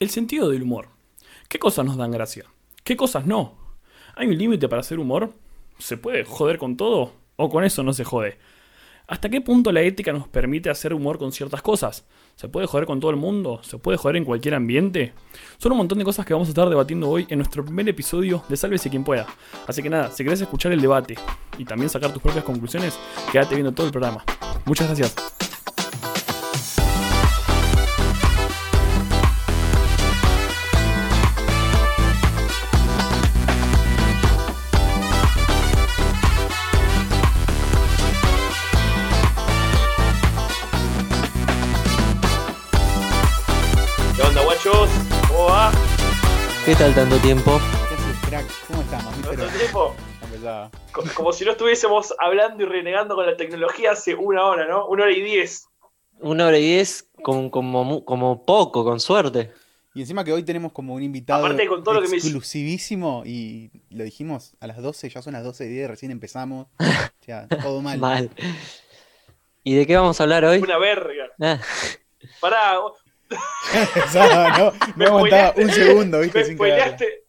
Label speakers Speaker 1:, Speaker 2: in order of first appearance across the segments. Speaker 1: El sentido del humor. ¿Qué cosas nos dan gracia? ¿Qué cosas no? ¿Hay un límite para hacer humor? ¿Se puede joder con todo? ¿O con eso no se jode? ¿Hasta qué punto la ética nos permite hacer humor con ciertas cosas? ¿Se puede joder con todo el mundo? ¿Se puede joder en cualquier ambiente? Son un montón de cosas que vamos a estar debatiendo hoy en nuestro primer episodio de Sálvese quien pueda. Así que nada, si querés escuchar el debate y también sacar tus propias conclusiones, quédate viendo todo el programa. Muchas gracias.
Speaker 2: ¿Qué onda, guachos? ¿Cómo va?
Speaker 3: ¿Qué tal tanto tiempo?
Speaker 4: ¿Qué haces, crack? ¿Cómo estamos?
Speaker 2: ¿Tanto
Speaker 4: Pero
Speaker 2: tiempo?
Speaker 4: empezaba.
Speaker 2: Co- Como si no estuviésemos hablando y renegando con la tecnología hace una hora, ¿no? Una hora y diez.
Speaker 3: Una hora y diez, como, como, mu- como poco, con suerte.
Speaker 4: Y encima que hoy tenemos como un invitado
Speaker 2: Aparte con todo lo que me-
Speaker 4: exclusivísimo y lo dijimos a las 12, ya son las 12 y 10, recién empezamos. O sea, todo mal.
Speaker 3: Mal. ¿Y de qué vamos a hablar hoy?
Speaker 2: Una verga.
Speaker 3: Ah,
Speaker 2: Pará,
Speaker 4: Empezaba, no, no
Speaker 2: Me
Speaker 4: aguantaba
Speaker 2: spoileaste.
Speaker 4: un segundo, ¿viste?
Speaker 2: me
Speaker 4: Sin cagarla.
Speaker 2: spoileaste.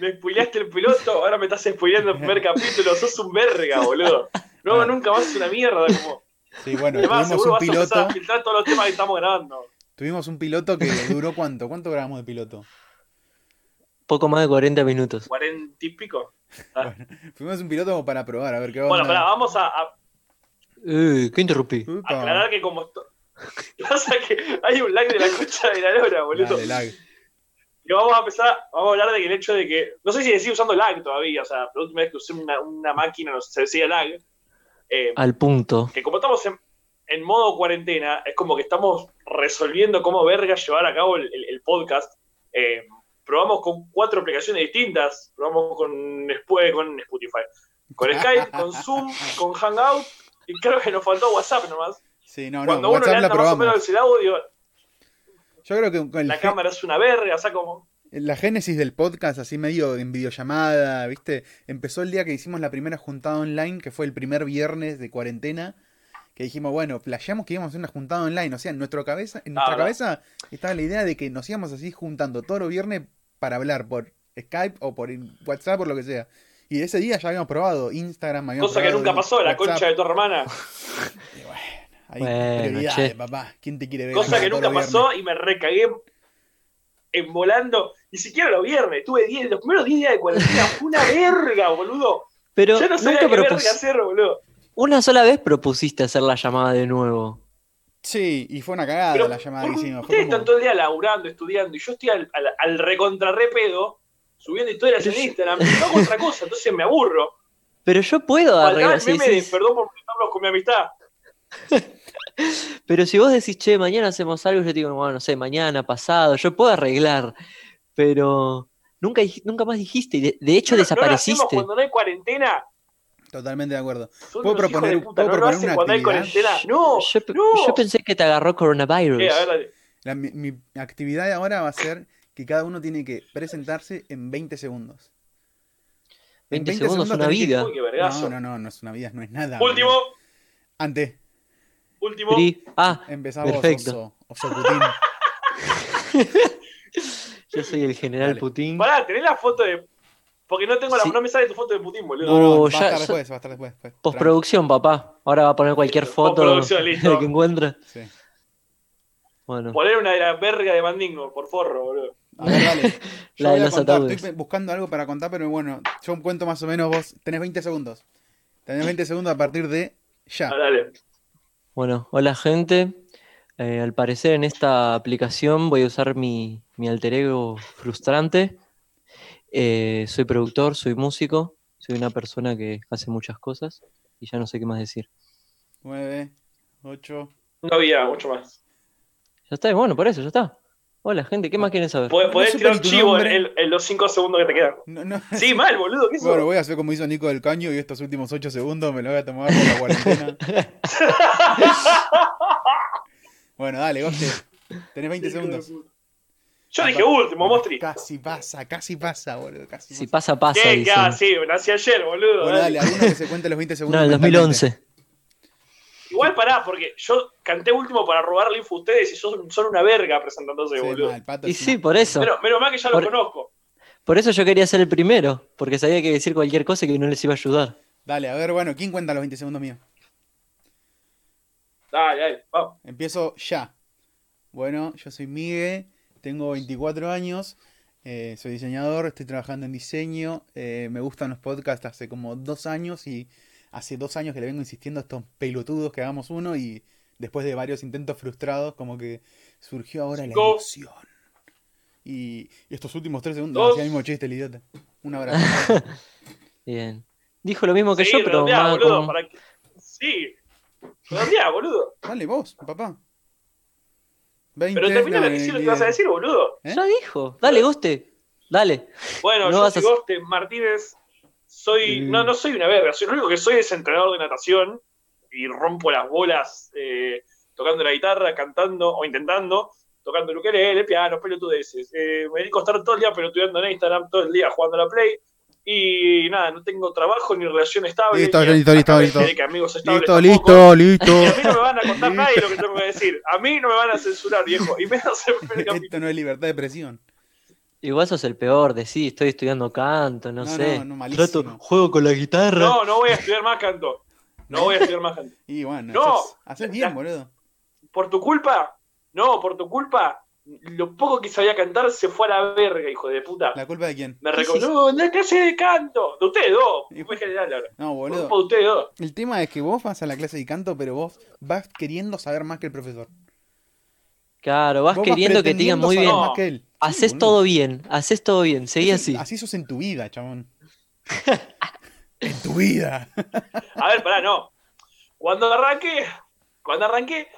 Speaker 2: Me spoileaste el piloto, ahora me estás spoileando el primer capítulo. Sos un verga, boludo. No,
Speaker 4: Ah.
Speaker 2: nunca más una mierda. Como...
Speaker 4: Sí, bueno,
Speaker 2: Además, seguro
Speaker 4: tuvimos un
Speaker 2: vas a empezar
Speaker 4: piloto.
Speaker 2: a filtrar todos los temas que estamos grabando.
Speaker 4: Tuvimos un piloto que duró cuánto? ¿Cuánto grabamos de piloto?
Speaker 3: poco más de 40 minutos.
Speaker 2: ¿Cuarenta y pico?
Speaker 4: Tuvimos un piloto como para probar, a ver qué
Speaker 2: Bueno,
Speaker 4: onda.
Speaker 2: pará, vamos a- a
Speaker 3: Uy, ¿Qué interrumpí?
Speaker 4: Upa.
Speaker 2: Aclarar que como esto- pasa que hay un lag de la concha de la lora, boludo.
Speaker 4: Dale, lag.
Speaker 2: Y vamos a empezar, vamos a hablar de que el hecho de que. No sé si decir usando lag todavía, o sea, la última vez que usé una, una máquina no sé, se decía lag. eh,
Speaker 3: Al punto.
Speaker 2: que como estamos en, en modo cuarentena, es como que estamos resolviendo cómo verga llevar a cabo el, el- el podcast. Eh, probamos con cuatro aplicaciones distintas. Probamos con Sp- con Spotify, con Skype, con Zoom, con Hangout. Y creo que nos faltó WhatsApp nomás.
Speaker 4: Sí, no, no,
Speaker 2: Cuando uno le
Speaker 4: WhatsApp la
Speaker 2: anda más o
Speaker 4: probamos.
Speaker 2: menos el audio,
Speaker 4: Yo creo que con el
Speaker 2: la
Speaker 4: ge-
Speaker 2: cámara es una verga, o sea, como.
Speaker 4: La génesis del podcast, así medio en videollamada, ¿viste? Empezó el día que hicimos la primera juntada online, que fue el primer viernes de cuarentena, que dijimos, bueno, flasheamos que íbamos a hacer una juntada online. O sea, en, nuestro cabeza, en nuestra
Speaker 2: Ah,
Speaker 4: cabeza estaba la idea de que nos íbamos así juntando todos los viernes para hablar por Skype o por in- WhatsApp, por lo que sea. Y ese día ya habíamos probado Instagram, habíamos
Speaker 2: Cosa que
Speaker 4: probado
Speaker 2: nunca pasó, la
Speaker 4: WhatsApp.
Speaker 2: concha de tu hermana.
Speaker 4: Ahí,
Speaker 3: Bueno,
Speaker 4: prioridades,
Speaker 3: che.
Speaker 4: papá. ¿Quién te quiere ver?
Speaker 2: Cosa
Speaker 4: acá
Speaker 2: que
Speaker 4: todos
Speaker 2: nunca
Speaker 4: los viernes?
Speaker 2: pasó y me recagué en volando. Ni siquiera los viernes, tuve 10, los primeros 10 días de cuarentena. Fue una verga, boludo.
Speaker 3: Pero
Speaker 2: Yo no sabía
Speaker 3: nunca
Speaker 2: qué verga
Speaker 3: propus-
Speaker 2: hacer, boludo.
Speaker 3: Una sola vez propusiste hacer la llamada de nuevo.
Speaker 4: Sí, y fue una cagada
Speaker 2: Pero,
Speaker 4: la llamada que
Speaker 2: porque
Speaker 4: hicimos. Fue
Speaker 2: ustedes
Speaker 4: como-
Speaker 2: están todo el día laburando, estudiando, y yo estoy al, al, al recontrarrepedo, subiendo historias en Instagram, y no hago otra cosa, entonces me aburro.
Speaker 3: Pero yo puedo
Speaker 2: Faltaba
Speaker 3: arreglar.
Speaker 2: el
Speaker 3: si
Speaker 2: meme de
Speaker 3: decís-
Speaker 2: perdón por molestarlos con mi amistad.
Speaker 3: Pero si vos decís, che, mañana hacemos algo, yo te digo, bueno, no sé, mañana, pasado, yo puedo arreglar. Pero nunca, dij- nunca más dijiste. y De, de hecho,
Speaker 2: No, No lo hacemos
Speaker 3: desapareciste.
Speaker 2: cuando no hay cuarentena.
Speaker 4: Totalmente de acuerdo.
Speaker 2: Son
Speaker 4: ¿Puedo
Speaker 2: unos hijos
Speaker 4: proponer-
Speaker 2: de puta,
Speaker 4: puedo
Speaker 2: no lo
Speaker 4: proponer
Speaker 2: hacen
Speaker 4: una
Speaker 2: cuando hay
Speaker 4: actividad?
Speaker 2: cuarentena. No,
Speaker 3: yo, pe-
Speaker 2: no.
Speaker 3: yo pensé que te agarró coronavirus.
Speaker 2: Eh, a ver, dale.
Speaker 4: La- mi, mi actividad ahora va a ser que cada uno tiene que presentarse en 20 segundos.
Speaker 3: 20
Speaker 4: En
Speaker 3: segundos, una
Speaker 4: tenés que-
Speaker 3: vida.
Speaker 2: Uy, qué vergazo.
Speaker 4: No, no, no, no es una vida, no es nada.
Speaker 2: último,
Speaker 4: boludo. Antes,
Speaker 2: último.
Speaker 3: Pri- Ah,
Speaker 4: empezamos
Speaker 3: Perfecto.
Speaker 4: oso, oso Putin.
Speaker 3: yo soy el general
Speaker 4: Dale.
Speaker 3: Putin.
Speaker 2: Pará, tenés la foto de. Porque no tengo la.
Speaker 3: Sí.
Speaker 2: No me sale tu foto de Putin, boludo.
Speaker 4: No, no,
Speaker 3: Oh,
Speaker 4: va a
Speaker 3: ya-
Speaker 4: estar
Speaker 3: ya-
Speaker 4: después, va a estar después. pues, tranqui.
Speaker 3: Postproducción, papá. Ahora va a poner cualquier
Speaker 2: Listo,
Speaker 3: foto
Speaker 2: postproducción,
Speaker 3: que
Speaker 2: listo.
Speaker 3: encuentre.
Speaker 4: Sí.
Speaker 3: Bueno,
Speaker 2: Poner una de la verga de Mandingo, por forro, boludo.
Speaker 4: A ver, dale. Yo
Speaker 3: La de
Speaker 4: voy a
Speaker 3: los
Speaker 4: contar,
Speaker 3: ataúdes.
Speaker 4: Estoy pe- buscando algo para contar, pero bueno, yo cuento más o menos vos. Tenés 20 segundos. Tenés 20 segundos a partir de ya.
Speaker 2: Ah, dale.
Speaker 3: bueno, hola gente. Eh, al parecer en esta aplicación voy a usar mi, mi alter ego frustrante. Eh, soy productor, soy músico, soy una persona que hace muchas cosas y ya no sé qué más decir.
Speaker 4: 9, 8.
Speaker 2: No había mucho más.
Speaker 3: Ya está, y bueno, por eso, ya está. Hola gente, ¿qué más quieren saber?
Speaker 2: Podés,
Speaker 4: No
Speaker 2: podés
Speaker 4: supe
Speaker 2: tirar un
Speaker 4: tu
Speaker 2: chivo en,
Speaker 4: nombre.
Speaker 2: el- en los 5 segundos que te quedan.
Speaker 4: No, no.
Speaker 2: Sí, mal, boludo. ¿Qué es eso?
Speaker 4: Bueno, voy a hacer como hizo Nico del Caño y estos últimos 8 segundos me lo voy a tomar por la cuarentena. bueno, dale, goste. Tenés 20
Speaker 2: Hijo de
Speaker 4: segundos. Ah,
Speaker 2: puta. Yo dije último, Mostri.
Speaker 4: Casi pasa, casi pasa, boludo. Casi
Speaker 3: Si
Speaker 4: pasa.
Speaker 3: pasa, pasa.
Speaker 2: ¿Qué? ¿Qué?
Speaker 3: dicen.
Speaker 2: Ah, sí, nací ayer, boludo.
Speaker 4: Bueno,
Speaker 2: dale.
Speaker 4: dale, alguno que se cuente los 20 segundos.
Speaker 3: No, el
Speaker 4: mentalmente.
Speaker 3: 2011.
Speaker 2: Igual pará, porque yo canté último para robarle info a ustedes y son, son una verga presentándose,
Speaker 4: Sí,
Speaker 2: boludo.
Speaker 4: mal, Pato
Speaker 3: Y
Speaker 4: es una-
Speaker 3: sí, por eso.
Speaker 2: Pero, menos mal que ya lo
Speaker 3: Por-
Speaker 2: conozco.
Speaker 3: Por eso yo quería ser el primero, porque sabía que decir cualquier cosa que no les iba a ayudar.
Speaker 4: Dale, a ver, bueno, ¿quién cuenta los 20 segundos míos?
Speaker 2: Dale, dale, vamos.
Speaker 4: Empiezo ya. Bueno, yo soy Migue, tengo 24 años, eh, soy diseñador, estoy trabajando en diseño, eh, me gustan los podcasts hace como dos años y hace dos años que le vengo insistiendo a estos pelotudos que hagamos uno y después de varios intentos frustrados como que surgió ahora la
Speaker 2: Cinco.
Speaker 4: emoción. Y, y estos últimos tres segundos
Speaker 2: Dos.
Speaker 4: hacía el mismo chiste el idiota. Un abrazo.
Speaker 3: Bien. Dijo lo mismo que
Speaker 2: Seguí,
Speaker 3: yo, pero
Speaker 2: redondeá,
Speaker 3: más
Speaker 2: boludo,
Speaker 3: como-
Speaker 2: para que- Sí. Redondeá, boludo.
Speaker 4: Dale vos, papá. 20,
Speaker 2: Pero termina lo que
Speaker 4: dame,
Speaker 2: sí lo que
Speaker 4: Miguel.
Speaker 2: vas a decir, boludo.
Speaker 4: ¿Eh?
Speaker 3: Ya dijo. Dale, guste. Dale.
Speaker 2: Bueno,
Speaker 3: No
Speaker 2: yo
Speaker 3: vas
Speaker 2: soy
Speaker 3: a-
Speaker 2: Goste Martínez. Soy.
Speaker 4: Mm.
Speaker 2: No, no soy una verga. Soy, lo único que soy es entrenador de natación y rompo las bolas eh, tocando la guitarra, cantando o intentando, tocando el ukelele, piano, pelotudeces. Eh, me dedico a estar todo el día pelotudeando en Instagram, todo el día jugando a la Play. Y nada, no tengo trabajo ni relación estable.
Speaker 4: Listo,
Speaker 2: ni
Speaker 4: listo, listo,
Speaker 2: aparentemente
Speaker 4: listo.
Speaker 2: de que amigos estables
Speaker 4: Listo,
Speaker 2: tampoco.
Speaker 4: listo, listo.
Speaker 2: Y a mí no me van a contar nadie lo que tengo que decir. A mí no me van a censurar, viejo. Y menos en primer capítulo.
Speaker 4: Esto no es libertad de presión.
Speaker 3: Igual sos el peor, decís, estoy estudiando canto, no,
Speaker 4: No,
Speaker 3: sé.
Speaker 4: no, no, malísimo.
Speaker 3: Trato- juego con la guitarra.
Speaker 2: No, no voy a estudiar más canto. No voy a estudiar más canto.
Speaker 4: Y bueno,
Speaker 2: No.
Speaker 4: haces, haces bien,
Speaker 2: La-
Speaker 4: boludo.
Speaker 2: ¿Por tu culpa? No, por tu culpa. Lo poco que sabía cantar se fue a la verga, hijo de puta.
Speaker 4: ¿La culpa de quién?
Speaker 2: Me reconoció. No, la clase de canto. De ustedes dos.
Speaker 4: Y-
Speaker 2: Fue general ahora.
Speaker 4: No,
Speaker 2: Por
Speaker 4: boludo.
Speaker 2: culpa de ustedes dos.
Speaker 4: El tema es que vos vas a la clase de canto, pero vos vas queriendo saber más que el profesor.
Speaker 3: Claro, vas
Speaker 4: Vos
Speaker 3: queriendo que te digan
Speaker 4: pretendiendo
Speaker 3: muy
Speaker 4: saber
Speaker 3: bien.
Speaker 2: No.
Speaker 4: Más que él. Sí,
Speaker 3: Haces
Speaker 4: boludo.
Speaker 3: todo bien, haces todo bien, seguí
Speaker 4: Eso-
Speaker 3: así.
Speaker 4: Así sos en tu vida, chabón. en tu vida.
Speaker 2: A ver, pará, no. Cuando arranqué, cuando arranqué,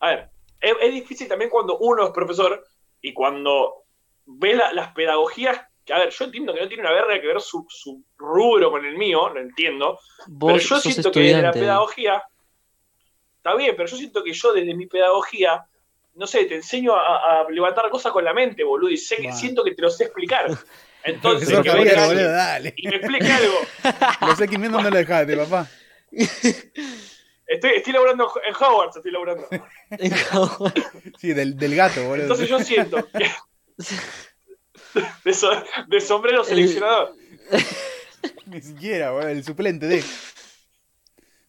Speaker 2: a ver, es, es difícil también cuando uno es profesor y cuando ves la- las pedagogías, que a ver, yo entiendo que no tiene una verga que ver su, su rubro con el mío, lo entiendo,
Speaker 3: Vos
Speaker 2: pero yo
Speaker 3: sos
Speaker 2: siento que desde la
Speaker 3: estudiante.
Speaker 2: pedagogía, está bien, pero yo siento que yo desde mi pedagogía, no sé, te enseño a, a levantar cosas con la mente, boludo, y sé que
Speaker 4: Bueno.
Speaker 2: siento que te lo sé explicar. Entonces,
Speaker 4: profesor
Speaker 2: que
Speaker 4: Javier,
Speaker 2: venga alguien
Speaker 4: boludo, dale.
Speaker 2: y me explique algo.
Speaker 4: Los X Men no lo dejaste, papá.
Speaker 2: Estoy, estoy laburando en Hogwarts, estoy laburando.
Speaker 4: Sí, del, del gato, boludo.
Speaker 2: Entonces yo siento que- de, so- de sombrero seleccionador.
Speaker 4: Ni siquiera, boludo. El suplente de.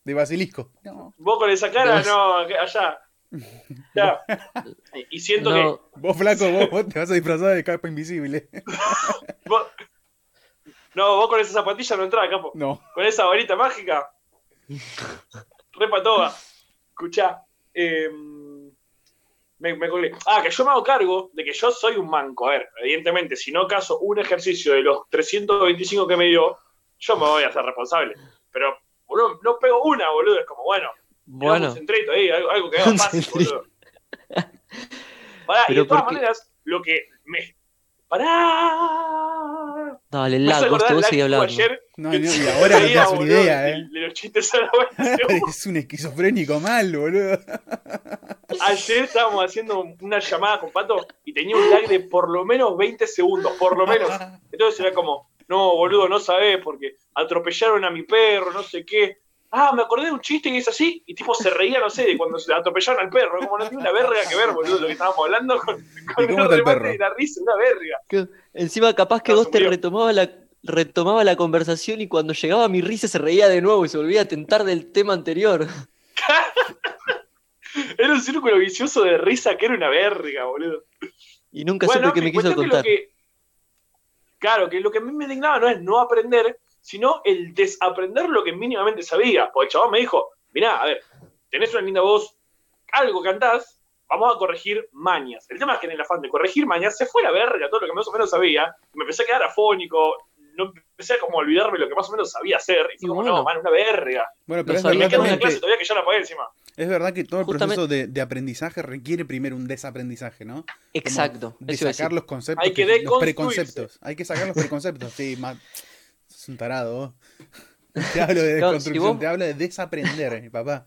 Speaker 4: De basilisco. No.
Speaker 2: Vos con esa cara,
Speaker 3: Dos.
Speaker 2: no, allá. Ya. Y siento que
Speaker 3: No,
Speaker 4: Vos, flaco, vos, vos te vas a disfrazar de capa invisible.
Speaker 2: vos, no, vos con esa zapatilla no entrás, capo.
Speaker 4: No.
Speaker 2: Con esa varita mágica. Repa toda. Escuchá. eh, me, me colgué. Ah, que yo me hago cargo de que yo soy un manco. A ver, evidentemente, si no caso un ejercicio de los 325 que me dio, yo me voy a hacer responsable. Pero, boludo, no pego una, boludo. Es como, bueno, era un
Speaker 3: bueno,
Speaker 2: concentrito ahí, algo, algo que haga fácil,
Speaker 3: Concentrito.
Speaker 2: boludo. Pará, y
Speaker 3: Pero
Speaker 2: de todas
Speaker 3: porque-
Speaker 2: maneras, lo que me. Pará.
Speaker 3: dale,
Speaker 2: Me hace
Speaker 3: lag, vos,
Speaker 2: acordar
Speaker 3: vos
Speaker 2: la
Speaker 3: seguí
Speaker 2: que tuvo
Speaker 3: hablando.
Speaker 2: ayer,
Speaker 4: No,
Speaker 2: que
Speaker 4: no, y
Speaker 2: se
Speaker 4: ahora no te
Speaker 2: reía,
Speaker 4: das una
Speaker 2: boludo,
Speaker 4: idea,
Speaker 2: de-
Speaker 4: eh.
Speaker 2: de los chistes a la buena.
Speaker 4: Es un esquizofrénico mal, boludo.
Speaker 2: Ayer estábamos haciendo una llamada con Pato y tenía un lag de por lo menos 20 segundos, por lo menos. Entonces era como, no, boludo, no sabés, porque atropellaron a mi perro, no sé qué. Ah, me acordé de un chiste que es así. Y tipo se reía, no sé, de cuando se atropellaron al perro. Como no tiene una verga que ver, boludo, lo que estábamos hablando con, con
Speaker 4: ¿Y cómo está el
Speaker 2: remate
Speaker 4: perro?
Speaker 2: de la risa, una verga.
Speaker 3: Que- Encima capaz que
Speaker 2: No,
Speaker 3: vos te
Speaker 2: subió.
Speaker 3: retomaba la, retomaba la conversación y cuando llegaba mi risa se reía de nuevo y se volvía a tentar del tema anterior.
Speaker 2: Era un círculo vicioso de risa que era una verga, boludo.
Speaker 3: Y nunca
Speaker 2: Bueno,
Speaker 3: supe qué me quiso
Speaker 2: cuestión que lo
Speaker 3: contar.
Speaker 2: que- claro, que lo que a mí me indignaba no es no aprender, sino el desaprender lo que mínimamente sabía. Porque el chabón me dijo, mirá, a ver, tenés una linda voz, algo cantás, vamos a corregir mañas. El tema es que en el afán de corregir mañas se fue la verga todo lo que más o menos sabía, me empecé a quedar afónico, no empecé a como olvidarme lo que más o menos sabía hacer, y fue
Speaker 3: Y
Speaker 2: como,
Speaker 3: bueno.
Speaker 2: no, man, una verga.
Speaker 4: Bueno,
Speaker 3: No
Speaker 4: pero es
Speaker 3: sabía
Speaker 2: Y me
Speaker 4: verdad,
Speaker 2: quedo en una
Speaker 4: también
Speaker 2: clase
Speaker 4: que,
Speaker 2: todavía que ya la pagué encima.
Speaker 4: es verdad que todo el
Speaker 3: Justamente-
Speaker 4: proceso de, de aprendizaje requiere primero un desaprendizaje, ¿no? Como
Speaker 3: Exacto.
Speaker 4: De
Speaker 3: Eso iba a
Speaker 4: sacar
Speaker 3: decir.
Speaker 4: los conceptos,
Speaker 2: Hay que
Speaker 4: que- los
Speaker 2: deconstruirse.
Speaker 4: preconceptos. Hay que sacar los preconceptos. Sí, ma... sos un tarado. vos. Te hablo de
Speaker 3: Claro, si
Speaker 4: desconstrucción,
Speaker 3: vos-
Speaker 4: te hablo de desaprender, eh, papá.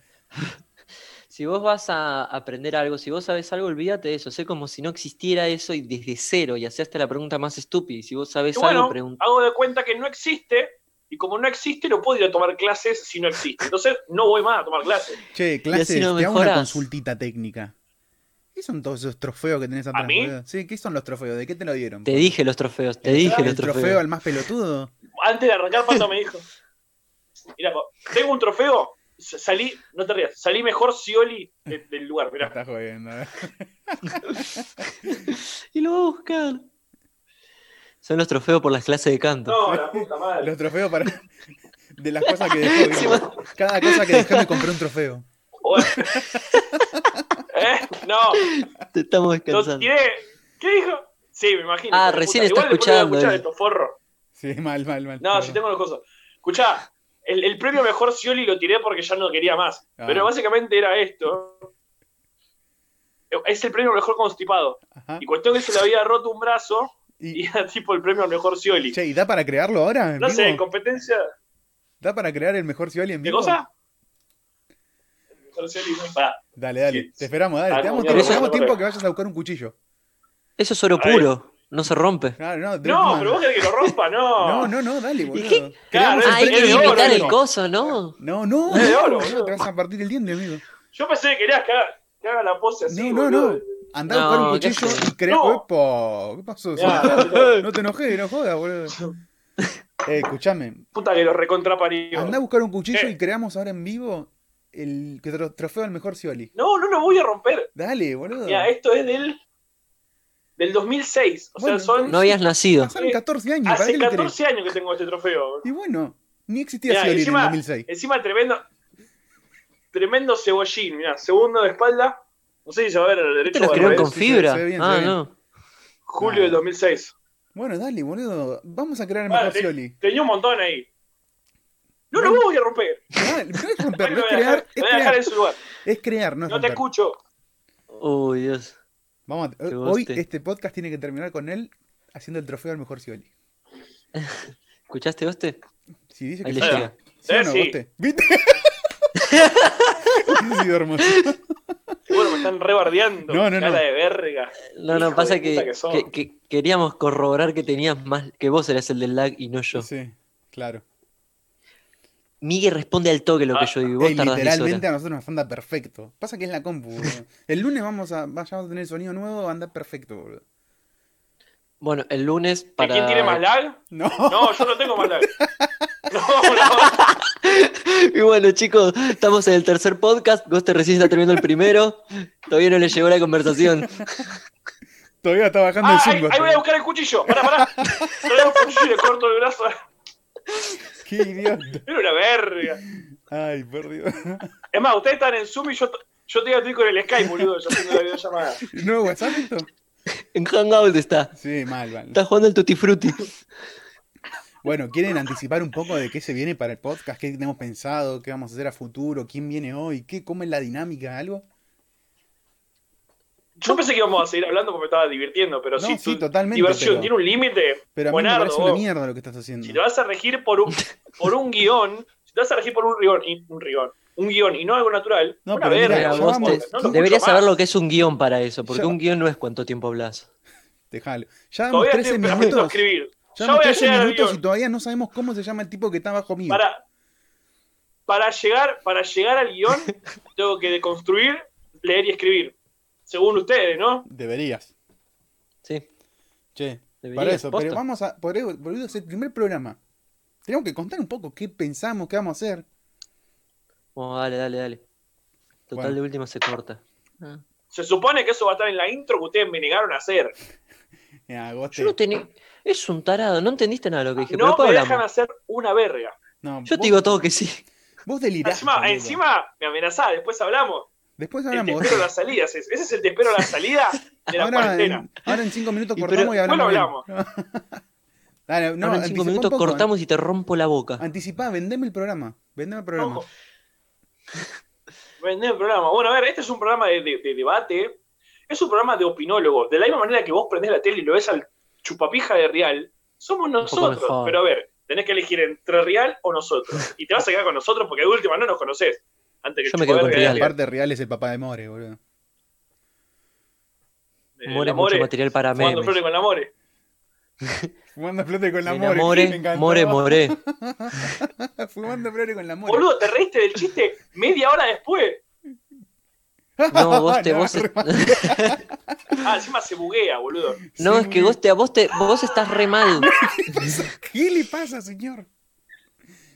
Speaker 3: Si vos vas a aprender algo, si vos sabes algo, olvídate de eso. Sé como si no existiera eso y desde cero y hacerte la pregunta más estúpida. Y si vos sabes
Speaker 2: Y bueno,
Speaker 3: algo, pregunta.
Speaker 2: hago de cuenta que no existe y y como no existe, no puedo ir a tomar clases si no existe. Entonces, no voy más a tomar clases.
Speaker 4: Che, clases,
Speaker 3: no
Speaker 4: te hago una
Speaker 3: mejorás.
Speaker 4: consultita técnica. ¿Qué son todos esos trofeos que tenés atrás,
Speaker 2: mí?
Speaker 4: boludo? Sí, ¿qué son los trofeos? ¿De qué te lo dieron?
Speaker 3: Te dije los trofeos, te dije
Speaker 4: ¿El
Speaker 3: los
Speaker 4: trofeo,
Speaker 3: trofeos.
Speaker 4: al más pelotudo?
Speaker 2: Antes de arrancar, Pato me dijo: Mira, tengo un trofeo. s- Salí, no te rías, salí mejor Sioli de- del lugar.
Speaker 4: Me
Speaker 2: Mirá,
Speaker 4: estás jodiendo. eh.
Speaker 3: Y lo voy a buscar. Son los trofeos por las clases de canto.
Speaker 2: no, la puta madre.
Speaker 4: Los trofeos para. De las cosas que dejé. boludo. Cada cosa que dejé me compré un trofeo.
Speaker 2: Bueno. ¿Eh? No,
Speaker 3: Te estamos
Speaker 2: no
Speaker 3: descansando.
Speaker 2: tiré. ¿Qué dijo? Sí, me imagino.
Speaker 3: Ah,
Speaker 2: hijo de puta. Igual después
Speaker 3: recién está
Speaker 2: lo voy a
Speaker 3: escuchando
Speaker 2: escuchar
Speaker 3: él.
Speaker 2: esto, forro.
Speaker 4: Sí, mal, mal, mal.
Speaker 2: No,
Speaker 4: Perdón.
Speaker 2: si tengo las cosas. Escuchá, el, el premio mejor Scioli lo tiré porque ya no quería más.
Speaker 4: Ah.
Speaker 2: Pero básicamente era esto. Es el premio mejor constipado.
Speaker 4: Ajá.
Speaker 2: Y cuestión que se le había roto un brazo y
Speaker 4: Ah. Y,
Speaker 2: era tipo el premio mejor Scioli.
Speaker 4: che, ¿y da para crearlo ahora? en
Speaker 2: No sé,
Speaker 4: vivo?
Speaker 2: competencia.
Speaker 4: ¿Da para crear el mejor Cioli en
Speaker 2: ¿Qué
Speaker 4: vivo?
Speaker 2: cosa? El mejor Scioli no está.
Speaker 4: Dale, dale.
Speaker 2: Sí.
Speaker 4: Te esperamos, dale.
Speaker 2: Ah,
Speaker 4: te damos
Speaker 2: no,
Speaker 4: tiempo,
Speaker 3: no,
Speaker 4: te damos
Speaker 2: no,
Speaker 4: tiempo
Speaker 2: no.
Speaker 4: que vayas a buscar un cuchillo.
Speaker 3: Eso es oro
Speaker 2: A ver.
Speaker 3: puro, no se rompe.
Speaker 4: Claro, no, de
Speaker 2: No,
Speaker 4: última-
Speaker 2: pero vos querés que lo rompa, no.
Speaker 4: No, no, no, dale, boludo.
Speaker 3: qué?
Speaker 4: Creamos
Speaker 2: Claro,
Speaker 4: el
Speaker 3: Ah, hay
Speaker 4: premio
Speaker 3: que
Speaker 2: es de oro,
Speaker 3: imitar el
Speaker 2: eso.
Speaker 3: coso, ¿no?
Speaker 4: No, no,
Speaker 2: Es de
Speaker 4: no,
Speaker 2: oro,
Speaker 4: boludo,
Speaker 2: boludo.
Speaker 4: te vas a partir el diente, amigo.
Speaker 2: Yo pensé que querías que haga, que haga la pose así.
Speaker 4: no, no,
Speaker 2: boludo.
Speaker 4: no. Andá a buscar un
Speaker 3: No, ¿qué
Speaker 4: cuchillo
Speaker 3: haces?
Speaker 4: y crear.
Speaker 2: No.
Speaker 4: Epa, ¿Qué pasó?
Speaker 2: Ya.
Speaker 4: No te enojes, no jodas, boludo. Eh, escuchame.
Speaker 2: Puta que lo recontraparió.
Speaker 4: Andá a buscar un cuchillo
Speaker 2: Eh.
Speaker 4: y creamos ahora en vivo el que tro- trofeo al mejor Cioli.
Speaker 2: No, no lo voy a romper.
Speaker 4: Dale, boludo.
Speaker 2: Mira, esto es del, del 2006. O
Speaker 4: Bueno,
Speaker 2: sea, son
Speaker 3: No habías nacido.
Speaker 4: Pasaron 14 años, ¿para qué
Speaker 2: Eh, hace
Speaker 4: lo querés?
Speaker 2: 14 años que tengo este trofeo.
Speaker 4: Y bueno, ni existía
Speaker 2: Mirá,
Speaker 4: Cioli en el
Speaker 2: encima, eh,
Speaker 4: 2006.
Speaker 2: encima tremendo, tremendo cebollín. Mirá, segundo de espalda. No sé si se va a ver el
Speaker 3: Te
Speaker 2: derecho.
Speaker 3: los
Speaker 2: o al
Speaker 3: crearon
Speaker 2: revés.
Speaker 3: con
Speaker 4: sí, sí,
Speaker 3: fibra.
Speaker 4: se ve bien, se
Speaker 3: Ah,
Speaker 4: ve bien.
Speaker 3: no.
Speaker 2: Julio
Speaker 4: Ah.
Speaker 2: del 2006.
Speaker 4: Bueno, dale, boludo. Vamos a crear el
Speaker 2: Vale,
Speaker 4: mejor
Speaker 2: te-
Speaker 4: Cioli.
Speaker 2: Tenía un montón ahí. No lo voy a romper.
Speaker 4: Dale, no es
Speaker 2: No
Speaker 4: romper,
Speaker 2: lo
Speaker 4: no
Speaker 2: voy
Speaker 4: es
Speaker 2: a dejar, lo
Speaker 4: crear. Es
Speaker 2: voy a dejar
Speaker 4: crear,
Speaker 2: en su lugar.
Speaker 4: es crear, no es
Speaker 2: No te
Speaker 4: romper.
Speaker 2: escucho.
Speaker 3: Uy, Dios.
Speaker 4: Vamos a-
Speaker 3: Qué
Speaker 4: hoy
Speaker 3: boste.
Speaker 4: este podcast tiene que terminar con él haciendo el trofeo al mejor Cioli.
Speaker 3: ¿Escuchaste, Oste?
Speaker 4: Si dice que
Speaker 3: Ahí le
Speaker 4: sí,
Speaker 3: llega.
Speaker 4: ¿Sí o
Speaker 2: Eh,
Speaker 4: no,
Speaker 2: sí.
Speaker 4: boste? ¿Viste? Ha sido hermoso.
Speaker 2: Seguro me están rebardeando.
Speaker 4: No, no,
Speaker 2: cara
Speaker 4: no.
Speaker 2: de verga.
Speaker 3: No, no,
Speaker 2: Hijo
Speaker 3: pasa
Speaker 2: de puta
Speaker 3: que,
Speaker 2: que sos.
Speaker 3: que- que queríamos corroborar que tenías más, que vos eras el del lag y no yo.
Speaker 4: Sí, claro.
Speaker 3: Miguel responde al toque lo que
Speaker 2: Ah,
Speaker 3: yo digo. y Vos
Speaker 4: Ey,
Speaker 3: tardás 10
Speaker 4: literalmente
Speaker 3: horas.
Speaker 4: a nosotros nos anda perfecto. Pasa que es la compu. boludo. El lunes vamos a, vayamos a tener sonido nuevo, va a andar perfecto, boludo.
Speaker 3: Bueno, el lunes
Speaker 2: ¿Que
Speaker 3: para.
Speaker 2: ¿Quién tiene más lag?
Speaker 4: No.
Speaker 2: No, yo no tengo más lag. No, no.
Speaker 3: Y bueno, chicos, estamos en el tercer podcast. Goste recién está terminando el primero. Todavía no le llegó la conversación.
Speaker 4: Todavía está bajando
Speaker 2: Ah,
Speaker 4: el
Speaker 2: ahí,
Speaker 4: Zoom.
Speaker 2: ahí voy a
Speaker 4: boludo.
Speaker 2: buscar el cuchillo. Pará, pará. Trae un cuchillo y le corto el brazo.
Speaker 4: Qué idiota.
Speaker 2: Era una verga.
Speaker 4: Ay, por Dios.
Speaker 2: Es más, ustedes están en Zoom y yo, yo te iba a estoy con el Skype, boludo, yo haciendo la videollamada.
Speaker 4: ¿No WhatsApp esto?
Speaker 3: En Hangout está.
Speaker 4: Sí, mal, mal.
Speaker 3: Está jugando el Tutti Frutti.
Speaker 4: Bueno, ¿quieren anticipar un poco de qué se viene para el podcast? ¿Qué tenemos pensado? ¿Qué vamos a hacer a futuro? ¿Quién viene hoy? ¿Qué? ¿Cómo es la dinámica? ¿Algo?
Speaker 2: Yo pensé que íbamos a seguir hablando porque me estaba divirtiendo, pero
Speaker 4: No,
Speaker 2: si
Speaker 4: sí,
Speaker 2: tu
Speaker 4: totalmente,
Speaker 2: diversión
Speaker 4: pero-
Speaker 2: tiene un límite,
Speaker 4: Pero a mí me
Speaker 2: Buenardo,
Speaker 4: parece una
Speaker 2: vos.
Speaker 4: mierda lo que estás haciendo.
Speaker 2: si te vas a regir por un, por un guión, si te vas a regir por un guión, y- un guión, un guión y no algo natural,
Speaker 4: No,
Speaker 2: una
Speaker 4: pero mira,
Speaker 2: verga,
Speaker 4: ya
Speaker 3: Mira,
Speaker 2: yo
Speaker 3: vos
Speaker 2: no
Speaker 4: vamos,
Speaker 3: te-
Speaker 2: lo escucho
Speaker 3: deberías
Speaker 2: más.
Speaker 3: saber lo que es un guión para eso, porque
Speaker 4: Yo-
Speaker 3: un guión no es cuánto tiempo hablas.
Speaker 4: Dejalo. Ya damos
Speaker 2: Todavía
Speaker 4: 13
Speaker 2: estoy a punto de
Speaker 4: minutos.
Speaker 2: escribir.
Speaker 4: Ya
Speaker 2: Ya
Speaker 4: damos
Speaker 2: voy a
Speaker 4: 13
Speaker 2: llegar al
Speaker 4: minutos y
Speaker 2: guión.
Speaker 4: todavía no sabemos cómo se llama el tipo que está bajo mío.
Speaker 2: Para, para, llegar, para llegar al guión, tengo que deconstruir, leer y escribir. Según ustedes, ¿no?
Speaker 4: Deberías.
Speaker 3: Sí.
Speaker 4: Che.
Speaker 3: Deberías,
Speaker 4: Para eso,
Speaker 3: posta.
Speaker 4: pero vamos a. Por eso, boludo, es el primer programa. Tenemos que contar un poco qué pensamos, qué vamos a hacer.
Speaker 3: Bueno, dale, dale, dale. Total
Speaker 4: Bueno.
Speaker 3: de última se corta.
Speaker 2: Se supone que eso va a estar en la intro que ustedes me negaron a hacer.
Speaker 4: Ya, Goste.
Speaker 3: Yo no tenía. Es un tarado, no entendiste nada de lo que dije. pero
Speaker 2: Ah, No
Speaker 3: después
Speaker 2: me
Speaker 3: hablamos.
Speaker 2: dejan hacer una verga.
Speaker 4: No,
Speaker 3: Yo te
Speaker 4: vos-
Speaker 3: digo todo que sí.
Speaker 4: Vos delirás.
Speaker 2: Encima,
Speaker 4: boludo.
Speaker 2: encima me amenazás, después hablamos.
Speaker 4: Después
Speaker 2: El te
Speaker 4: hablamos.
Speaker 2: espero
Speaker 4: Goste.
Speaker 2: las salidas. Ese es el te espero las salidas de la
Speaker 4: Ahora
Speaker 2: cuarentena.
Speaker 4: en, ahora en cinco minutos
Speaker 3: Y
Speaker 4: cortamos y,
Speaker 3: pero-
Speaker 4: hablamos.
Speaker 2: bueno,
Speaker 4: bien. Dale, no,
Speaker 3: Ahora en
Speaker 4: anticipa
Speaker 3: cinco
Speaker 4: un
Speaker 3: minutos
Speaker 4: poco.
Speaker 3: cortamos y te rompo la
Speaker 2: Ah,
Speaker 3: boca.
Speaker 4: Anticipá, vendeme el programa. Vendeme el programa.
Speaker 2: Ojo. Vendé el programa. Bueno, a ver, este es un programa de, de- de debate. Es un programa de opinólogos. De la misma manera que vos prendés la tele y lo ves al chupapija de Real, somos nosotros.
Speaker 3: mejor.
Speaker 2: Pero a ver, tenés que elegir entre Real o nosotros. Y te vas a quedar con nosotros porque de última no nos conocés. Antes que
Speaker 3: Yo me quedo con
Speaker 2: chupaverga de
Speaker 3: Real.
Speaker 4: Aparte, real es el papá de More, boludo.
Speaker 2: Eh,
Speaker 3: More
Speaker 2: Lamore,
Speaker 3: mucho material para
Speaker 2: jugando
Speaker 3: memes.
Speaker 2: flores con Lamore.
Speaker 4: Fumando flote con la
Speaker 3: Me
Speaker 4: more.
Speaker 3: enamoré,
Speaker 4: me encantó.
Speaker 3: more, more.
Speaker 4: Fumando flote con la more.
Speaker 2: Boludo, te reíste del chiste media hora después.
Speaker 3: No, vos te,
Speaker 4: No,
Speaker 3: vos
Speaker 4: re
Speaker 3: est-
Speaker 4: mal.
Speaker 2: Ah, encima se buguea, boludo.
Speaker 3: no,
Speaker 4: Sí,
Speaker 3: es que
Speaker 4: muy
Speaker 3: vos te, a vos te, vos estás re mal.
Speaker 4: ¿Qué le pasa, señor?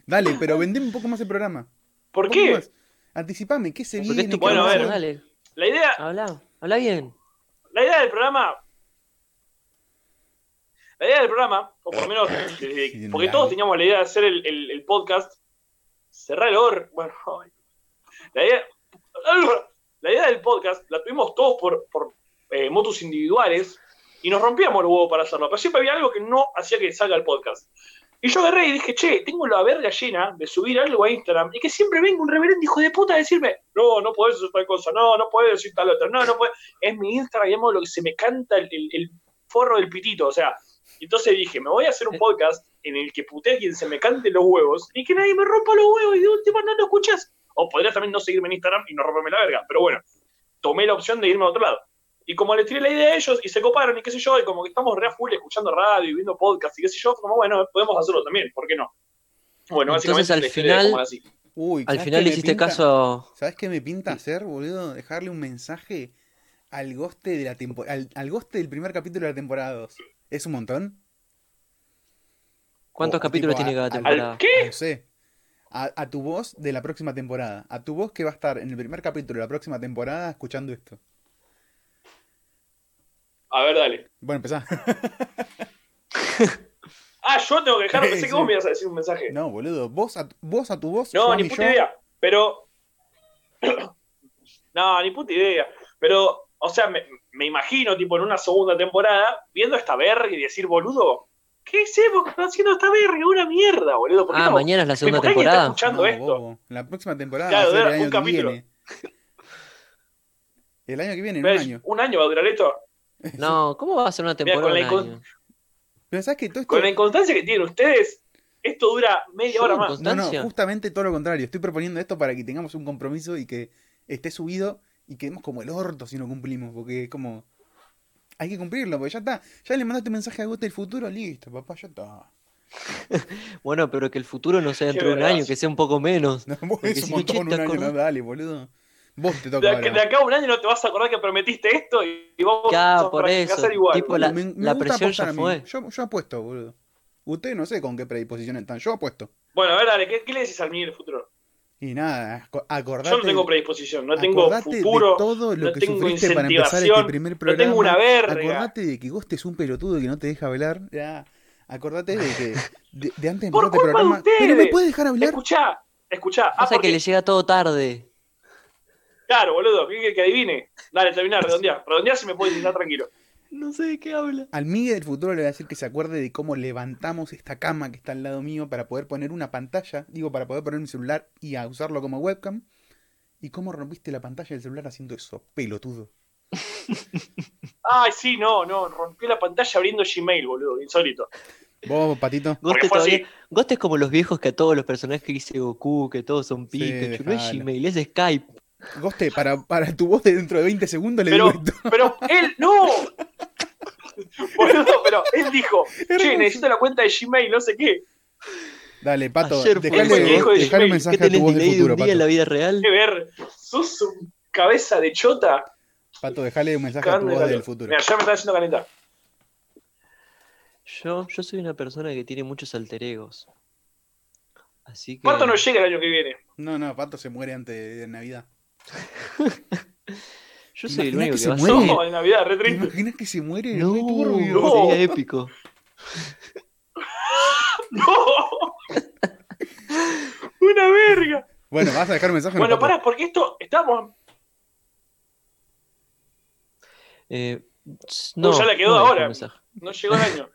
Speaker 4: Dale, pero vendeme un poco más el programa.
Speaker 2: ¿Por
Speaker 4: Un
Speaker 2: qué?
Speaker 4: poco más. Anticipame, ¿qué se
Speaker 3: Porque
Speaker 4: viene?
Speaker 3: es tu
Speaker 4: ¿Qué
Speaker 2: Bueno, a
Speaker 4: va
Speaker 3: programa,
Speaker 2: ver.
Speaker 4: hacer?
Speaker 3: dale.
Speaker 2: La idea,
Speaker 3: Habla, habla bien.
Speaker 2: La idea del programa. La idea del programa, o por lo menos, desde-
Speaker 4: Sí,
Speaker 2: porque
Speaker 4: la-
Speaker 2: todos teníamos la idea de hacer el, el- el podcast, cerrar el or. Bueno, ay. la idea, la idea del podcast la tuvimos todos por, por eh, motos individuales y nos rompíamos el huevo para hacerlo, pero siempre había algo que no hacía que salga el podcast. Y yo agarré y dije, che, tengo la verga llena de subir algo a Instagram y que siempre venga un reverendo hijo de puta a decirme, no, no podés hacer tal cosa, no, no podés decir tal otra, no, no podés es mi Instagram, digamos, lo que se me canta el, el- el forro del pitito, o sea. Entonces dije, me voy a hacer un podcast en el que putee a quien se me cante los huevos y que nadie me rompa los huevos y de última no lo escuchas. O podrías también no seguirme en Instagram y no romperme la verga, pero bueno, tomé la opción de irme a otro lado. Y como les tiré la idea a ellos y se coparon y qué sé yo, y como que estamos re a full escuchando radio y viendo podcast y qué sé yo, como bueno, podemos hacerlo también, ¿por qué no? Bueno,
Speaker 3: Entonces,
Speaker 2: básicamente
Speaker 3: al
Speaker 2: les tiré
Speaker 3: final-
Speaker 2: como así.
Speaker 4: Uy,
Speaker 3: Al
Speaker 4: ¿sabes
Speaker 3: final
Speaker 4: qué
Speaker 3: le
Speaker 4: me
Speaker 3: hiciste
Speaker 4: pinta?
Speaker 3: caso.
Speaker 4: ¿Sabes qué me pinta hacer, boludo? Dejarle un mensaje al goste de la tempo- al, al goste del primer capítulo de la temporada 2. ¿Es un montón?
Speaker 3: ¿Cuántos
Speaker 4: O- o
Speaker 3: capítulos
Speaker 4: Oh, tipo,
Speaker 3: tiene
Speaker 4: a-
Speaker 3: cada
Speaker 4: al-
Speaker 3: temporada?
Speaker 2: ¿Al qué?
Speaker 4: No sé. A, a tu voz de la próxima temporada. A tu voz que va a estar en el primer capítulo de la próxima temporada escuchando esto.
Speaker 2: A ver, dale.
Speaker 4: Bueno, empezá.
Speaker 2: Ah, yo tengo que dejar, pensé
Speaker 4: Sí.
Speaker 2: que vos me ibas a decir un mensaje.
Speaker 4: No, boludo. Vos a, vos a tu voz.
Speaker 2: No,
Speaker 4: yo a
Speaker 2: ni
Speaker 4: mi
Speaker 2: puta
Speaker 4: yo.
Speaker 2: idea. Pero. no, ni puta idea. Pero, o sea, me, me imagino, tipo, en una segunda temporada, viendo esta verga y decir, boludo, ¿qué hacemos que está haciendo esta verga? Una mierda, boludo. ¿Por qué
Speaker 3: Ah,
Speaker 2: estamos-
Speaker 3: mañana es la segunda
Speaker 2: ¿Por qué alguien está
Speaker 3: temporada.
Speaker 2: escuchando
Speaker 4: No,
Speaker 2: esto?
Speaker 4: bobo. La próxima temporada
Speaker 2: Claro,
Speaker 4: va a ser
Speaker 2: dura
Speaker 4: el año
Speaker 2: un
Speaker 4: que
Speaker 2: capítulo.
Speaker 4: viene. El año que viene, en un
Speaker 2: ¿Ves?
Speaker 4: año.
Speaker 2: va a durar esto.
Speaker 3: No, ¿cómo va a ser una
Speaker 2: Mira, con
Speaker 3: temporada?
Speaker 2: la
Speaker 3: un
Speaker 2: icon-
Speaker 3: año?
Speaker 4: Pero sabes que todo esto.
Speaker 2: Con la inconstancia que tienen ustedes, esto dura media
Speaker 3: Yo
Speaker 2: hora
Speaker 3: no
Speaker 2: más.
Speaker 3: encontré-
Speaker 4: No, no,
Speaker 3: Constancia.
Speaker 4: justamente todo lo contrario. Estoy proponiendo esto para que tengamos un compromiso y que esté subido y quedemos como el orto si no cumplimos, porque es como. Hay que cumplirlo, porque ya está. Ya le mandaste mensaje a Gote del futuro, listo, papá, ya está.
Speaker 3: Bueno, pero que el futuro no sea
Speaker 2: Qué
Speaker 3: dentro de un
Speaker 2: vergas.
Speaker 3: año, que sea un poco menos.
Speaker 4: No, vos
Speaker 3: Porque
Speaker 4: es un
Speaker 3: si no, che,
Speaker 4: montón un
Speaker 3: ¿te
Speaker 4: año, no,
Speaker 3: acordás?
Speaker 4: dale, boludo. Vos te
Speaker 2: De
Speaker 4: toca
Speaker 2: acá, de
Speaker 4: ahora.
Speaker 2: acá a un año no te vas a acordar que prometiste esto y y vos
Speaker 3: Ya,
Speaker 2: vas a
Speaker 3: por eso,
Speaker 2: fracasar igual.
Speaker 3: tipo,
Speaker 2: boludo.
Speaker 3: la- la
Speaker 4: gusta
Speaker 3: presión
Speaker 4: apostar
Speaker 3: ya
Speaker 4: a mí.
Speaker 3: fue.
Speaker 4: Yo, yo apuesto, boludo. Ustedes no sé con qué predisposición están. Yo apuesto.
Speaker 2: Bueno, a ver, dale, ¿qué, qué le decís al mío del futuro?
Speaker 4: Y nada, aco- acordate.
Speaker 2: Yo no tengo predisposición, no tengo
Speaker 4: acordate
Speaker 2: futuro.
Speaker 4: de todo lo
Speaker 2: no
Speaker 4: que
Speaker 2: tengo
Speaker 4: sufriste para empezar este
Speaker 2: incentivación,
Speaker 4: primer
Speaker 2: no
Speaker 4: programa.
Speaker 2: tengo una verga.
Speaker 4: Acordate de que Goste es un pelotudo que no te deja hablar. Ya. Acordate de que de, de antes de
Speaker 2: Por
Speaker 4: empezar
Speaker 2: culpa
Speaker 4: este
Speaker 2: de
Speaker 4: programa.
Speaker 2: ustedes.
Speaker 4: Pero me puedes dejar hablar.
Speaker 2: Escuchá, escuchá. Ah,
Speaker 3: Pasa
Speaker 2: porque-
Speaker 3: que le llega todo tarde.
Speaker 2: Claro, boludo, ¿qué querés que adivine? Dale, terminá, redondeá. Redondeá si me puedes intentar tranquilo.
Speaker 3: No sé de qué habla.
Speaker 4: Al Migue del futuro le voy a decir que se acuerde de cómo levantamos esta cama que está al lado mío para poder poner una pantalla, digo, para poder poner mi celular y a usarlo como webcam. Y cómo rompiste la pantalla del celular haciendo eso, pelotudo.
Speaker 2: Ay, sí, no, no, rompí la pantalla abriendo Gmail, boludo, insólito.
Speaker 4: Vos, patito.
Speaker 2: Porque
Speaker 3: Ghost,
Speaker 2: fue
Speaker 3: todavía...
Speaker 2: así.
Speaker 3: Ghost es como los viejos que a todos los personajes que dice Goku, que todos son Pikachu. no es
Speaker 4: dejalo.
Speaker 3: Gmail, es Skype.
Speaker 4: Goste, para, para tu voz de dentro de 20 segundos le
Speaker 2: Pero,
Speaker 4: digo esto.
Speaker 2: pero él, no. Boludo, pero él dijo, che,
Speaker 4: Hermoso.
Speaker 2: necesito la cuenta de Gmail, no sé qué.
Speaker 4: Gmail, Pato,
Speaker 3: Ayer fue
Speaker 4: dejale,
Speaker 2: el hijo de
Speaker 4: dejale un
Speaker 2: Gmail.
Speaker 4: mensaje
Speaker 3: ¿Qué
Speaker 4: a tu
Speaker 3: tenés
Speaker 4: voz del
Speaker 3: delay de un
Speaker 4: futuro,
Speaker 3: día en la
Speaker 4: Pato.
Speaker 3: vida real?
Speaker 2: Qué ver, sos un cabeza de chota.
Speaker 4: Pato, dejale un mensaje a tu
Speaker 2: Carne de
Speaker 4: voz
Speaker 2: la-
Speaker 4: del futuro.
Speaker 2: Mira, ya me está haciendo calentar.
Speaker 3: Yo, yo soy una persona que tiene muchos alter egos. Así que.
Speaker 2: ¿Cuánto nos llega el año que viene?
Speaker 4: No, no, Pato se muere antes de Navidad.
Speaker 3: Yo soy el
Speaker 4: Imaginá
Speaker 3: único
Speaker 4: que
Speaker 3: que,
Speaker 4: se
Speaker 3: va a
Speaker 4: muere.
Speaker 3: ser.
Speaker 2: No, en Navidad, re
Speaker 4: ¿Te
Speaker 2: triste.
Speaker 4: imaginas que se muere?
Speaker 3: No,
Speaker 4: Re turbio.
Speaker 2: No.
Speaker 3: sería épico.
Speaker 2: ¡No! ¡Una verga!
Speaker 4: Bueno, vas a dejar un mensaje a
Speaker 2: Bueno,
Speaker 4: Pato.
Speaker 2: pará, porque esto estamos.
Speaker 3: Eh, no,
Speaker 2: ya la quedó
Speaker 3: no voy a dejar
Speaker 2: ahora.
Speaker 3: mensaje.
Speaker 2: No llegó el año.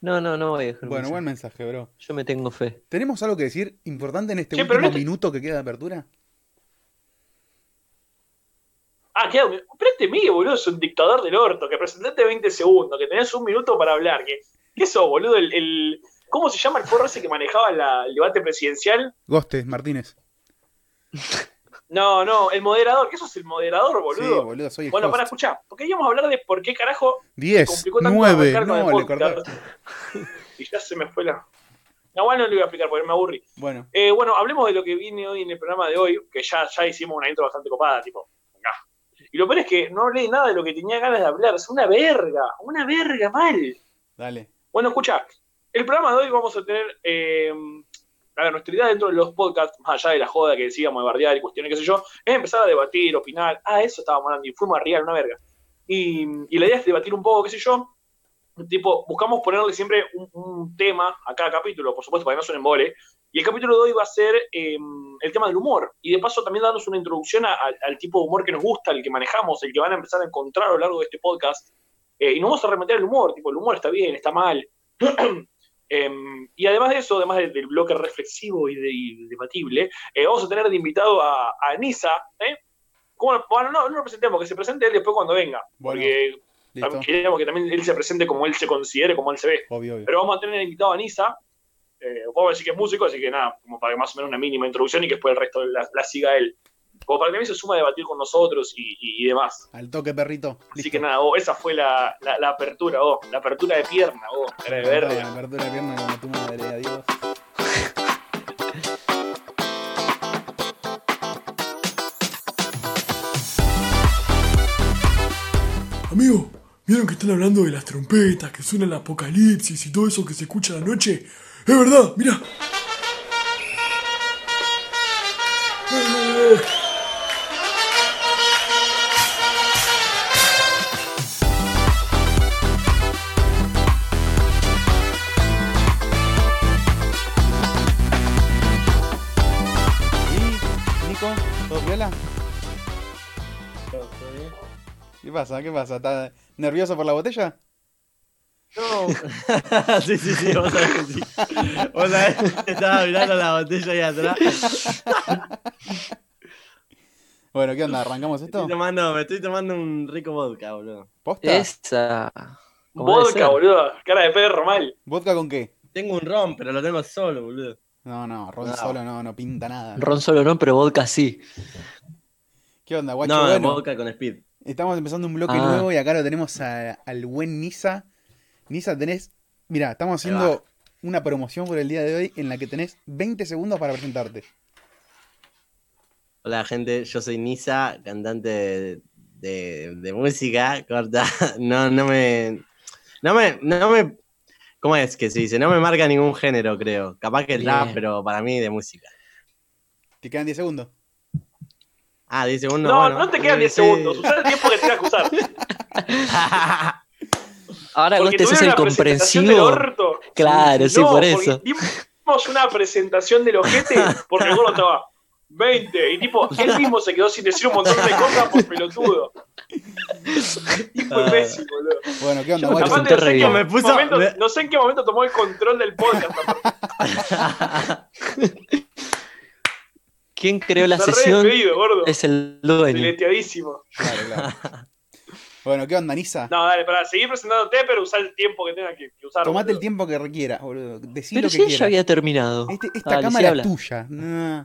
Speaker 3: No, no, no voy a dejar
Speaker 4: Bueno,
Speaker 3: mensaje.
Speaker 4: buen mensaje, bro.
Speaker 3: Yo me tengo fe.
Speaker 4: ¿Tenemos algo que decir importante en este
Speaker 2: Che, pero
Speaker 4: último
Speaker 2: no te-
Speaker 4: minuto que queda de apertura?
Speaker 2: Ah, queda. un- Pero este mío, boludo, es un dictador del orto. Que presentaste 20 segundos, que tenés un minuto para hablar. Que... ¿Qué sos, boludo? El, el- ¿Cómo se llama el forro ese que manejaba la- el debate presidencial?
Speaker 4: Goste, Martínez.
Speaker 2: No, no, el moderador. ¿Qué sos el moderador,
Speaker 4: Sí,
Speaker 2: boludo?
Speaker 4: boludo, soy el
Speaker 2: bueno,
Speaker 4: host.
Speaker 2: para escuchar, porque íbamos a hablar de por qué carajo
Speaker 4: 10,
Speaker 2: complicó tanto
Speaker 4: 9,
Speaker 2: arrancar con el
Speaker 4: no, le
Speaker 2: podcast.
Speaker 4: cortaste.
Speaker 2: Y ya se me fue la. No, bueno, no lo iba a explicar porque me aburrí.
Speaker 4: Bueno,
Speaker 2: Eh, bueno, hablemos de lo que viene hoy en el programa de hoy, que ya, ya hicimos una intro bastante copada, tipo, venga. Y lo peor es que no hablé nada de lo que tenía ganas de hablar, es una verga, una verga mal.
Speaker 4: dale.
Speaker 2: Bueno, escucha, el programa de hoy vamos a tener, eh, a ver, nuestra idea dentro de los podcasts, más allá de la joda que decíamos de bardear y cuestiones, qué sé yo, es empezar a debatir, opinar, ah, eso estábamos hablando y fuimos a riar una verga. Y, y la idea es debatir un poco, qué sé yo, tipo, buscamos ponerle siempre un, un tema a cada capítulo, por supuesto, para que no suene embole. Y el capítulo de hoy va a ser eh, el tema del humor. Y de paso también darnos una introducción a- al- al tipo de humor que nos gusta, el que manejamos, el que van a empezar a encontrar a lo largo de este podcast. Eh, y no vamos a remeter el humor, tipo, el humor está bien, está mal. Em, y además de eso, además de- del bloque reflexivo y, de- y debatible, eh, vamos a tener de invitado a, a Nisa. ¿eh? ¿Cómo- bueno, no, no lo presentemos, que se presente él después cuando venga.
Speaker 4: Bueno,
Speaker 2: porque
Speaker 4: listo.
Speaker 2: también queremos que también él se presente como él se considere, como él se ve.
Speaker 4: Obvio, obvio.
Speaker 2: Pero vamos a tener invitado a Nisa. Eh, vos decir que es músico, así que nada, como para que más o menos una mínima introducción y que después el resto la, la siga él. Como para que también se suma a debatir con nosotros y, y- y demás.
Speaker 4: Al toque, perrito.
Speaker 2: Así
Speaker 4: Listo.
Speaker 2: que nada, vos, esa fue la, la- la apertura, vos, la apertura de pierna, vos, cara de verde.
Speaker 4: Me cortó la pierna como tu madre, adiós.
Speaker 5: Amigo, ¿vieron que están hablando de las trompetas, que suena el apocalipsis y todo eso que se escucha a la noche? Es verdad, mira.
Speaker 4: ¿Y, Nico? ¿Todo piola? ¿Qué pasa? ¿Qué pasa? ¿Estás nervioso por la botella?
Speaker 2: No,
Speaker 6: sí, sí, sí, vos sabés que sí. Vos sabés que estaba mirando la botella ahí atrás.
Speaker 4: Bueno, ¿qué onda? ¿Arrancamos esto?
Speaker 6: Estoy tomando, me estoy tomando un rico vodka, boludo.
Speaker 4: ¿Posta?
Speaker 3: Esa. como debe
Speaker 2: vodka,
Speaker 3: ser.
Speaker 2: boludo, cara de perro mal.
Speaker 4: ¿Vodka con qué?
Speaker 6: Tengo un ron, pero lo tengo solo, boludo.
Speaker 4: No, no, Ron
Speaker 6: No.
Speaker 4: solo no, no pinta nada.
Speaker 3: Ron solo no, pero vodka sí.
Speaker 4: ¿Qué onda, guacho?
Speaker 6: No,
Speaker 4: bueno,
Speaker 6: vodka con speed.
Speaker 4: estamos empezando un bloque
Speaker 3: Ah.
Speaker 4: nuevo y acá lo tenemos a- al buen Nisa. Nisa, tenés. Mira, estamos
Speaker 6: Ahí va.
Speaker 4: haciendo una promoción por el día de hoy en la que tenés 20 segundos para presentarte.
Speaker 6: Hola, gente, yo soy Nisa, cantante de, de- de música corta. No, no me. No me. No me. ¿Cómo es que se dice? No me marca ningún género, creo. Capaz que el rap,
Speaker 3: Bien.
Speaker 6: pero para mí de música.
Speaker 4: Te quedan 10 segundos.
Speaker 6: Ah, 10
Speaker 2: No,
Speaker 6: segundos.
Speaker 2: no,
Speaker 6: bueno.
Speaker 2: te quedan 10
Speaker 6: Sí.
Speaker 2: segundos, usá el tiempo que tengas que usar.
Speaker 3: Ahora vos
Speaker 2: Porque
Speaker 3: te haces
Speaker 2: tuvieron
Speaker 3: el
Speaker 2: una presentación del
Speaker 3: comprensivo.
Speaker 2: orto.
Speaker 3: Claro, sí,
Speaker 2: No,
Speaker 3: por
Speaker 2: porque
Speaker 3: eso.
Speaker 2: Dimos una presentación del ojete porque el gordo estaba 20 y tipo, él mismo se quedó sin decir un montón de cosas por pelotudo. Tipo
Speaker 3: Ah.
Speaker 2: imbécil, boludo.
Speaker 4: Bueno, ¿qué onda,
Speaker 3: Yo me
Speaker 4: guacho?
Speaker 3: tapé.
Speaker 2: Aparte, no, sé en qué
Speaker 3: Me
Speaker 6: puso-
Speaker 2: momento-
Speaker 6: me-
Speaker 2: no sé en qué momento tomó el control del podcast. aparte.
Speaker 3: ¿Quién creó la
Speaker 2: Está re
Speaker 3: sesión?
Speaker 2: despedido, gordo.
Speaker 3: Es el dueño.
Speaker 2: Fileteadísimo.
Speaker 4: Claro, claro. Bueno, ¿qué onda, Nisa?
Speaker 2: No, dale, pará, seguí presentándote, pero usá el tiempo que tengas que, que usar.
Speaker 4: Tomate el
Speaker 2: boludo.
Speaker 4: tiempo que requieras, boludo. Decí
Speaker 3: Pero
Speaker 4: lo que
Speaker 3: si
Speaker 4: quieras.
Speaker 3: ya había terminado.
Speaker 4: Este- esta
Speaker 3: Dale, sí
Speaker 4: cámara es
Speaker 3: habla.
Speaker 4: tuya. Nah.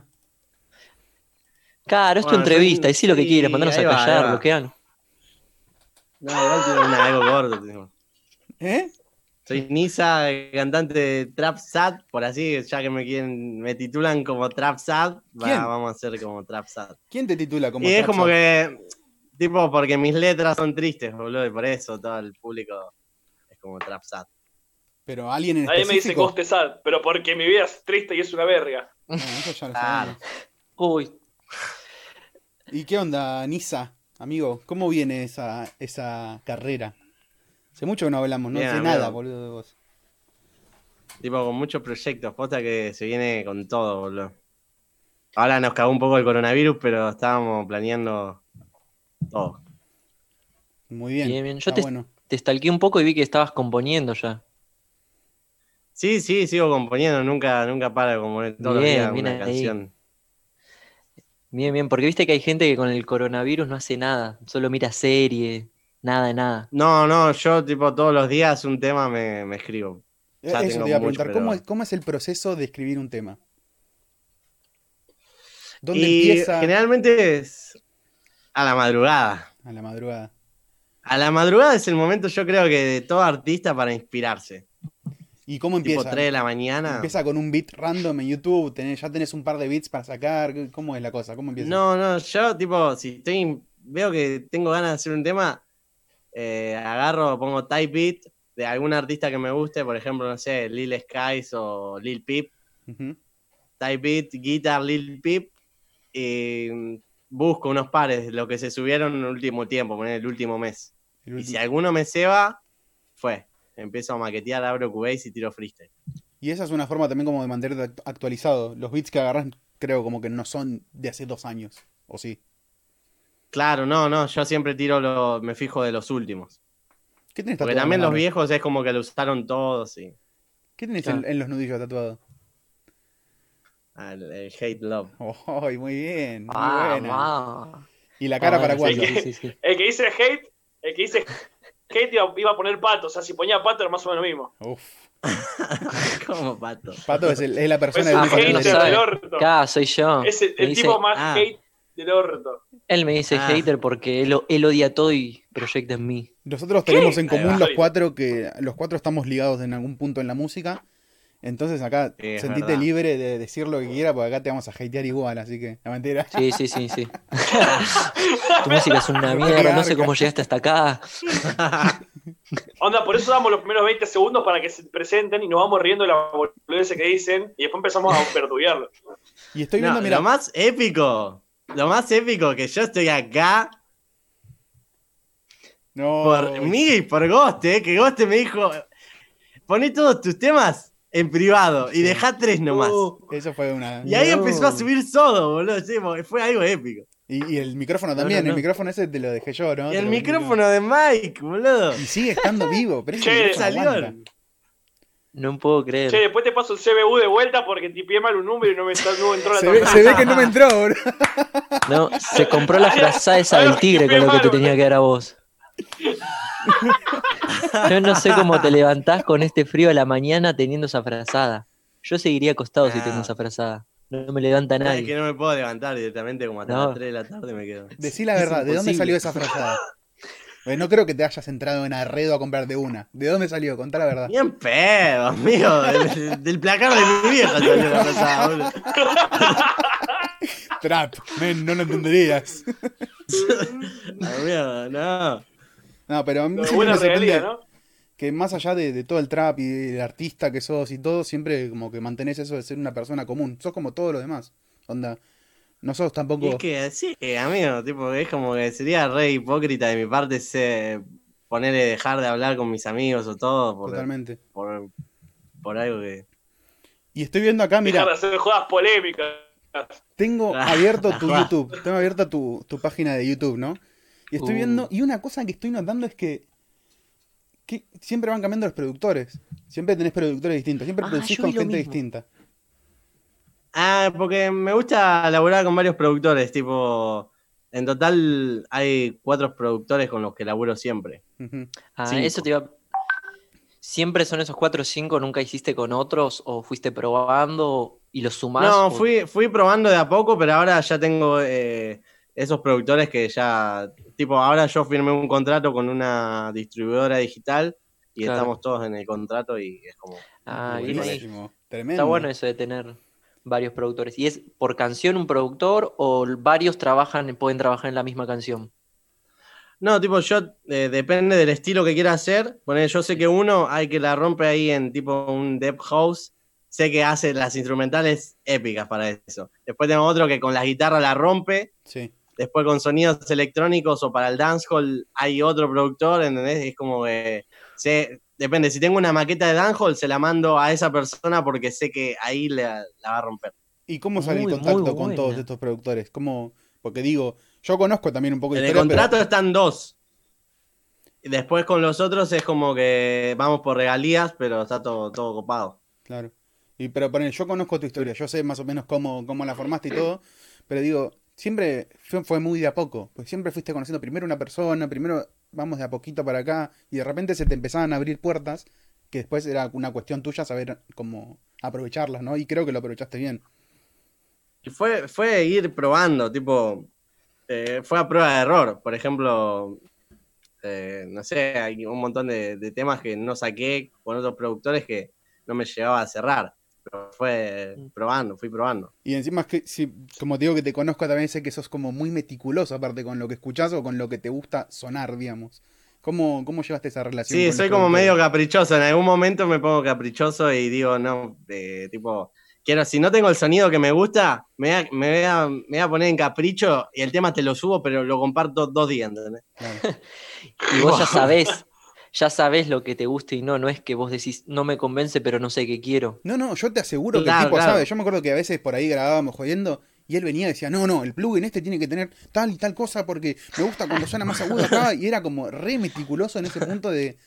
Speaker 3: Claro, es tu
Speaker 6: Bueno,
Speaker 3: entrevista,
Speaker 6: sí,
Speaker 3: decí lo que
Speaker 6: sí,
Speaker 3: quieras, mandanos a
Speaker 6: ahí va, ahí
Speaker 3: callar,
Speaker 6: va.
Speaker 3: bloqueanos.
Speaker 6: No, igual tiene una- algo gordo. tipo.
Speaker 4: ¿Eh?
Speaker 6: Soy Nisa, cantante de Trap Sad, por así, ya que me quieren, me titulan como Trap Sad, va-
Speaker 4: ¿Quién?
Speaker 6: vamos a hacer como Trap Sad.
Speaker 4: ¿Quién te titula como
Speaker 6: y es
Speaker 4: Trapsat?
Speaker 6: como que, tipo, porque mis letras son tristes, boludo, y por eso todo el público es como Trap Sad.
Speaker 4: Pero alguien en
Speaker 2: A mí me dice
Speaker 4: específico?
Speaker 2: coste sad, pero porque mi vida es triste y es una verga.
Speaker 4: Bueno, eso ya lo
Speaker 6: Claro.
Speaker 4: sabemos.
Speaker 3: Uy,
Speaker 4: ¿Y qué onda, Nisa? Amigo, ¿cómo viene esa, esa carrera? Hace mucho que no hablamos, no
Speaker 6: Bien,
Speaker 4: sé
Speaker 6: amigo.
Speaker 4: nada, boludo, de vos.
Speaker 6: Tipo, con muchos proyectos, posta que se viene con todo, boludo. Ahora nos cagó un poco el coronavirus, pero estábamos planeando todo.
Speaker 4: Muy bien.
Speaker 3: Bien, bien. Yo
Speaker 4: está bueno.
Speaker 3: te stalkeé un poco y vi que estabas componiendo ya.
Speaker 6: Sí, sí, sigo componiendo, nunca, nunca paro como todos
Speaker 3: Bien,
Speaker 6: los días
Speaker 3: bien
Speaker 6: una
Speaker 3: ahí.
Speaker 6: canción.
Speaker 3: Bien, bien, porque viste que hay gente que con el coronavirus no hace nada, solo mira serie, nada de nada.
Speaker 6: No, no, yo tipo todos los días un tema me, me escribo.
Speaker 4: Eh,
Speaker 6: Ya
Speaker 4: Eso
Speaker 6: tengo
Speaker 4: te iba a
Speaker 6: mucho,
Speaker 4: preguntar, ¿cómo
Speaker 6: pero-
Speaker 4: es, ¿cómo es el proceso de escribir un tema? ¿Dónde
Speaker 6: y
Speaker 4: empieza?
Speaker 6: generalmente es a la madrugada.
Speaker 4: A la madrugada.
Speaker 6: A la madrugada es el momento, yo creo que de todo artista para inspirarse.
Speaker 4: ¿Y cómo
Speaker 6: Tipo
Speaker 4: empieza?
Speaker 6: 3 de la mañana.
Speaker 4: Empieza con un beat random en YouTube, tenés- ya tenés un par de beats para sacar. ¿Cómo es la cosa? ¿Cómo empieza?
Speaker 6: No, no, yo tipo, si estoy, veo que tengo ganas de hacer un tema, eh, agarro, pongo type beat de algún artista que me guste, por ejemplo, no sé, Lil Skies o Lil Peep,
Speaker 4: Ujú.
Speaker 6: type beat, guitar, Lil Peep, y mm, busco unos pares, los que se subieron en el último tiempo, poner el último mes.
Speaker 4: El
Speaker 6: Y
Speaker 4: último.
Speaker 6: si alguno me ceba, fue. Empiezo a maquetear, abro Cubase y tiro freestyle.
Speaker 4: Y esa es una forma también como de mantenerte act- actualizado. Los beats que agarras creo como que no son de hace dos años, ¿o sí?
Speaker 6: Claro, no, no, yo siempre tiro, lo, me fijo de los últimos.
Speaker 4: ¿Qué tenés tatuado?
Speaker 6: Porque
Speaker 4: en la
Speaker 6: también los
Speaker 4: mano?
Speaker 6: viejos es como que lo usaron todos y...
Speaker 4: ¿Qué tenés en,
Speaker 3: Claro.
Speaker 4: en los nudillos tatuado?
Speaker 6: Al, el hate love.
Speaker 4: ¡Oh, muy bien! Muy
Speaker 3: Ah,
Speaker 4: buena.
Speaker 3: ah.
Speaker 4: ¿Y la cara
Speaker 3: Ah,
Speaker 4: para
Speaker 3: sí,
Speaker 4: cuándo?
Speaker 2: sí,
Speaker 3: Sí, sí, sí.
Speaker 2: El que dice hate, el que dice hate iba, iba a poner pato. O sea, si ponía pato era más o menos lo mismo.
Speaker 4: Uf.
Speaker 6: Como pato.
Speaker 4: Pato es, el- es la
Speaker 2: Es
Speaker 6: Pues
Speaker 4: persona
Speaker 2: un
Speaker 4: del
Speaker 3: Ah, porque
Speaker 2: hater
Speaker 3: no
Speaker 4: único
Speaker 3: sabe.
Speaker 2: del orto.
Speaker 3: Acá soy
Speaker 4: Ah,
Speaker 3: yo.
Speaker 2: Es el,
Speaker 3: Me
Speaker 2: el
Speaker 3: dice-
Speaker 2: tipo más
Speaker 6: ah.
Speaker 2: hate del orto.
Speaker 3: Él me dice
Speaker 6: Ah.
Speaker 3: hater porque él, él odia todo y proyecta en mí.
Speaker 4: Nosotros tenemos en
Speaker 2: Ahí va.
Speaker 4: común los cuatro que los cuatro estamos ligados en algún punto en la música. Entonces acá
Speaker 6: Sí, es
Speaker 4: sentite
Speaker 6: verdad.
Speaker 4: libre de decir lo que quieras porque acá te vamos a hatear igual, así que la mentira.
Speaker 3: Sí, sí, sí, sí. tu música es una mierda, no sé cómo llegaste hasta acá.
Speaker 2: Onda, por eso damos los primeros 20 segundos para que se presenten y nos vamos riendo de la boludez que dicen y después empezamos a perturbarlo.
Speaker 4: Y estoy
Speaker 6: No,
Speaker 4: viendo, mira,
Speaker 6: lo más épico. Lo más épico que yo estoy acá
Speaker 4: no,
Speaker 6: por mí y por Goste, eh, que Goste me dijo, poné todos tus temas en privado y dejá tres nomás.
Speaker 4: uh, eso fue una
Speaker 6: y ahí
Speaker 3: no.
Speaker 6: empezó a subir solo, boludo. sí, bo- fue algo épico.
Speaker 4: y, y el micrófono
Speaker 3: No,
Speaker 4: también,
Speaker 3: no,
Speaker 4: el
Speaker 3: no.
Speaker 4: micrófono ese te lo dejé yo, ¿no?
Speaker 6: y
Speaker 4: Te
Speaker 6: el
Speaker 4: lo-
Speaker 6: micrófono de Mike, boludo.
Speaker 4: y sigue estando vivo, pero ese
Speaker 2: Che,
Speaker 4: micrófono
Speaker 6: salió.
Speaker 4: aguanta.
Speaker 3: No puedo creer.
Speaker 2: Che, después te paso el CBU de vuelta porque tipié mal un número y no me está- no entró la
Speaker 4: Se ve,
Speaker 2: tabla.
Speaker 4: se ve que no me entró, bro.
Speaker 3: No, se compró la frazada esa del tigre con lo que te tenía que dar a vos. Yo no sé cómo te levantás con este frío a la mañana teniendo esa frazada. Yo seguiría acostado si
Speaker 6: Ah.
Speaker 3: tengo esa frazada. No me levanta
Speaker 6: Es que
Speaker 3: nadie.
Speaker 6: no me puedo levantar directamente como hasta
Speaker 3: No.
Speaker 6: las 3 de la tarde me quedo.
Speaker 4: Decí la
Speaker 3: Es
Speaker 4: verdad, ¿de dónde
Speaker 3: imposible.
Speaker 4: salió esa frazada? Eh, No creo que te hayas entrado en arredo a comprarte una. ¿De dónde salió? Contá la verdad.
Speaker 6: Bien pedo, amigo. Del, del placar de mi vieja salió la frazada, boludo.
Speaker 4: Trap, men, no lo entenderías.
Speaker 6: Amigo, no.
Speaker 4: No, pero a mí siempre
Speaker 2: Buena
Speaker 4: me sorprende
Speaker 2: regalía, ¿no?
Speaker 4: que más allá de, de todo el trap y del artista que sos y todo, siempre como que mantenés eso de ser una persona común. Sos como todos los demás. Onda, no sos
Speaker 6: Y
Speaker 4: tampoco...
Speaker 6: es que sí, amigo, tipo, es como que sería re hipócrita de mi parte se ponerle dejar de hablar con mis amigos o todo por,
Speaker 4: Totalmente.
Speaker 6: por, por algo que.
Speaker 4: Y estoy viendo acá, mira,
Speaker 2: Dejar de hacer jodas polémicas.
Speaker 4: tengo
Speaker 6: Ah,
Speaker 4: abierto tu
Speaker 6: ajá.
Speaker 4: YouTube. Tengo abierta tu, tu página de YouTube, ¿no? Y estoy
Speaker 3: Uh.
Speaker 4: viendo... Y una cosa que estoy notando es que... que siempre van cambiando los productores. Siempre tenés productores distintos. Siempre
Speaker 3: Ah,
Speaker 4: producís
Speaker 3: yo
Speaker 4: con
Speaker 3: vi lo
Speaker 4: gente
Speaker 3: mismo.
Speaker 4: distinta.
Speaker 6: Ah, porque me gusta laburar con varios productores, tipo. En total hay cuatro productores con los que laburo siempre.
Speaker 4: Ujú.
Speaker 3: Ah,
Speaker 6: Cinco.
Speaker 3: eso te iba. ¿Siempre son esos cuatro o cinco? ¿Nunca hiciste con otros? ¿O fuiste probando y los sumás?
Speaker 6: No,
Speaker 3: ¿O-
Speaker 6: fui, fui probando de a poco, pero ahora ya tengo eh, esos productores que ya, tipo, ahora yo firmé un contrato con una distribuidora digital y
Speaker 3: Claro.
Speaker 6: estamos todos en el contrato y es como...
Speaker 3: Ah, bien ahí.
Speaker 4: Buenísimo. Tremendo.
Speaker 3: Está bueno eso de tener varios productores. ¿Y es por canción un productor o varios trabajan, pueden trabajar en la misma canción?
Speaker 6: No, tipo, yo eh, depende del estilo que quiera hacer. Bueno, yo sé que uno hay que la rompe ahí en tipo un Deep House. Sé que hace las instrumentales épicas para eso. Después tenemos otro que con las guitarras la rompe.
Speaker 4: Sí.
Speaker 6: después con sonidos electrónicos o para el dancehall hay otro productor, ¿entendés? Es como que se, depende, si tengo una maqueta de dancehall se la mando a esa persona porque sé que ahí la, la va a romper.
Speaker 4: ¿Y cómo sale el
Speaker 3: Muy, muy
Speaker 4: contacto con todos
Speaker 3: buena.
Speaker 4: estos productores? ¿Cómo? Porque digo, yo conozco también un poco de
Speaker 6: En el
Speaker 4: historia, pero-
Speaker 6: contrato están dos. Y Después con los otros es como que vamos por regalías, pero está todo, todo copado.
Speaker 4: Claro. Y pero poner, yo conozco tu historia, yo sé más o menos cómo, cómo la formaste y todo, pero digo, siempre fue, fue muy de a poco, pues siempre fuiste conociendo primero una persona, primero vamos de a poquito para acá, y de repente se te empezaban a abrir puertas, que después era una cuestión tuya saber cómo aprovecharlas, ¿no? Y creo que lo aprovechaste bien.
Speaker 6: Y fue, fue ir probando, tipo, eh, fue a prueba de error. Por ejemplo, eh, no sé, hay un montón de, de temas que no saqué con otros productores que no me llegaba a cerrar. Pero fue probando, fui probando.
Speaker 4: Y encima, es que, si, como te digo que te conozco, también sé que sos como muy meticuloso, aparte con lo que escuchás o con lo que te gusta sonar, digamos. ¿Cómo, cómo llevaste esa relación?
Speaker 6: Sí,
Speaker 4: con
Speaker 6: soy
Speaker 4: los
Speaker 6: como medio
Speaker 4: productores?
Speaker 6: caprichoso. En algún momento me pongo caprichoso y digo, no, eh, tipo, quiero, si no tengo el sonido que me gusta, me voy, a, me voy a- me voy a poner en capricho y el tema te lo subo, pero lo comparto dos días, ¿entendés?
Speaker 4: Claro.
Speaker 3: Y vos ya sabés, ya sabés lo que te gusta y no, no es que vos decís, no me convence, pero no sé qué quiero.
Speaker 4: No, no, yo te aseguro que el
Speaker 6: Claro,
Speaker 4: tipo
Speaker 6: claro.
Speaker 4: sabe. Yo me acuerdo que a veces por ahí grabábamos jodiendo y él venía y decía, no, no, el plugin este tiene que tener tal y tal cosa porque me gusta cuando suena más agudo acá. Y era como re meticuloso en ese punto de,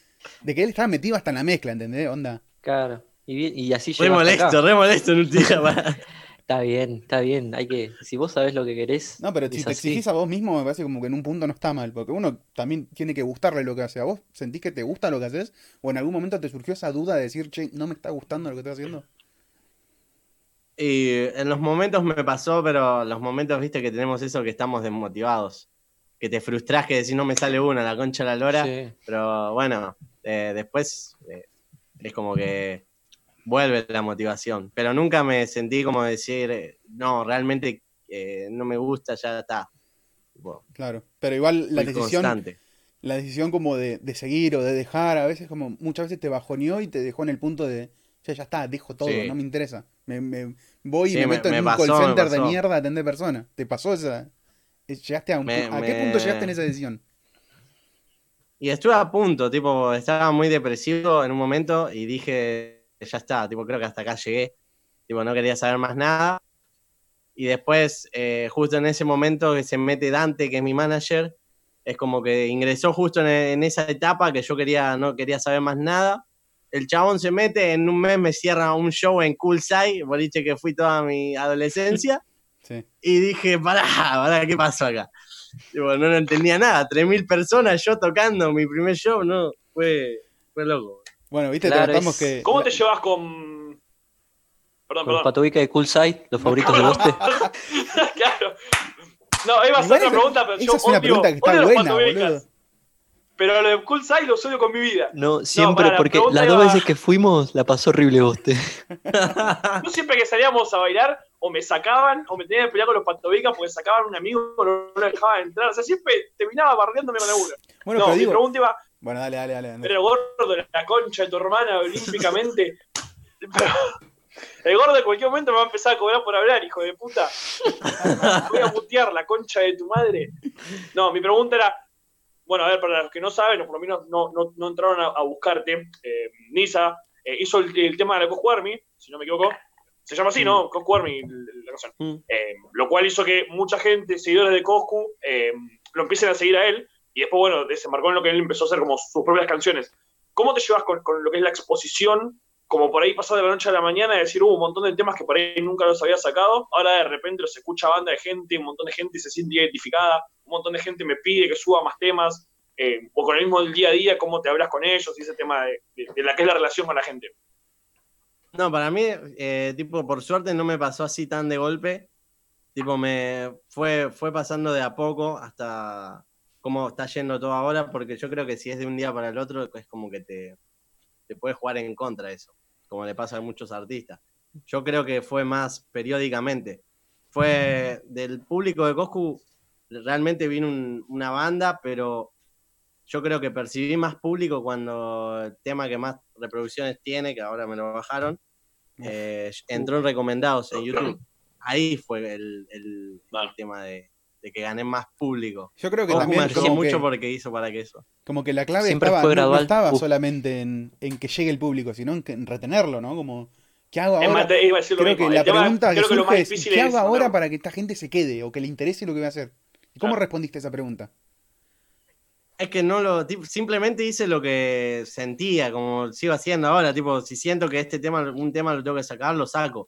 Speaker 4: de que él estaba metido hasta en la mezcla, ¿entendés? Onda.
Speaker 3: Claro. Y, bien- y así
Speaker 6: Re
Speaker 3: llegó.
Speaker 6: molesto, re molesto en un día. va.
Speaker 3: Está bien, está bien. Hay que, si vos sabés lo que querés.
Speaker 4: No, pero si
Speaker 3: es
Speaker 4: te
Speaker 3: así.
Speaker 4: exigís a vos mismo, me parece como que en un punto no está mal, porque uno también tiene que gustarle lo que hace. ¿A vos sentís que te gusta lo que haces? ¿O en algún momento te surgió esa duda de decir, che, no me está gustando lo que estoy haciendo?
Speaker 6: Y en los momentos me pasó, pero los momentos, viste, que tenemos eso que estamos desmotivados. Que te frustrás, que decís, no me sale una, la concha de la lora.
Speaker 3: Sí.
Speaker 6: Pero bueno, eh, después eh, es como que vuelve la motivación. Pero nunca me sentí como decir, eh, no, realmente eh, no me gusta, ya está. Tipo,
Speaker 4: Claro. Pero igual la
Speaker 6: fui
Speaker 4: decisión,
Speaker 6: constante.
Speaker 4: la decisión como de, de seguir o de dejar, a veces como muchas veces te bajoneó y te dejó en el punto de, che, ya está, dejo todo,
Speaker 6: Sí.
Speaker 4: no me interesa. Me, me voy y
Speaker 6: Sí,
Speaker 4: me
Speaker 6: me-
Speaker 4: meto en
Speaker 6: me
Speaker 4: un
Speaker 6: pasó,
Speaker 4: call
Speaker 6: me
Speaker 4: center de
Speaker 6: pasó.
Speaker 4: mierda a atender personas. ¿Te pasó esa? Eh, ¿Llegaste a un
Speaker 6: Me-
Speaker 4: pu- ¿A qué
Speaker 6: me-
Speaker 4: punto llegaste en esa decisión?
Speaker 6: Y estuve a punto, tipo, estaba muy depresivo en un momento y dije, ya está, tipo, creo que hasta acá llegué. Tipo, no quería saber más nada. Y después, eh, justo en ese momento que se mete Dante, que es mi manager, es como que ingresó justo en, en esa etapa que yo quería, no quería saber más nada. El chabón se mete, en un mes me cierra un show en Coolside, boliche que fui toda mi adolescencia.
Speaker 4: Sí.
Speaker 6: Y dije, pará, pará, ¿qué pasó acá? Tipo, no, no entendía nada. 3.000 personas yo tocando mi primer show, no, fue, fue loco.
Speaker 4: Bueno, viste,
Speaker 3: Claro,
Speaker 4: tratamos
Speaker 3: es-
Speaker 4: que...
Speaker 2: ¿Cómo
Speaker 4: la-
Speaker 2: te llevas con. Perdón,
Speaker 3: Con los
Speaker 2: perdón.
Speaker 3: Patovica y Coolside, los favoritos de Boste.
Speaker 2: claro. No, iba a ser
Speaker 4: Igual
Speaker 2: otra
Speaker 4: esa-
Speaker 2: pregunta, pero
Speaker 4: esa
Speaker 2: yo
Speaker 4: es una
Speaker 2: odio-
Speaker 4: pregunta que está
Speaker 2: odio los
Speaker 4: buena,
Speaker 2: patobecas.
Speaker 4: boludo.
Speaker 2: Pero lo de Cool Side lo odio con mi vida.
Speaker 3: No, siempre,
Speaker 2: pará, la
Speaker 3: porque
Speaker 2: pregunta
Speaker 3: las dos
Speaker 2: iba-
Speaker 3: veces que fuimos la pasó horrible Boste.
Speaker 4: Ah.
Speaker 2: Yo siempre que salíamos a bailar, o me sacaban, o me tenían que pelear con los patobicas porque sacaban a un amigo o no lo dejaban entrar. O sea, siempre terminaba bardeándome con alguno.
Speaker 4: Bueno,
Speaker 2: no,
Speaker 4: pero
Speaker 2: mi
Speaker 4: digo...
Speaker 2: pregunta iba,
Speaker 4: Bueno, dale, dale, dale. Andrés.
Speaker 2: Pero el gordo, la concha de tu hermana, olímpicamente. Pero el gordo en cualquier momento me va a empezar a cobrar por hablar, hijo de puta. Voy a putear la concha de tu madre. No, mi pregunta era. Bueno, a ver, para los que no saben, o por lo menos no, no, no entraron a, a buscarte, eh, Nisa eh, hizo el, el tema de la Coscu Army, si no me equivoco. Se llama así, ¿no? Coscu Army, la canción.
Speaker 3: Mm.
Speaker 2: Eh, lo cual hizo que mucha gente, seguidores de Coscu, eh, lo empiecen a seguir a él. Y después, bueno, desembarcó en lo que él empezó a hacer como sus propias canciones. ¿Cómo te llevas con, con lo que es la exposición? Como por ahí pasar de la noche a la mañana y decir, hubo un montón de temas que por ahí nunca los había sacado. Ahora de repente los escucha banda de gente, un montón de gente se siente identificada, un montón de gente me pide que suba más temas. eh, o con el mismo del día a día, cómo te hablas con ellos y ese tema de, de- de la que es la relación con la gente.
Speaker 6: No, para mí, eh, tipo, por suerte no me pasó así tan de golpe. Tipo, me fue, fue pasando de a poco hasta cómo está yendo todo ahora, porque yo creo que si es de un día para el otro, es como que te, te puede jugar en contra eso, como le pasa a muchos artistas. Yo creo que fue más periódicamente. Fue del público de Coscu, realmente vino un- una banda, pero yo creo que percibí más público cuando el tema que más reproducciones tiene, que ahora me lo bajaron, eh, entró en recomendados en YouTube. Ahí fue el, el- el
Speaker 2: Claro.
Speaker 6: tema de, de que gané más público.
Speaker 4: Yo creo que
Speaker 6: Coscu me
Speaker 4: también...
Speaker 6: ayudó
Speaker 4: como
Speaker 6: mucho
Speaker 4: que-
Speaker 6: porque hizo para que eso.
Speaker 4: Como que la clave
Speaker 3: Siempre
Speaker 4: estaba,
Speaker 3: fue
Speaker 4: no- no
Speaker 3: gradual.
Speaker 4: estaba
Speaker 3: Uf.
Speaker 4: solamente en, en que llegue el público, sino en, que- en retenerlo, ¿no? Como, ¿qué hago
Speaker 2: Es
Speaker 4: ahora?
Speaker 2: más, te iba a decir lo
Speaker 4: creo
Speaker 2: mismo.
Speaker 4: que
Speaker 2: El
Speaker 4: la
Speaker 2: tema-
Speaker 4: pregunta que
Speaker 2: creo que lo más
Speaker 4: surge es,
Speaker 2: difícil
Speaker 4: ¿qué
Speaker 2: es
Speaker 4: hago ahora
Speaker 2: mandarlo.
Speaker 4: para que esta gente se quede o que le interese lo que voy a hacer? ¿Y cómo
Speaker 2: Claro.
Speaker 4: respondiste a esa pregunta?
Speaker 6: Es que no lo. tipo, simplemente hice lo que sentía, como sigo haciendo ahora. Tipo, si siento que este tema, un tema lo tengo que sacar, lo saco.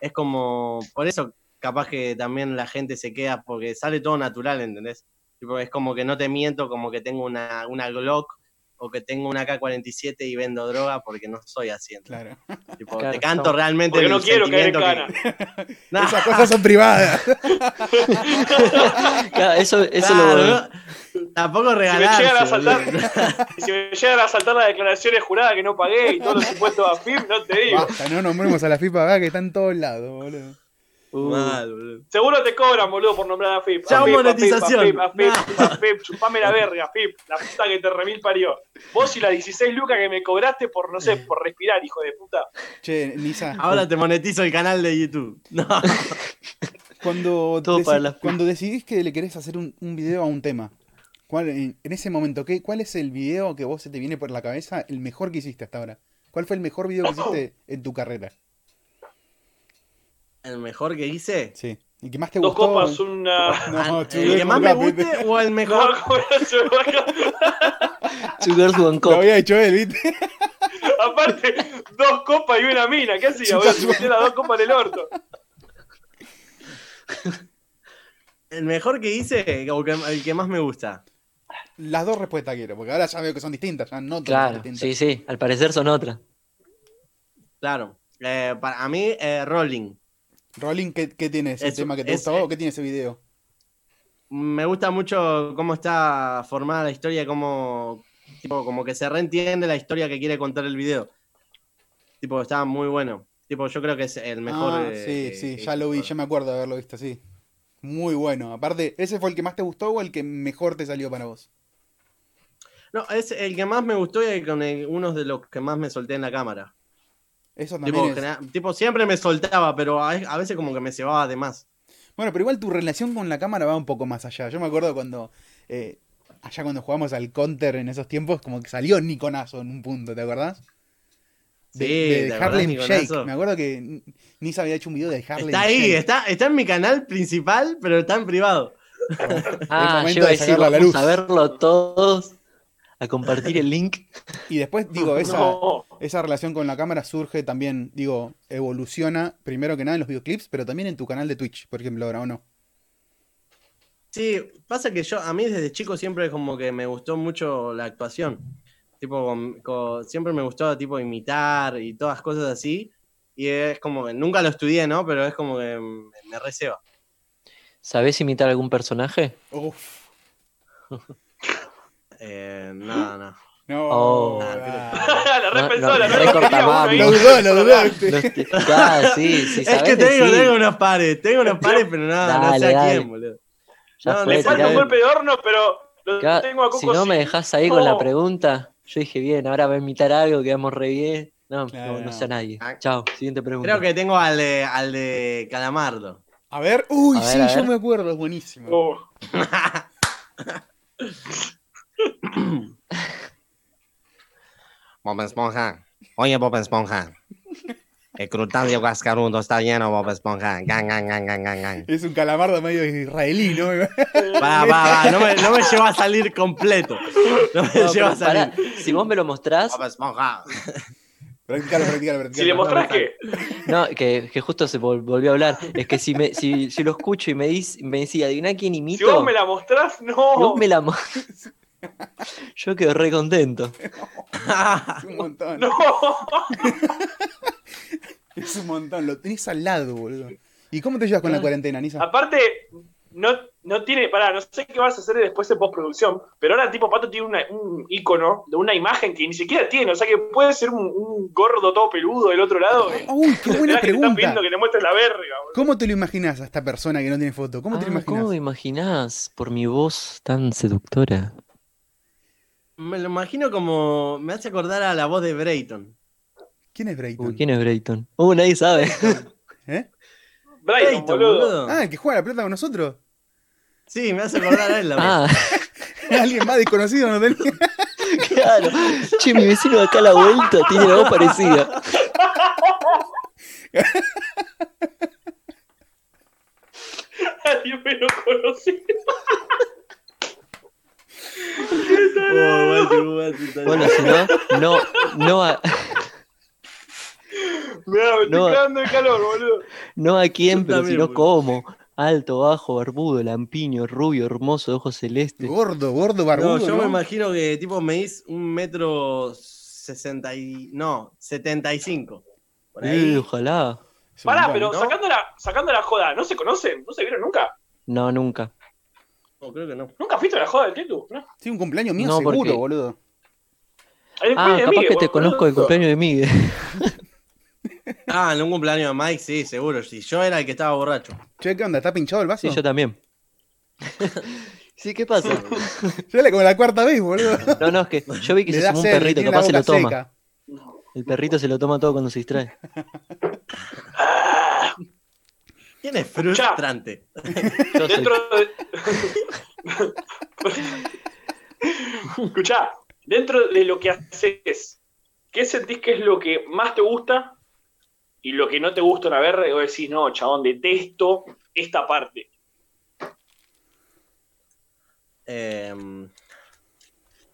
Speaker 6: Es como. Por eso, capaz que también la gente se queda, porque sale todo natural, ¿entendés? Tipo, es como que no te miento, como que tengo una, una Glock o que tengo una K-47 y vendo droga porque no soy así. ¿entendés?
Speaker 4: Claro.
Speaker 6: Tipo,
Speaker 3: Claro,
Speaker 6: te canto
Speaker 3: estamos-
Speaker 6: realmente
Speaker 2: Porque
Speaker 6: el
Speaker 2: no quiero caer en
Speaker 6: sentimiento que-
Speaker 2: cana.
Speaker 6: Nah,
Speaker 4: Esas cosas son privadas.
Speaker 3: Claro, eso, eso
Speaker 6: claro,
Speaker 3: lo.
Speaker 6: no- Tampoco
Speaker 2: Si me
Speaker 6: regalarse.
Speaker 2: llegan a
Speaker 6: boludo.
Speaker 2: saltar, si me llegan a saltar las declaraciones juradas que no pagué y todos los impuestos a FIP, no te digo.
Speaker 4: Basta, no nombremos a la FIPA acá que está en todos lados, boludo.
Speaker 6: Mal, boludo.
Speaker 2: Seguro te cobran, boludo, por nombrar a FIP.
Speaker 6: Ya
Speaker 2: a FIP,
Speaker 6: monetización.
Speaker 2: A FIP, a FIP, a FIP, a FIP, chupame la verga, FIP. La puta que te remil parió. Vos y las 16 lucas que me cobraste por, no sé, por respirar, hijo de puta.
Speaker 4: Che, Nisa.
Speaker 6: Ahora te monetizo el canal de YouTube. No.
Speaker 4: Cuando,
Speaker 3: Todo
Speaker 4: deci-
Speaker 3: para la-
Speaker 4: cuando decidís que le querés hacer un, un video a un tema, ¿cuál, en, en ese momento, ¿qué, ¿cuál es el video que vos se te viene por la cabeza, el mejor que hiciste hasta ahora? ¿Cuál fue el mejor video que hiciste en tu carrera?
Speaker 6: ¿El mejor que hice?
Speaker 4: Sí. ¿Y que más te
Speaker 2: Dos
Speaker 4: gustó?
Speaker 2: copas, una.
Speaker 4: No,
Speaker 6: Ah, ¿El
Speaker 4: chulo,
Speaker 6: que más me
Speaker 4: capete.
Speaker 6: guste o el
Speaker 2: No,
Speaker 6: mejor?
Speaker 3: Two girls, one
Speaker 4: Lo
Speaker 3: cup.
Speaker 4: había hecho él, ¿viste?
Speaker 2: aparte, dos copas y una mina. ¿Qué hacía, boludo? Se metía las dos copas en el orto.
Speaker 6: ¿El mejor que hice o que- el que más me gusta?
Speaker 4: Las dos respuestas quiero, porque ahora ya veo que son distintas, ya no todas
Speaker 3: Claro,
Speaker 4: son distintas.
Speaker 3: sí, sí. Al parecer son otras.
Speaker 6: Claro. Eh, para a mí, eh, Rolling.
Speaker 4: Rolling, ¿qué, qué tiene ese
Speaker 6: Es-
Speaker 4: tema que te
Speaker 6: es-
Speaker 4: gusta a vos? ¿Qué tiene ese video?
Speaker 6: Me gusta mucho cómo está formada la historia, cómo, tipo, como que se reentiende la historia que quiere contar el video. Tipo, está muy bueno. Tipo, yo creo que es el mejor.
Speaker 4: Ah,
Speaker 6: eh,
Speaker 4: sí,
Speaker 6: que
Speaker 4: sí, ya lo vi,
Speaker 6: hizo.
Speaker 4: ya me acuerdo de haberlo visto, sí. Muy bueno. Aparte, ¿ese fue el que más te gustó o el que mejor te salió para vos?
Speaker 6: No, es el que más me gustó y el con el- uno de los que más me solté en la cámara.
Speaker 4: Eso también
Speaker 6: Tipo,
Speaker 4: es-
Speaker 6: genera- tipo, siempre me soltaba, pero a, a veces como que me cebaba de más.
Speaker 4: Bueno, pero igual tu relación con la cámara va un poco más allá. Yo me acuerdo cuando. eh, allá cuando jugamos al counter en esos tiempos, como que salió Niconazo en un punto, ¿te acordás? De,
Speaker 6: Sí,
Speaker 4: de
Speaker 6: ¿te acordás,
Speaker 4: Harlem
Speaker 6: Niconazo?
Speaker 4: Shake. Me acuerdo que Nisa había hecho un video de Harlem
Speaker 6: Está ahí,
Speaker 4: Shake.
Speaker 6: está, está en mi canal principal, pero está en privado.
Speaker 3: Ah,
Speaker 4: momento
Speaker 3: yo iba a
Speaker 4: de
Speaker 3: decir,
Speaker 4: sacarlo a la
Speaker 3: vamos a
Speaker 4: luz.
Speaker 3: verlo todos, a compartir el link.
Speaker 4: Y después, digo, esa,
Speaker 2: No.
Speaker 4: esa relación con la cámara surge también, digo, evoluciona primero que nada en los videoclips, pero también en tu canal de Twitch, por ejemplo, ahora o no.
Speaker 6: Sí, pasa que yo, a mí desde chico siempre como que me gustó mucho la actuación. Tipo, con- con- siempre me gustó tipo imitar y todas cosas así. Y es como que nunca lo estudié, ¿no? Pero es como que me, me receba.
Speaker 3: ¿Sabés imitar algún personaje?
Speaker 4: Uf,
Speaker 6: Eh, no, no.
Speaker 4: no.
Speaker 3: Oh.
Speaker 4: ah.
Speaker 2: la repensó,
Speaker 3: No,
Speaker 2: la
Speaker 3: no,
Speaker 2: repensó.
Speaker 3: recorta,
Speaker 6: Ah,
Speaker 3: mami.
Speaker 4: Lo dudó, lo dudó. ¿viste?
Speaker 3: No te- Ah, sí, sí,
Speaker 6: es que
Speaker 3: sabés
Speaker 6: tengo,
Speaker 3: decir.
Speaker 6: tengo unos pares, tengo unos pares, pero no, no
Speaker 3: Dale,
Speaker 6: sé a
Speaker 3: dale.
Speaker 6: quién, boludo.
Speaker 3: Ya
Speaker 6: No,
Speaker 3: fue,
Speaker 2: Le falta
Speaker 3: tirá
Speaker 2: un
Speaker 3: el-
Speaker 2: golpe de horno, pero lo
Speaker 3: Ca-
Speaker 2: tengo a Coco
Speaker 3: si no me
Speaker 2: sin-
Speaker 3: dejás ahí con la
Speaker 2: No.
Speaker 3: pregunta, yo dije, bien, ahora va a imitar algo, quedamos re bien. No,
Speaker 4: Claro,
Speaker 3: no, no
Speaker 4: no.
Speaker 3: sé a nadie.
Speaker 6: Ah.
Speaker 3: Chao, siguiente pregunta.
Speaker 6: Creo que tengo al de, al de Calamardo.
Speaker 4: A ver, uy,
Speaker 3: A ver,
Speaker 4: sí,
Speaker 3: a
Speaker 4: yo
Speaker 3: ver.
Speaker 4: me acuerdo, es buenísimo.
Speaker 2: Oh.
Speaker 6: Bob Esponja. Oye, Bob Esponja. El crutando cascarudo está lleno, Bob Esponja. Gang, gang, gang, gang, gang, gang.
Speaker 4: Es un calamardo medio israelí, ¿no?
Speaker 6: Va, va, va. No me, no me lleva a salir completo. No me
Speaker 3: No, pero
Speaker 6: lleva a salir.
Speaker 3: pará, si vos me lo mostrás,
Speaker 6: Bob Esponja.
Speaker 4: Practicalo, practicalo, practicalo.
Speaker 2: Si le mostrás que.
Speaker 3: no, que, que justo se vol- volvió a hablar, es que si me, si, si lo escucho y me dis- me decís, adiviná quién imito,
Speaker 2: Si vos me la mostrás,
Speaker 3: si
Speaker 2: no.
Speaker 3: vos me la mo- yo quedo re contento.
Speaker 4: Es un montón.
Speaker 2: No.
Speaker 4: Es un montón. Lo tenés al lado, boludo. ¿Y cómo te llevas
Speaker 2: Ah.
Speaker 4: con la cuarentena, Nisa?
Speaker 2: Aparte, no, no tiene. Pará, no sé qué vas a hacer después en postproducción. Pero ahora, tipo, Pato tiene una- un icono de una imagen que ni siquiera tiene. O sea que puede ser un, un gordo todo peludo del otro lado. que-
Speaker 4: Uy, qué buena
Speaker 2: Ah, que te están
Speaker 4: pregunta.
Speaker 2: pidiendo que le muestres la verga, boludo.
Speaker 4: ¿Cómo te lo imaginas a esta persona que no tiene foto? ¿Cómo te lo
Speaker 3: Ah,
Speaker 4: imaginas?
Speaker 3: ¿Cómo me imaginás por mi voz tan seductora?
Speaker 6: Me lo imagino como. Me hace acordar a la voz de Brayton.
Speaker 4: ¿Quién es Brayton?
Speaker 3: Uy, ¿Quién es Brayton? Uh, nadie sabe.
Speaker 4: ¿Eh?
Speaker 2: Brighton, boludo.
Speaker 4: Ah, el que juega a la plata con nosotros.
Speaker 6: Sí, me hace acordar a él la voz.
Speaker 3: Ah,
Speaker 4: Alguien más desconocido no tenía.
Speaker 3: claro. Che, mi vecino de acá a la vuelta tiene la voz parecida.
Speaker 2: Nadie me lo conocía.
Speaker 6: Oh, guachi, guachi, está
Speaker 3: Bueno,
Speaker 6: bien.
Speaker 3: si no, no, no, a,
Speaker 2: Mirá, me estoy
Speaker 3: No.
Speaker 2: cagando de calor, boludo.
Speaker 3: no a quién, pero
Speaker 6: también,
Speaker 3: si no
Speaker 6: boludo.
Speaker 3: cómo. Alto, bajo, barbudo, lampiño, rubio, hermoso, de ojos celestes.
Speaker 4: Gordo, gordo, barbudo.
Speaker 6: no, yo
Speaker 4: ¿no?
Speaker 6: me imagino que tipo medís un metro sesenta y. No, 75. Por ahí.
Speaker 3: Eh, ojalá.
Speaker 4: Es un
Speaker 2: Pará,
Speaker 4: montón,
Speaker 2: pero
Speaker 4: ¿no?
Speaker 2: sacando, la, sacando la joda, ¿no se conocen? ¿No se vieron nunca?
Speaker 3: No, nunca.
Speaker 6: No, creo que no.
Speaker 2: ¿Nunca fuiste a la joda del Tetu? ¿No?
Speaker 4: Sí, un cumpleaños mío
Speaker 3: No,
Speaker 4: seguro,
Speaker 3: porque-
Speaker 4: boludo.
Speaker 2: Ahí después
Speaker 3: Ah,
Speaker 2: de
Speaker 3: capaz
Speaker 2: mí,
Speaker 3: que te
Speaker 2: boludo.
Speaker 3: conozco el cumpleaños de Miguel.
Speaker 6: Ah, en un cumpleaños de Mike, sí, seguro. Si yo era el que estaba borracho.
Speaker 4: Che, ¿qué onda? ¿Está pinchado el vaso?
Speaker 3: Sí, yo también. sí, ¿qué pasa?
Speaker 4: Ya le como la cuarta vez, boludo.
Speaker 3: No, no, es que yo vi que
Speaker 4: Le
Speaker 3: se
Speaker 4: da
Speaker 3: sumó un
Speaker 4: sed, le
Speaker 3: perrito,
Speaker 4: tiene la
Speaker 3: capaz se lo
Speaker 4: boca
Speaker 3: toma.
Speaker 4: seca.
Speaker 3: El perrito se lo toma todo cuando se distrae.
Speaker 2: Ah,
Speaker 6: ¿Quién es frustrante?
Speaker 3: Yo soy-
Speaker 2: Dentro de. Escuchá, dentro de lo que haces, ¿qué sentís que es lo que más te gusta y lo que no te gusta una verga? Y vos decís, no, chabón, detesto esta parte.
Speaker 6: Eh,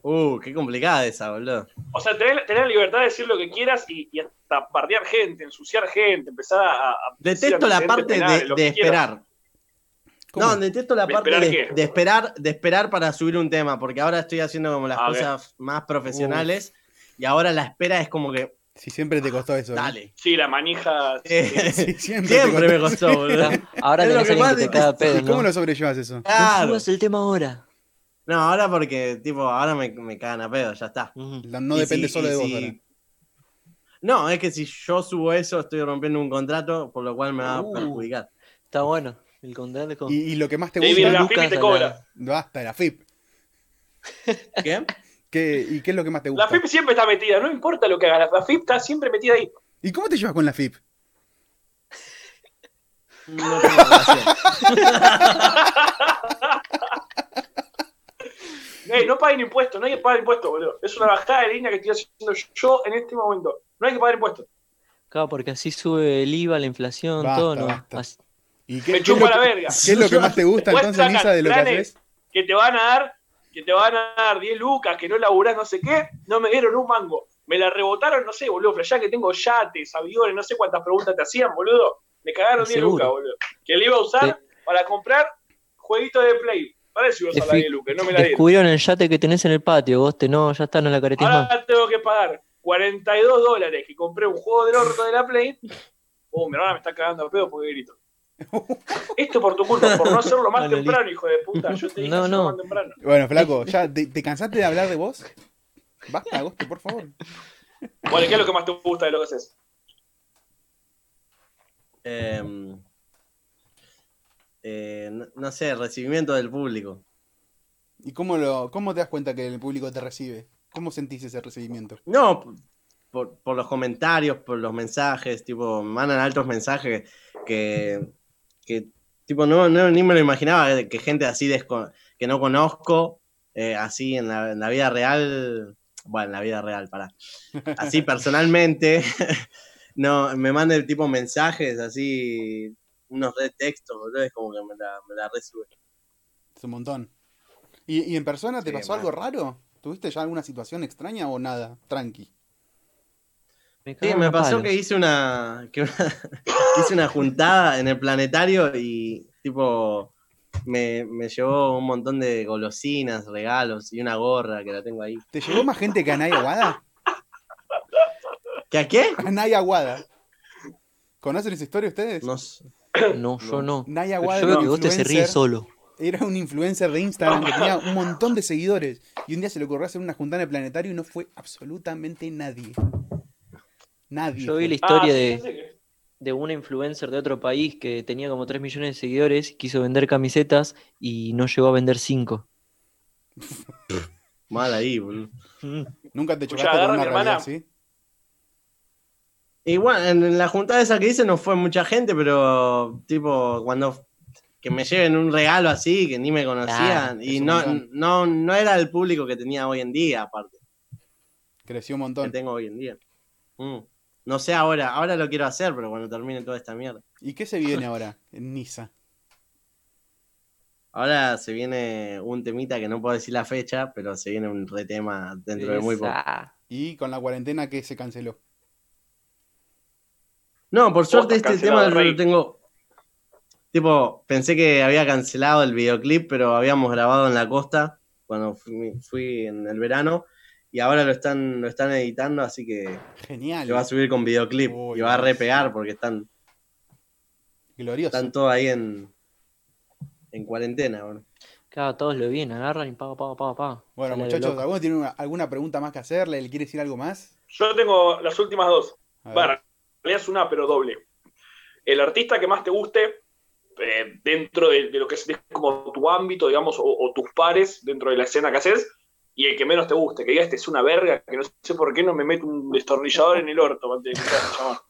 Speaker 6: uh, qué complicada esa, boludo.
Speaker 2: O sea, tener, tener la libertad de decir lo que quieras y, y hasta bardear gente, ensuciar gente, empezar a. a-
Speaker 6: Detesto
Speaker 2: decir
Speaker 6: la
Speaker 2: antecedentes
Speaker 6: parte
Speaker 2: penales,
Speaker 6: de,
Speaker 2: lo
Speaker 6: de
Speaker 2: que quieras.
Speaker 6: esperar. No, detesto la
Speaker 2: ¿De
Speaker 6: parte
Speaker 2: esperar
Speaker 6: de,
Speaker 2: qué?
Speaker 6: de esperar, de esperar para subir un tema, porque ahora estoy haciendo como las
Speaker 2: Ah, ok.
Speaker 6: cosas más profesionales y ahora la espera es como que,
Speaker 4: Si siempre te costó eso. ¿no?
Speaker 6: dale.
Speaker 2: Sí, la manija.
Speaker 6: Eh,
Speaker 4: Sí, siempre,
Speaker 6: siempre
Speaker 4: te
Speaker 6: me costó, boludo.
Speaker 3: Ahora
Speaker 6: Es lo
Speaker 3: tenés
Speaker 6: que
Speaker 3: alguien
Speaker 6: más
Speaker 3: que te
Speaker 6: detesto.
Speaker 3: caga pedo,
Speaker 4: ¿Y cómo
Speaker 3: ¿no?
Speaker 4: lo sobrellevas eso?
Speaker 3: No
Speaker 6: Claro.
Speaker 3: subas el tema ahora.
Speaker 6: No, ahora porque, tipo, ahora me, me cagan a pedo, ya está.
Speaker 3: Ujú.
Speaker 4: No no
Speaker 6: Y
Speaker 4: depende
Speaker 6: si-
Speaker 4: solo
Speaker 6: y
Speaker 4: de vos,
Speaker 6: si-
Speaker 4: ahora.
Speaker 6: No, es que si yo subo eso, estoy rompiendo un contrato, por lo cual me va a
Speaker 4: Uh.
Speaker 6: perjudicar.
Speaker 3: Está bueno. El contrato es como-
Speaker 4: Y, y lo que más te
Speaker 2: Ahí viene
Speaker 4: gusta.
Speaker 2: la
Speaker 3: Lucas
Speaker 2: FIP y te
Speaker 3: a la-
Speaker 2: cobra.
Speaker 4: Basta, la FIP.
Speaker 6: ¿Qué?
Speaker 4: ¿Qué- ¿Y qué es lo que más te
Speaker 2: La
Speaker 4: gusta?
Speaker 2: FIP siempre está metida, no importa lo que hagas, la FIP está siempre metida ahí.
Speaker 4: ¿Y cómo te llevas con la FIP?
Speaker 6: No tengo relación.
Speaker 2: Ey, Eh, no paguen impuestos, no hay que pagar impuestos, boludo. Es una bajada de línea que estoy haciendo yo en este momento. No hay que pagar impuestos.
Speaker 3: Claro, porque así sube el IVA, la inflación,
Speaker 4: Basta,
Speaker 3: todo, ¿no?
Speaker 4: basta.
Speaker 3: Así-
Speaker 4: ¿Y
Speaker 2: Me
Speaker 4: qué, qué es
Speaker 2: chupa
Speaker 4: lo
Speaker 2: la
Speaker 4: que,
Speaker 2: verga.
Speaker 4: qué es lo que más te gusta
Speaker 2: Después
Speaker 4: entonces,
Speaker 2: sacan
Speaker 4: Misa, de lo que
Speaker 2: planes.
Speaker 4: haces?
Speaker 2: Que te van a dar, que te van a dar 10 lucas, que no laburás, no sé qué, no me dieron un mango. Me la rebotaron, no sé, boludo, ya que tengo yates, aviones, no sé cuántas preguntas te hacían, boludo. Me cagaron 10
Speaker 3: Seguro.
Speaker 2: lucas, boludo. Que le iba a usar para comprar jueguitos de Play. Para eso iba a usar la
Speaker 3: Desfi-
Speaker 2: 10 lucas, no me la dieron.
Speaker 3: Descubrieron el yate que tenés en el patio, vos te no, ya está, no la caretés más.
Speaker 2: Ahora tengo que pagar 42 dólares que compré un juego del orto de la Play. Oh, mi hermana me está cagando a pedo porque grito. Esto por tu culpa, por no hacerlo más
Speaker 3: Vale,
Speaker 2: temprano, hijo de puta. Yo te dije
Speaker 3: No,
Speaker 2: hacerlo
Speaker 3: no.
Speaker 2: más temprano.
Speaker 4: Bueno, flaco, ¿ya te, te cansaste de hablar de vos? Basta, Agosto, por favor.
Speaker 2: Bueno, ¿qué es lo que más te gusta de lo que haces?
Speaker 6: Em, eh, no, no sé, recibimiento del público.
Speaker 4: ¿Y cómo, lo, cómo te das cuenta que el público te recibe? ¿Cómo sentís ese recibimiento?
Speaker 6: No, p- por, por los comentarios, por los mensajes, tipo, me mandan altos mensajes que, que, tipo, no, no, ni me lo imaginaba que, que gente así desco- que no conozco, eh, así en la, en la vida real, bueno, en la vida real, para, así personalmente, no, me mandan tipo mensajes así, unos re textos, boludo, es como que me la, me la resube.
Speaker 4: Es un montón. ¿Y, y en persona te
Speaker 6: Sí,
Speaker 4: pasó algo raro? ¿Tuviste ya alguna situación extraña o nada? Tranqui.
Speaker 6: Sí,
Speaker 3: cago
Speaker 6: me
Speaker 3: en
Speaker 6: pasó
Speaker 3: palos.
Speaker 6: que hice una, que una- que hice una juntada en el planetario y tipo me, me llevó un montón de golosinas, regalos y una gorra que la tengo ahí.
Speaker 4: ¿Te llegó más gente que a Nay Aguada?
Speaker 6: ¿Qué a qué?
Speaker 4: A Nay Aguada. ¿Conocen esa historia ustedes?
Speaker 6: No sé.
Speaker 3: No, yo no.
Speaker 4: Nay
Speaker 3: Pero
Speaker 4: Aguada
Speaker 3: yo
Speaker 4: era
Speaker 3: veo
Speaker 4: un
Speaker 3: que vos te se
Speaker 4: influencer-
Speaker 3: ríes solo.
Speaker 4: Era un influencer de Instagram que tenía un montón de seguidores. Y un día se le ocurrió hacer una juntada en el planetario y no fue absolutamente nadie. Nadie.
Speaker 3: Yo vi
Speaker 4: fue.
Speaker 3: la historia
Speaker 2: Ah, sí,
Speaker 3: de,
Speaker 2: sí, sí.
Speaker 3: de una influencer de otro país que tenía como 3 millones de seguidores y quiso vender camisetas y no llegó a vender 5.
Speaker 6: Mal ahí, boludo. Mm.
Speaker 4: Nunca te
Speaker 2: Escuchá,
Speaker 4: chocaste con
Speaker 2: agarra
Speaker 4: una
Speaker 2: a mi hermana.
Speaker 4: realidad, ¿sí?
Speaker 6: Y bueno, en, en la juntada esa que hice no fue mucha gente, pero tipo cuando que me lleven un regalo así que ni me
Speaker 4: Ah,
Speaker 6: conocían
Speaker 4: es
Speaker 6: y
Speaker 4: un
Speaker 6: no,
Speaker 4: montón.
Speaker 6: no, no era el público que tenía hoy en día, aparte.
Speaker 4: Creció un
Speaker 6: que
Speaker 4: montón.
Speaker 6: tengo hoy en día. Mm. No sé ahora, ahora lo quiero hacer, pero cuando termine toda esta mierda.
Speaker 4: ¿Y qué se viene ahora en Niza?
Speaker 6: Ahora se viene un temita que no puedo decir la fecha, pero se viene un retema dentro de muy poco.
Speaker 3: Esa.
Speaker 4: Y con la cuarentena que se canceló.
Speaker 6: No, por suerte
Speaker 2: estás
Speaker 6: este tema
Speaker 2: cancelado,
Speaker 6: lo
Speaker 2: Rey.
Speaker 6: tengo. Tipo, pensé que había cancelado el videoclip, pero habíamos grabado en la costa cuando fui, fui en el verano. Y ahora lo están, lo están editando, así que
Speaker 4: Genial.
Speaker 6: lo va a subir con videoclip.
Speaker 4: Uy,
Speaker 6: y va a
Speaker 4: Dios.
Speaker 6: repegar porque están,
Speaker 4: Glorioso.
Speaker 6: están todos ahí en, en cuarentena. bueno.
Speaker 3: Claro, todos lo vienen, agarran y paga, paga, paga, paga.
Speaker 4: Bueno,
Speaker 3: Sale de
Speaker 4: muchachos,
Speaker 3: loco.
Speaker 4: ¿alguno tiene una- alguna pregunta más que hacerle? ¿Le quiere decir algo más?
Speaker 2: Yo tengo las últimas dos.
Speaker 4: A ver.
Speaker 2: Va, en realidad es una, pero doble. El artista que más te guste eh, dentro de, de lo que es es como tu ámbito, digamos, o, o tus pares dentro de la escena que haces, y el que menos te guste, que digas, este es una verga, que no sé por qué no me meto un destornillador en el orto. antes de que sea llamado".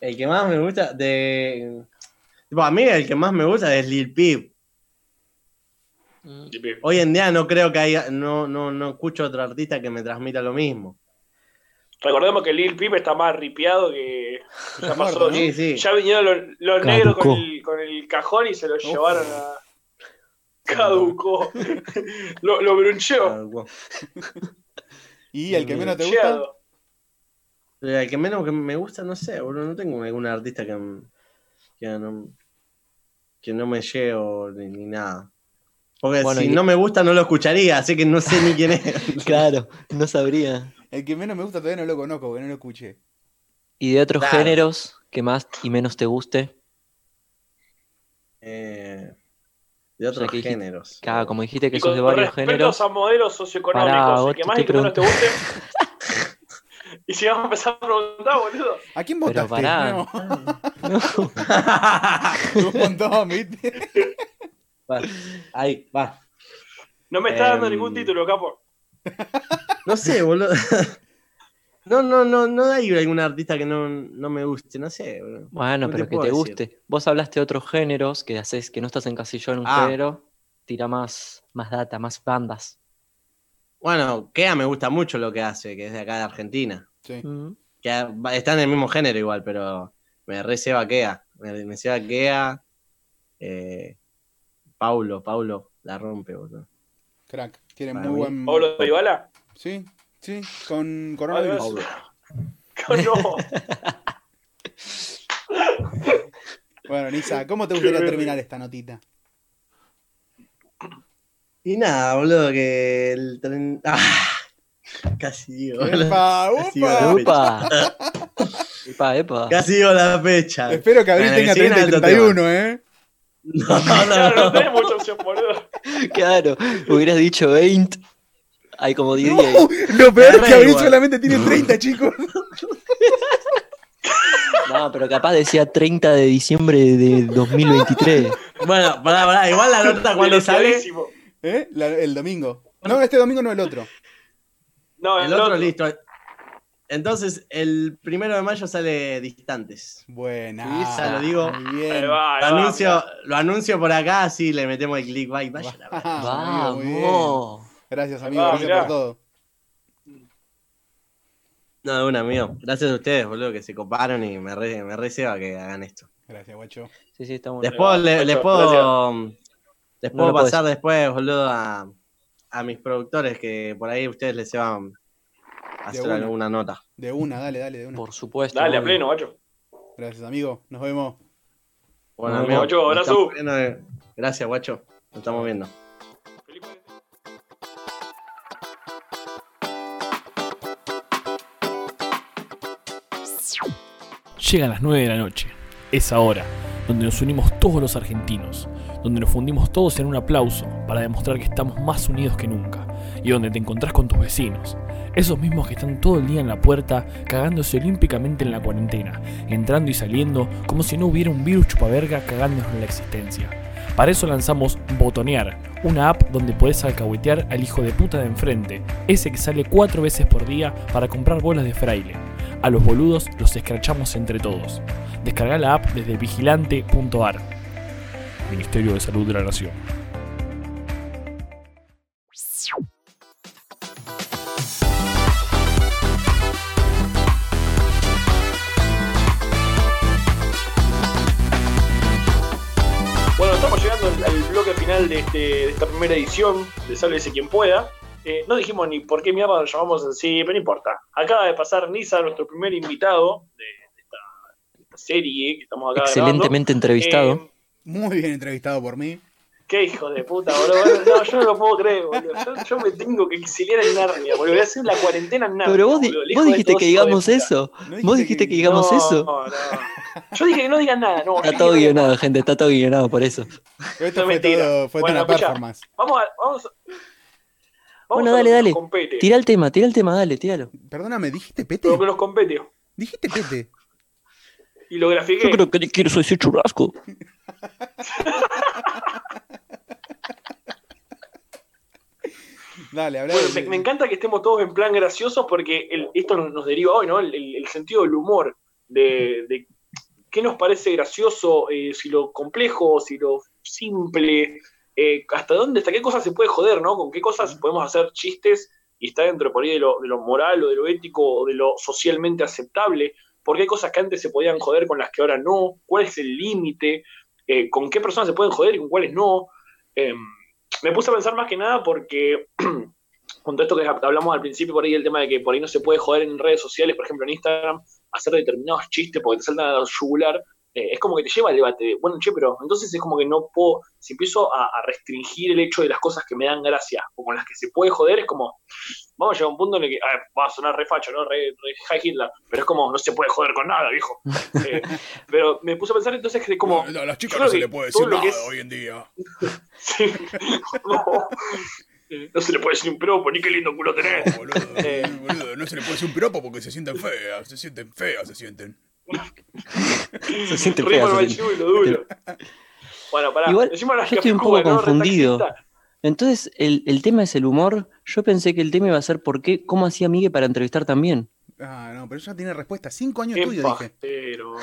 Speaker 6: El que más me gusta, de. Tipo, a mí el que más me gusta es Lil Peep.
Speaker 3: Mm.
Speaker 6: Hoy en día no creo que haya. No, no, no escucho otro artista que me transmita lo mismo.
Speaker 2: Recordemos que Lil Peep está más ripiado que ya pasó.
Speaker 4: ¿no?
Speaker 6: Sí, sí.
Speaker 2: Ya vinieron los, los negros con
Speaker 3: Caducó.
Speaker 2: el, con el cajón y se lo
Speaker 4: Uf.
Speaker 2: llevaron a. Caducó. lo, lo bruncheó.
Speaker 6: Ah, bueno.
Speaker 4: ¿Y el que
Speaker 6: Mm,
Speaker 4: menos te gusta?
Speaker 2: Cheado.
Speaker 6: Eh, El que menos que me gusta, no sé, boludo. No tengo algún artista que, m- que no, que no me llegue o ni, ni nada. Porque
Speaker 3: Bueno,
Speaker 6: si
Speaker 3: y-
Speaker 6: no me gusta, no lo escucharía, así que no sé ni quién es.
Speaker 3: Claro, no sabría.
Speaker 4: El que menos me gusta todavía no lo conozco, porque no lo escuché.
Speaker 3: ¿Y de otros
Speaker 6: Claro.
Speaker 3: géneros que más y menos te guste?
Speaker 6: Eh, de otros
Speaker 3: que dijiste-
Speaker 6: géneros.
Speaker 3: Claro, como dijiste que
Speaker 2: Y con
Speaker 3: sos de varios
Speaker 2: respecto
Speaker 3: géneros.
Speaker 2: a modelos socioeconómicos,
Speaker 3: Pará,
Speaker 2: el
Speaker 3: ahora
Speaker 2: que
Speaker 3: te
Speaker 2: más y que
Speaker 3: estoy
Speaker 2: menos te guste. y si vamos a empezar a preguntar, boludo.
Speaker 4: ¿A quién
Speaker 3: Pero
Speaker 4: votaste?
Speaker 3: pará.
Speaker 4: No,
Speaker 3: No.
Speaker 4: un montón, ¿viste?
Speaker 6: Va, ahí, va.
Speaker 2: No me está dando
Speaker 6: Em.
Speaker 2: ningún título, capo.
Speaker 6: No sé, boludo. No, no, no, no hay algún artista que no, no me guste, no sé, boludo.
Speaker 3: Bueno,
Speaker 6: No te
Speaker 3: pero que
Speaker 6: puedo
Speaker 3: te
Speaker 6: decir.
Speaker 3: guste. Vos hablaste de otros géneros que haces, que no estás encasillado en un
Speaker 6: Ah.
Speaker 3: género. Tira más, más data, más bandas.
Speaker 6: Bueno, Kea me gusta mucho lo que hace, que es de acá de Argentina.
Speaker 4: Sí.
Speaker 3: Mm.
Speaker 6: Que va- está en el mismo género igual, pero me re ceba Kea. Me, me ceba Kea. eh, Paulo, Paulo la rompe, boludo.
Speaker 4: Crack. Tiene
Speaker 6: Para
Speaker 4: muy
Speaker 6: mí.
Speaker 4: buen.
Speaker 2: Pablo Dybala.
Speaker 4: Sí, sí. Con
Speaker 2: Ah,
Speaker 4: coronavirus.
Speaker 2: Dios.
Speaker 6: Paulo.
Speaker 2: No, no.
Speaker 4: Bueno, Nisa, ¿cómo te gustaría terminar esta notita?
Speaker 6: Y nada, boludo, que el tren. ¡Ah! Casi digo. boludo.
Speaker 4: ¡Epa!
Speaker 6: Sí, bueno.
Speaker 4: ¡Upa!
Speaker 3: ¡Upa! ¡Epa, epa!
Speaker 6: Casi digo la fecha.
Speaker 4: Espero que Abril
Speaker 6: Bueno,
Speaker 4: tenga
Speaker 6: que sigan
Speaker 4: 30 y
Speaker 6: alto
Speaker 4: 31, ¿eh?
Speaker 6: No,
Speaker 2: Claro,
Speaker 6: no,
Speaker 2: no
Speaker 6: no.
Speaker 2: tenés mucha opción, boludo.
Speaker 3: Claro, hubieras dicho 20. Hay como 10 ahí.
Speaker 4: Lo peor es que
Speaker 6: Arreglo.
Speaker 4: Abril solamente tiene 30, chicos.
Speaker 3: No, pero capaz decía 30 de diciembre de 2023.
Speaker 6: Bueno, pará, pará. Igual la nota cuando sale.
Speaker 2: Deliciadísimo.
Speaker 4: ¿Eh? La- el domingo. No, este domingo no el otro.
Speaker 2: No,
Speaker 6: El otro listo. Entonces, el primero de mayo sale Distantes.
Speaker 4: Buena.
Speaker 6: Nisa, lo digo.
Speaker 4: Muy bien.
Speaker 2: Ahí Eh, va, ahí
Speaker 6: Lo
Speaker 2: va,
Speaker 6: anuncio, lo anuncio por acá, así le metemos el clickbait. Vaya la verga.
Speaker 4: Ah, amigo, muy bien.
Speaker 3: ¡Vamos!
Speaker 4: Gracias, amigo.
Speaker 2: va,
Speaker 4: Gracias
Speaker 2: mirá.
Speaker 4: por todo.
Speaker 6: No, de una, mío. Gracias a ustedes, boludo, que se coparon y me re, me re ceba que hagan esto.
Speaker 4: Gracias, guacho.
Speaker 3: Sí, sí, está bueno.
Speaker 6: Después
Speaker 2: Ahí va,
Speaker 6: le- les
Speaker 2: mucho,
Speaker 6: puedo, les
Speaker 3: No
Speaker 6: puedo
Speaker 3: lo
Speaker 6: pasar después, boludo, a, a mis productores que por ahí ustedes les van a hacer
Speaker 4: una.
Speaker 6: alguna nota.
Speaker 4: De una, dale, dale, de una.
Speaker 3: Por supuesto.
Speaker 2: Dale, a
Speaker 3: obvio.
Speaker 2: pleno, macho.
Speaker 4: Gracias, amigo. Nos vemos.
Speaker 6: Bueno,
Speaker 3: Nos
Speaker 6: amigo,
Speaker 2: vemos, guacho.
Speaker 6: nos
Speaker 2: Abrazo.
Speaker 6: estamos viendo de- Gracias, guacho. Nos estamos viendo.
Speaker 1: Llegan las 9 de la noche. Esa hora donde nos unimos todos los argentinos, donde nos fundimos todos en un aplauso para demostrar que estamos más unidos que nunca, y donde te encontrás con tus vecinos, esos mismos que están todo el día en la puerta, cagándose olímpicamente en la cuarentena, entrando y saliendo como si no hubiera un virus chupaverga cagándonos en la existencia. Para eso lanzamos Botonear, una app donde podés alcahuetear al hijo de puta de enfrente, ese que sale cuatro veces por día para comprar bolas de fraile. A los boludos los escrachamos entre todos. Descarga la app desde vigilante.ar. Ministerio de Salud de la Nación.
Speaker 2: Bueno, estamos llegando al, al bloque final de, este- de esta primera edición de Sálvese quien pueda. Eh, no dijimos ni por qué mierda lo llamamos así, pero no importa. Acaba de pasar Nisa, nuestro primer invitado de, de esta serie que estamos acá grabando.
Speaker 3: Excelentemente entrevistado.
Speaker 2: Eh,
Speaker 4: Muy bien entrevistado por mí.
Speaker 2: Qué hijos de puta, boludo. No, yo no lo puedo creer, boludo. Yo, yo me tengo que exiliar en Narnia, boludo. Voy a hacer la cuarentena en Narnia.
Speaker 3: Pero vos, di-
Speaker 2: boludo.
Speaker 3: vos
Speaker 2: Lejos de
Speaker 3: dijiste
Speaker 2: todo
Speaker 3: que
Speaker 2: hijo de
Speaker 3: digamos
Speaker 2: puta.
Speaker 3: eso.
Speaker 4: No
Speaker 3: Vos dijiste que digamos
Speaker 2: No,
Speaker 3: eso.
Speaker 2: no. Yo dije que no digan nada. No, yo
Speaker 3: Está
Speaker 2: dije
Speaker 3: todo
Speaker 2: que-
Speaker 3: guionado, gente. Está todo guionado por eso.
Speaker 4: Esto fue
Speaker 2: mentira.
Speaker 4: todo, fue
Speaker 2: Bueno,
Speaker 4: toda una
Speaker 2: escuchá.
Speaker 4: performance.
Speaker 2: Vamos a. Vamos, a- vamos
Speaker 3: Bueno,
Speaker 2: a lo
Speaker 3: dale,
Speaker 2: que
Speaker 3: dale.
Speaker 2: nos compete.
Speaker 3: Tira el tema, tira el tema, dale, tíralo.
Speaker 4: Perdóname, ¿dijiste pete?
Speaker 2: Lo que nos compete.
Speaker 4: ¿Dijiste pete?
Speaker 2: Y lo grafiqué.
Speaker 3: Yo creo que quieres decir churrasco.
Speaker 4: Dale, hablá
Speaker 2: Bueno,
Speaker 4: de-
Speaker 2: me, me encanta que estemos todos en plan graciosos porque el- esto nos, nos deriva hoy, ¿no? El, el- el sentido del humor, de, de qué nos parece gracioso, eh, si lo complejo, si lo simple, eh, hasta dónde, hasta qué cosas se puede joder, ¿no? Con qué cosas podemos hacer chistes y está dentro por ahí de lo, de lo moral o de lo ético o de lo socialmente aceptable, porque hay cosas que antes se podían joder con las que ahora no, cuál es el límite, eh, con qué personas se pueden joder y con cuáles no. Em, me puse a pensar más que nada porque con todo esto que hablamos al principio por ahí, el tema de que por ahí no se puede joder en redes sociales, por ejemplo en Instagram, hacer determinados chistes porque te saltan a la yugular, eh, es como que te lleva al debate de, bueno, che, pero entonces es como que no puedo, si empiezo a, a restringir el hecho de las cosas que me dan gracia o con las que se puede joder, es como, vamos a llegar a un punto en el que, a ver, va a sonar re facho, ¿no? Re, re high Hitler, pero es como, no se puede joder con nada, viejo. Eh, pero me puse a pensar entonces que como...
Speaker 5: No, a las
Speaker 2: yo
Speaker 5: chicas
Speaker 2: creo
Speaker 5: no se
Speaker 2: que
Speaker 5: le puede
Speaker 2: todo
Speaker 5: decir
Speaker 2: lo
Speaker 5: nada
Speaker 2: que es-
Speaker 5: hoy en día.
Speaker 2: Sí. no, Eh, no se le puede decir un propo, ni qué lindo culo tenés.
Speaker 5: No, boludo,
Speaker 2: Eh.
Speaker 5: boludo, no se le puede decir un piropo porque se sienten feas, se sienten feas, se sienten.
Speaker 3: Se siente
Speaker 2: Ritmo
Speaker 3: fea, se
Speaker 2: del
Speaker 3: siente.
Speaker 2: Valchivo y lo duro. Bueno, pará.
Speaker 3: Igual,
Speaker 2: Encima las
Speaker 3: yo estoy un
Speaker 2: capicúas,
Speaker 3: poco
Speaker 2: ¿no? Re
Speaker 3: confundido.
Speaker 2: taxista.
Speaker 3: Entonces, el, el tema es el humor. Yo pensé que el tema iba a ser por qué, cómo hacía Miguel para entrevistar también.
Speaker 4: Ah, no, pero ya tiene respuesta. Cinco años
Speaker 2: Qué
Speaker 4: tuyos, dije.
Speaker 2: pajero.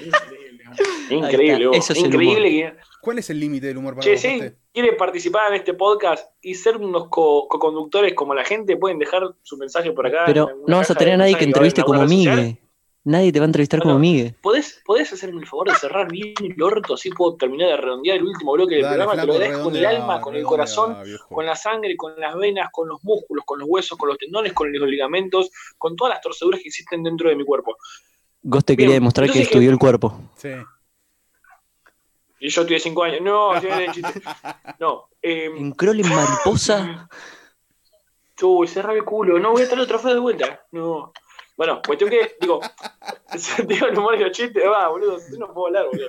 Speaker 2: Increíble.
Speaker 3: Ahí
Speaker 2: Increíble,
Speaker 3: está,
Speaker 2: vos.
Speaker 3: eso es el
Speaker 2: Increíble que.
Speaker 4: ¿Cuál es el límite del humor para
Speaker 2: Che,
Speaker 4: vos,
Speaker 2: si
Speaker 4: Paste?
Speaker 2: quieren participar en este podcast y ser unos co- co-conductores como la gente, pueden dejar su mensaje por acá. en
Speaker 3: Pero
Speaker 2: alguna
Speaker 3: no vas a
Speaker 2: caja
Speaker 3: tener a
Speaker 2: de
Speaker 3: nadie
Speaker 2: mensaje va
Speaker 3: que
Speaker 2: haber en
Speaker 3: entreviste
Speaker 2: alguna
Speaker 3: como
Speaker 2: red social.
Speaker 3: Miguel. Nadie te va a entrevistar
Speaker 2: Bueno,
Speaker 3: como Miguel.
Speaker 2: ¿Podés, ¿Podés hacerme el favor de cerrar bien el orto? Así puedo terminar de redondear el último bloque del
Speaker 4: Dale,
Speaker 2: programa. Te lo
Speaker 4: flaco,
Speaker 2: agradezco con el
Speaker 4: redondea,
Speaker 2: alma, con el
Speaker 4: redondea,
Speaker 2: corazón,
Speaker 4: viejo.
Speaker 2: con la sangre, con las venas, con los músculos, con los huesos, con los tendones, con los ligamentos, con todas las torceduras que existen dentro de mi cuerpo.
Speaker 3: Ghost te
Speaker 2: Bien,
Speaker 3: quería demostrar que
Speaker 2: entonces que-
Speaker 3: estudió el cuerpo.
Speaker 4: Sí.
Speaker 2: Y yo tuve cinco años. No, ya era el chiste. No. Eh,
Speaker 3: En Crowley Mariposa.
Speaker 2: uy, cerrar el culo. No voy a estar el trofeo de vuelta. No. Bueno, cuestión que, digo, el sentido del humor y los chistes, va, boludo, yo no puedo hablar, boludo.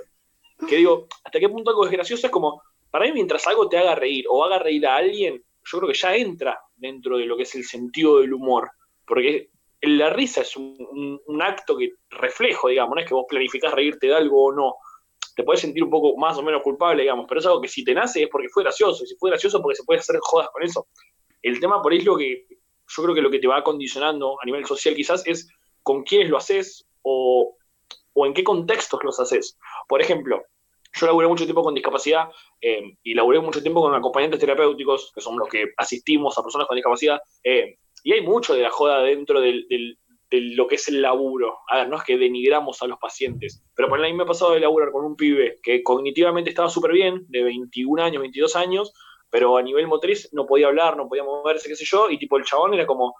Speaker 2: Que digo, hasta qué punto algo es gracioso es como, para mí mientras algo te haga reír o haga reír a alguien, yo creo que ya entra dentro de lo que es el sentido del humor. Porque la risa es un, un- un acto que reflejo, digamos, no es que vos planificás reírte de algo o no. Te podés sentir un poco más o menos culpable, digamos, pero es algo que si te nace es porque fue gracioso, y si fue gracioso porque se puede hacer jodas con eso. El tema por ahí es lo que yo creo que lo que te va condicionando a nivel social quizás es con quiénes lo haces o, o en qué contextos los haces. Por ejemplo, yo laburé mucho tiempo con discapacidad eh, y laburé mucho tiempo con acompañantes terapéuticos, que son los que asistimos a personas con discapacidad, eh, y hay mucho de la joda dentro del, del- de lo que es el laburo. A ver, no es que denigramos a los pacientes, pero por ahí me ha pasado de laburar con un pibe que cognitivamente estaba súper bien, de 21 años, 22 años, pero a nivel motriz no podía hablar, no podía moverse, qué sé yo, y tipo el chabón era como,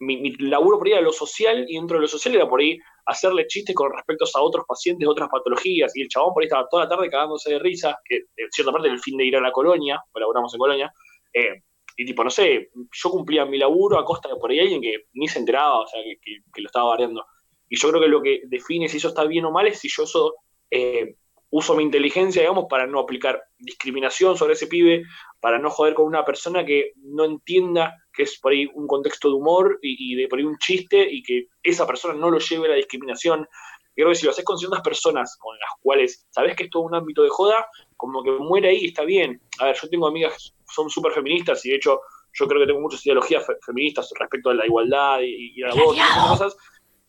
Speaker 2: mi, mi laburo por ahí era lo social, y dentro de lo social era por ahí hacerle chistes con respecto a otros pacientes, otras patologías, y el chabón por ahí estaba toda la tarde cagándose de risa, que en cierta parte era el fin de ir a la colonia, o laburamos en colonia, eh, y tipo, no sé, yo cumplía mi laburo a costa de por ahí alguien que ni se enteraba, o sea, que, que- que lo estaba variando. Y yo creo que lo que define si eso está bien o mal es si yo eso, eh, uso mi inteligencia, digamos, para no aplicar discriminación sobre ese pibe, para no joder con una persona que no entienda que es por ahí un contexto de humor y, y de por ahí un chiste y que esa persona no lo lleve a la discriminación. Y creo que si lo haces con ciertas personas con las cuales sabes que esto es todo un ámbito de joda, como que muere ahí y está bien. A ver, yo tengo amigas que son súper feministas y de hecho yo creo que tengo muchas ideologías fe- feministas respecto a la igualdad y, y a la voz y esas cosas.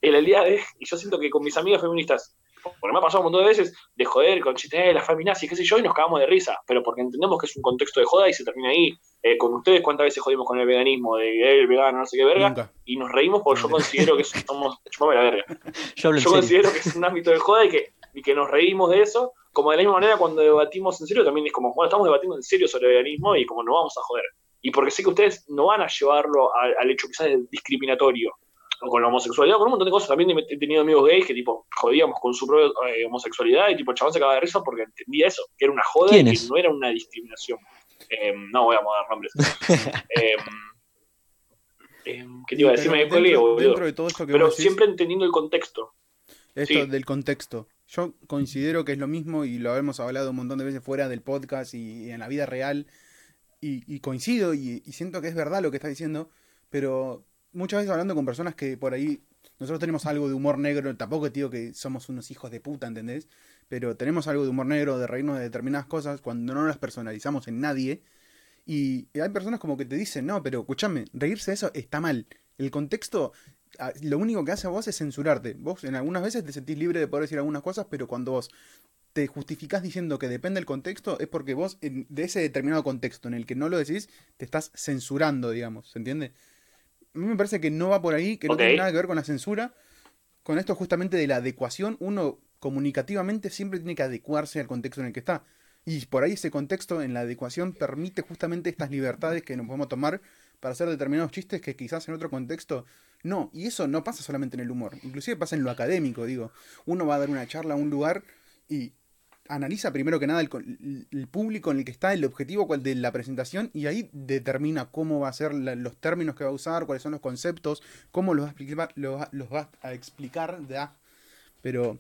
Speaker 2: El aliado es, y yo siento que con mis amigas feministas, porque me ha pasado un montón de veces, de joder con chistes de las feminazis, qué sé yo, y nos cagamos de risa, pero porque entendemos que es un contexto de joda y se termina ahí. Eh, con ustedes, ¿cuántas veces jodimos con el veganismo, de eh, el vegano, no sé qué verga?
Speaker 4: Nunca.
Speaker 2: Y nos reímos porque yo considero que somos. Chupame la verga
Speaker 3: Yo hablo en
Speaker 2: yo
Speaker 3: serio.
Speaker 2: considero que es un ámbito de joda y que, y que nos reímos de eso. Como de la misma manera cuando debatimos en serio, también es como, bueno, estamos debatiendo en serio sobre veganismo y como no vamos a joder. Y porque sé que ustedes no van a llevarlo al, al hecho quizás discriminatorio. o con la homosexualidad, con un montón de cosas. También he tenido amigos gays que tipo jodíamos con su propia eh, homosexualidad y tipo el chabón se acaba de risa porque entendía eso, que era una joda y
Speaker 3: ¿Quién
Speaker 2: que
Speaker 3: es?
Speaker 2: no era una discriminación. Eh, no voy a dar nombres. Eh, eh, ¿Qué te iba a decir? Me
Speaker 4: Pero
Speaker 2: colgué,
Speaker 4: dentro,
Speaker 2: boludo.
Speaker 4: dentro de todo esto que
Speaker 2: Pero
Speaker 4: vos decís,
Speaker 2: siempre entendiendo el contexto.
Speaker 4: esto
Speaker 2: sí.
Speaker 4: del contexto. Yo considero que es lo mismo y lo hemos hablado un montón de veces fuera del podcast y, y en la vida real. Y, y coincido y, y siento que es verdad lo que estás diciendo, pero muchas veces hablando con personas que por ahí nosotros tenemos algo de humor negro, tampoco te digo que somos unos hijos de puta, ¿entendés? Pero tenemos algo de humor negro, de reírnos de determinadas cosas cuando no las personalizamos en nadie. Y hay personas como que te dicen, no, pero escúchame, reírse de eso está mal. El contexto, ah, lo único que hace a vos es censurarte. Vos en algunas veces te sentís libre de poder decir algunas cosas, pero cuando vos te justificás diciendo que depende del contexto, es porque vos, en- de ese determinado contexto en el que no lo decís, te estás censurando, digamos, ¿se entiende? A mí me parece que no va por ahí, que no
Speaker 2: Ok.
Speaker 4: tiene nada que ver con la censura. Con esto justamente de la adecuación, uno comunicativamente siempre tiene que adecuarse al contexto en el que está. Y por ahí ese contexto en la adecuación permite justamente estas libertades que nos podemos tomar para hacer determinados chistes que quizás en otro contexto no. Y eso no pasa solamente en el humor, inclusive pasa en lo académico, digo. Uno va a dar una charla a un lugar y analiza primero que nada el, co- el público en el que está, el objetivo cuál de la presentación y ahí determina cómo va a ser la- los términos que va a usar, cuáles son los conceptos, cómo los va a explicar, los, va- los va a explicar. da. Pero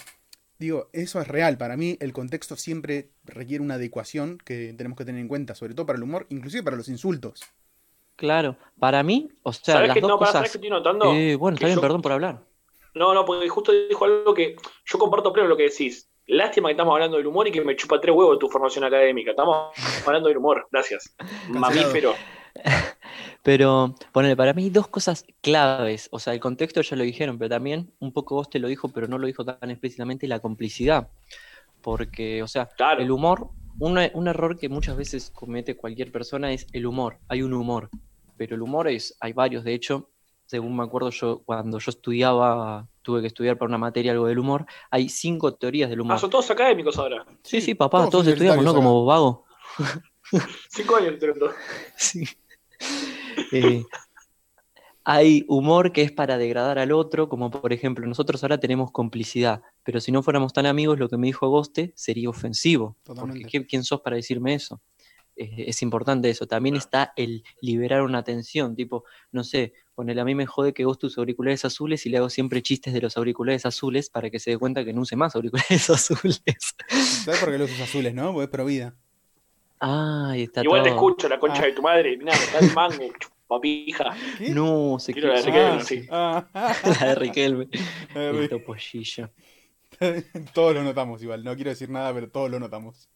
Speaker 4: Digo, eso es real. Para mí, el contexto siempre requiere una adecuación que tenemos que tener en cuenta, sobre todo para el humor, inclusive para los insultos.
Speaker 3: Claro, para mí, o sea,
Speaker 2: ¿Sabés
Speaker 3: las
Speaker 2: que
Speaker 3: dos
Speaker 2: no? Pará, ¿Sabés
Speaker 3: cosas.
Speaker 2: que estoy notando?
Speaker 3: Eh, bueno,
Speaker 2: que
Speaker 3: está bien,
Speaker 2: yo-
Speaker 3: perdón por hablar.
Speaker 2: No, no, porque justo dijo algo que yo comparto pleno lo que decís. Lástima que estamos hablando del humor y que me chupa tres huevos tu formación académica. Estamos hablando del humor, gracias. Mamífero.
Speaker 3: Pero, ponele, para mí dos cosas claves. O sea, el contexto ya lo dijeron, pero también un poco vos te lo dijo, pero no lo dijo tan explícitamente, la complicidad. Porque, o sea,
Speaker 2: Claro.
Speaker 3: el humor, un, un error que muchas veces comete cualquier persona es el humor. Hay un humor, pero el humor es, hay varios, de hecho, según me acuerdo yo, cuando yo estudiaba, tuve que estudiar para una materia algo del humor, hay cinco teorías del
Speaker 2: Ah,
Speaker 3: humor.
Speaker 2: son todos académicos ahora.
Speaker 3: Sí, sí, papá,
Speaker 4: todos
Speaker 3: todos, estudiamos, ¿no?
Speaker 4: universitarios
Speaker 3: Como vos, vago.
Speaker 2: Cinco años entre los dos.
Speaker 3: Sí. Eh, hay humor que es para degradar al otro, como por ejemplo, nosotros ahora tenemos complicidad, pero si no fuéramos tan amigos, lo que me dijo Agoste sería ofensivo. porque
Speaker 4: Totalmente.
Speaker 3: ¿quién, quién sos para decirme eso? Eh, es importante eso. También está el liberar una tensión, tipo, no sé, ponele a mí me jode que vos tus auriculares azules y le hago siempre chistes de los auriculares azules para que se dé cuenta que no use más auriculares azules.
Speaker 4: ¿Sabes por qué los usos azules, no? Porque es pro vida.
Speaker 3: Ay, está
Speaker 2: Igual te
Speaker 3: todo.
Speaker 2: escucho, la concha
Speaker 4: Ah.
Speaker 2: de tu madre. Mirá, está el mango, papija.
Speaker 4: ¿Qué?
Speaker 3: No, se
Speaker 2: Quiero la de
Speaker 3: quiso-
Speaker 2: Riquelme,
Speaker 3: Ah,
Speaker 2: sí.
Speaker 4: Ah,
Speaker 3: La de Riquelme.
Speaker 4: eh,
Speaker 3: El topollillo.
Speaker 4: todos lo notamos igual. No quiero decir nada, pero todos lo notamos.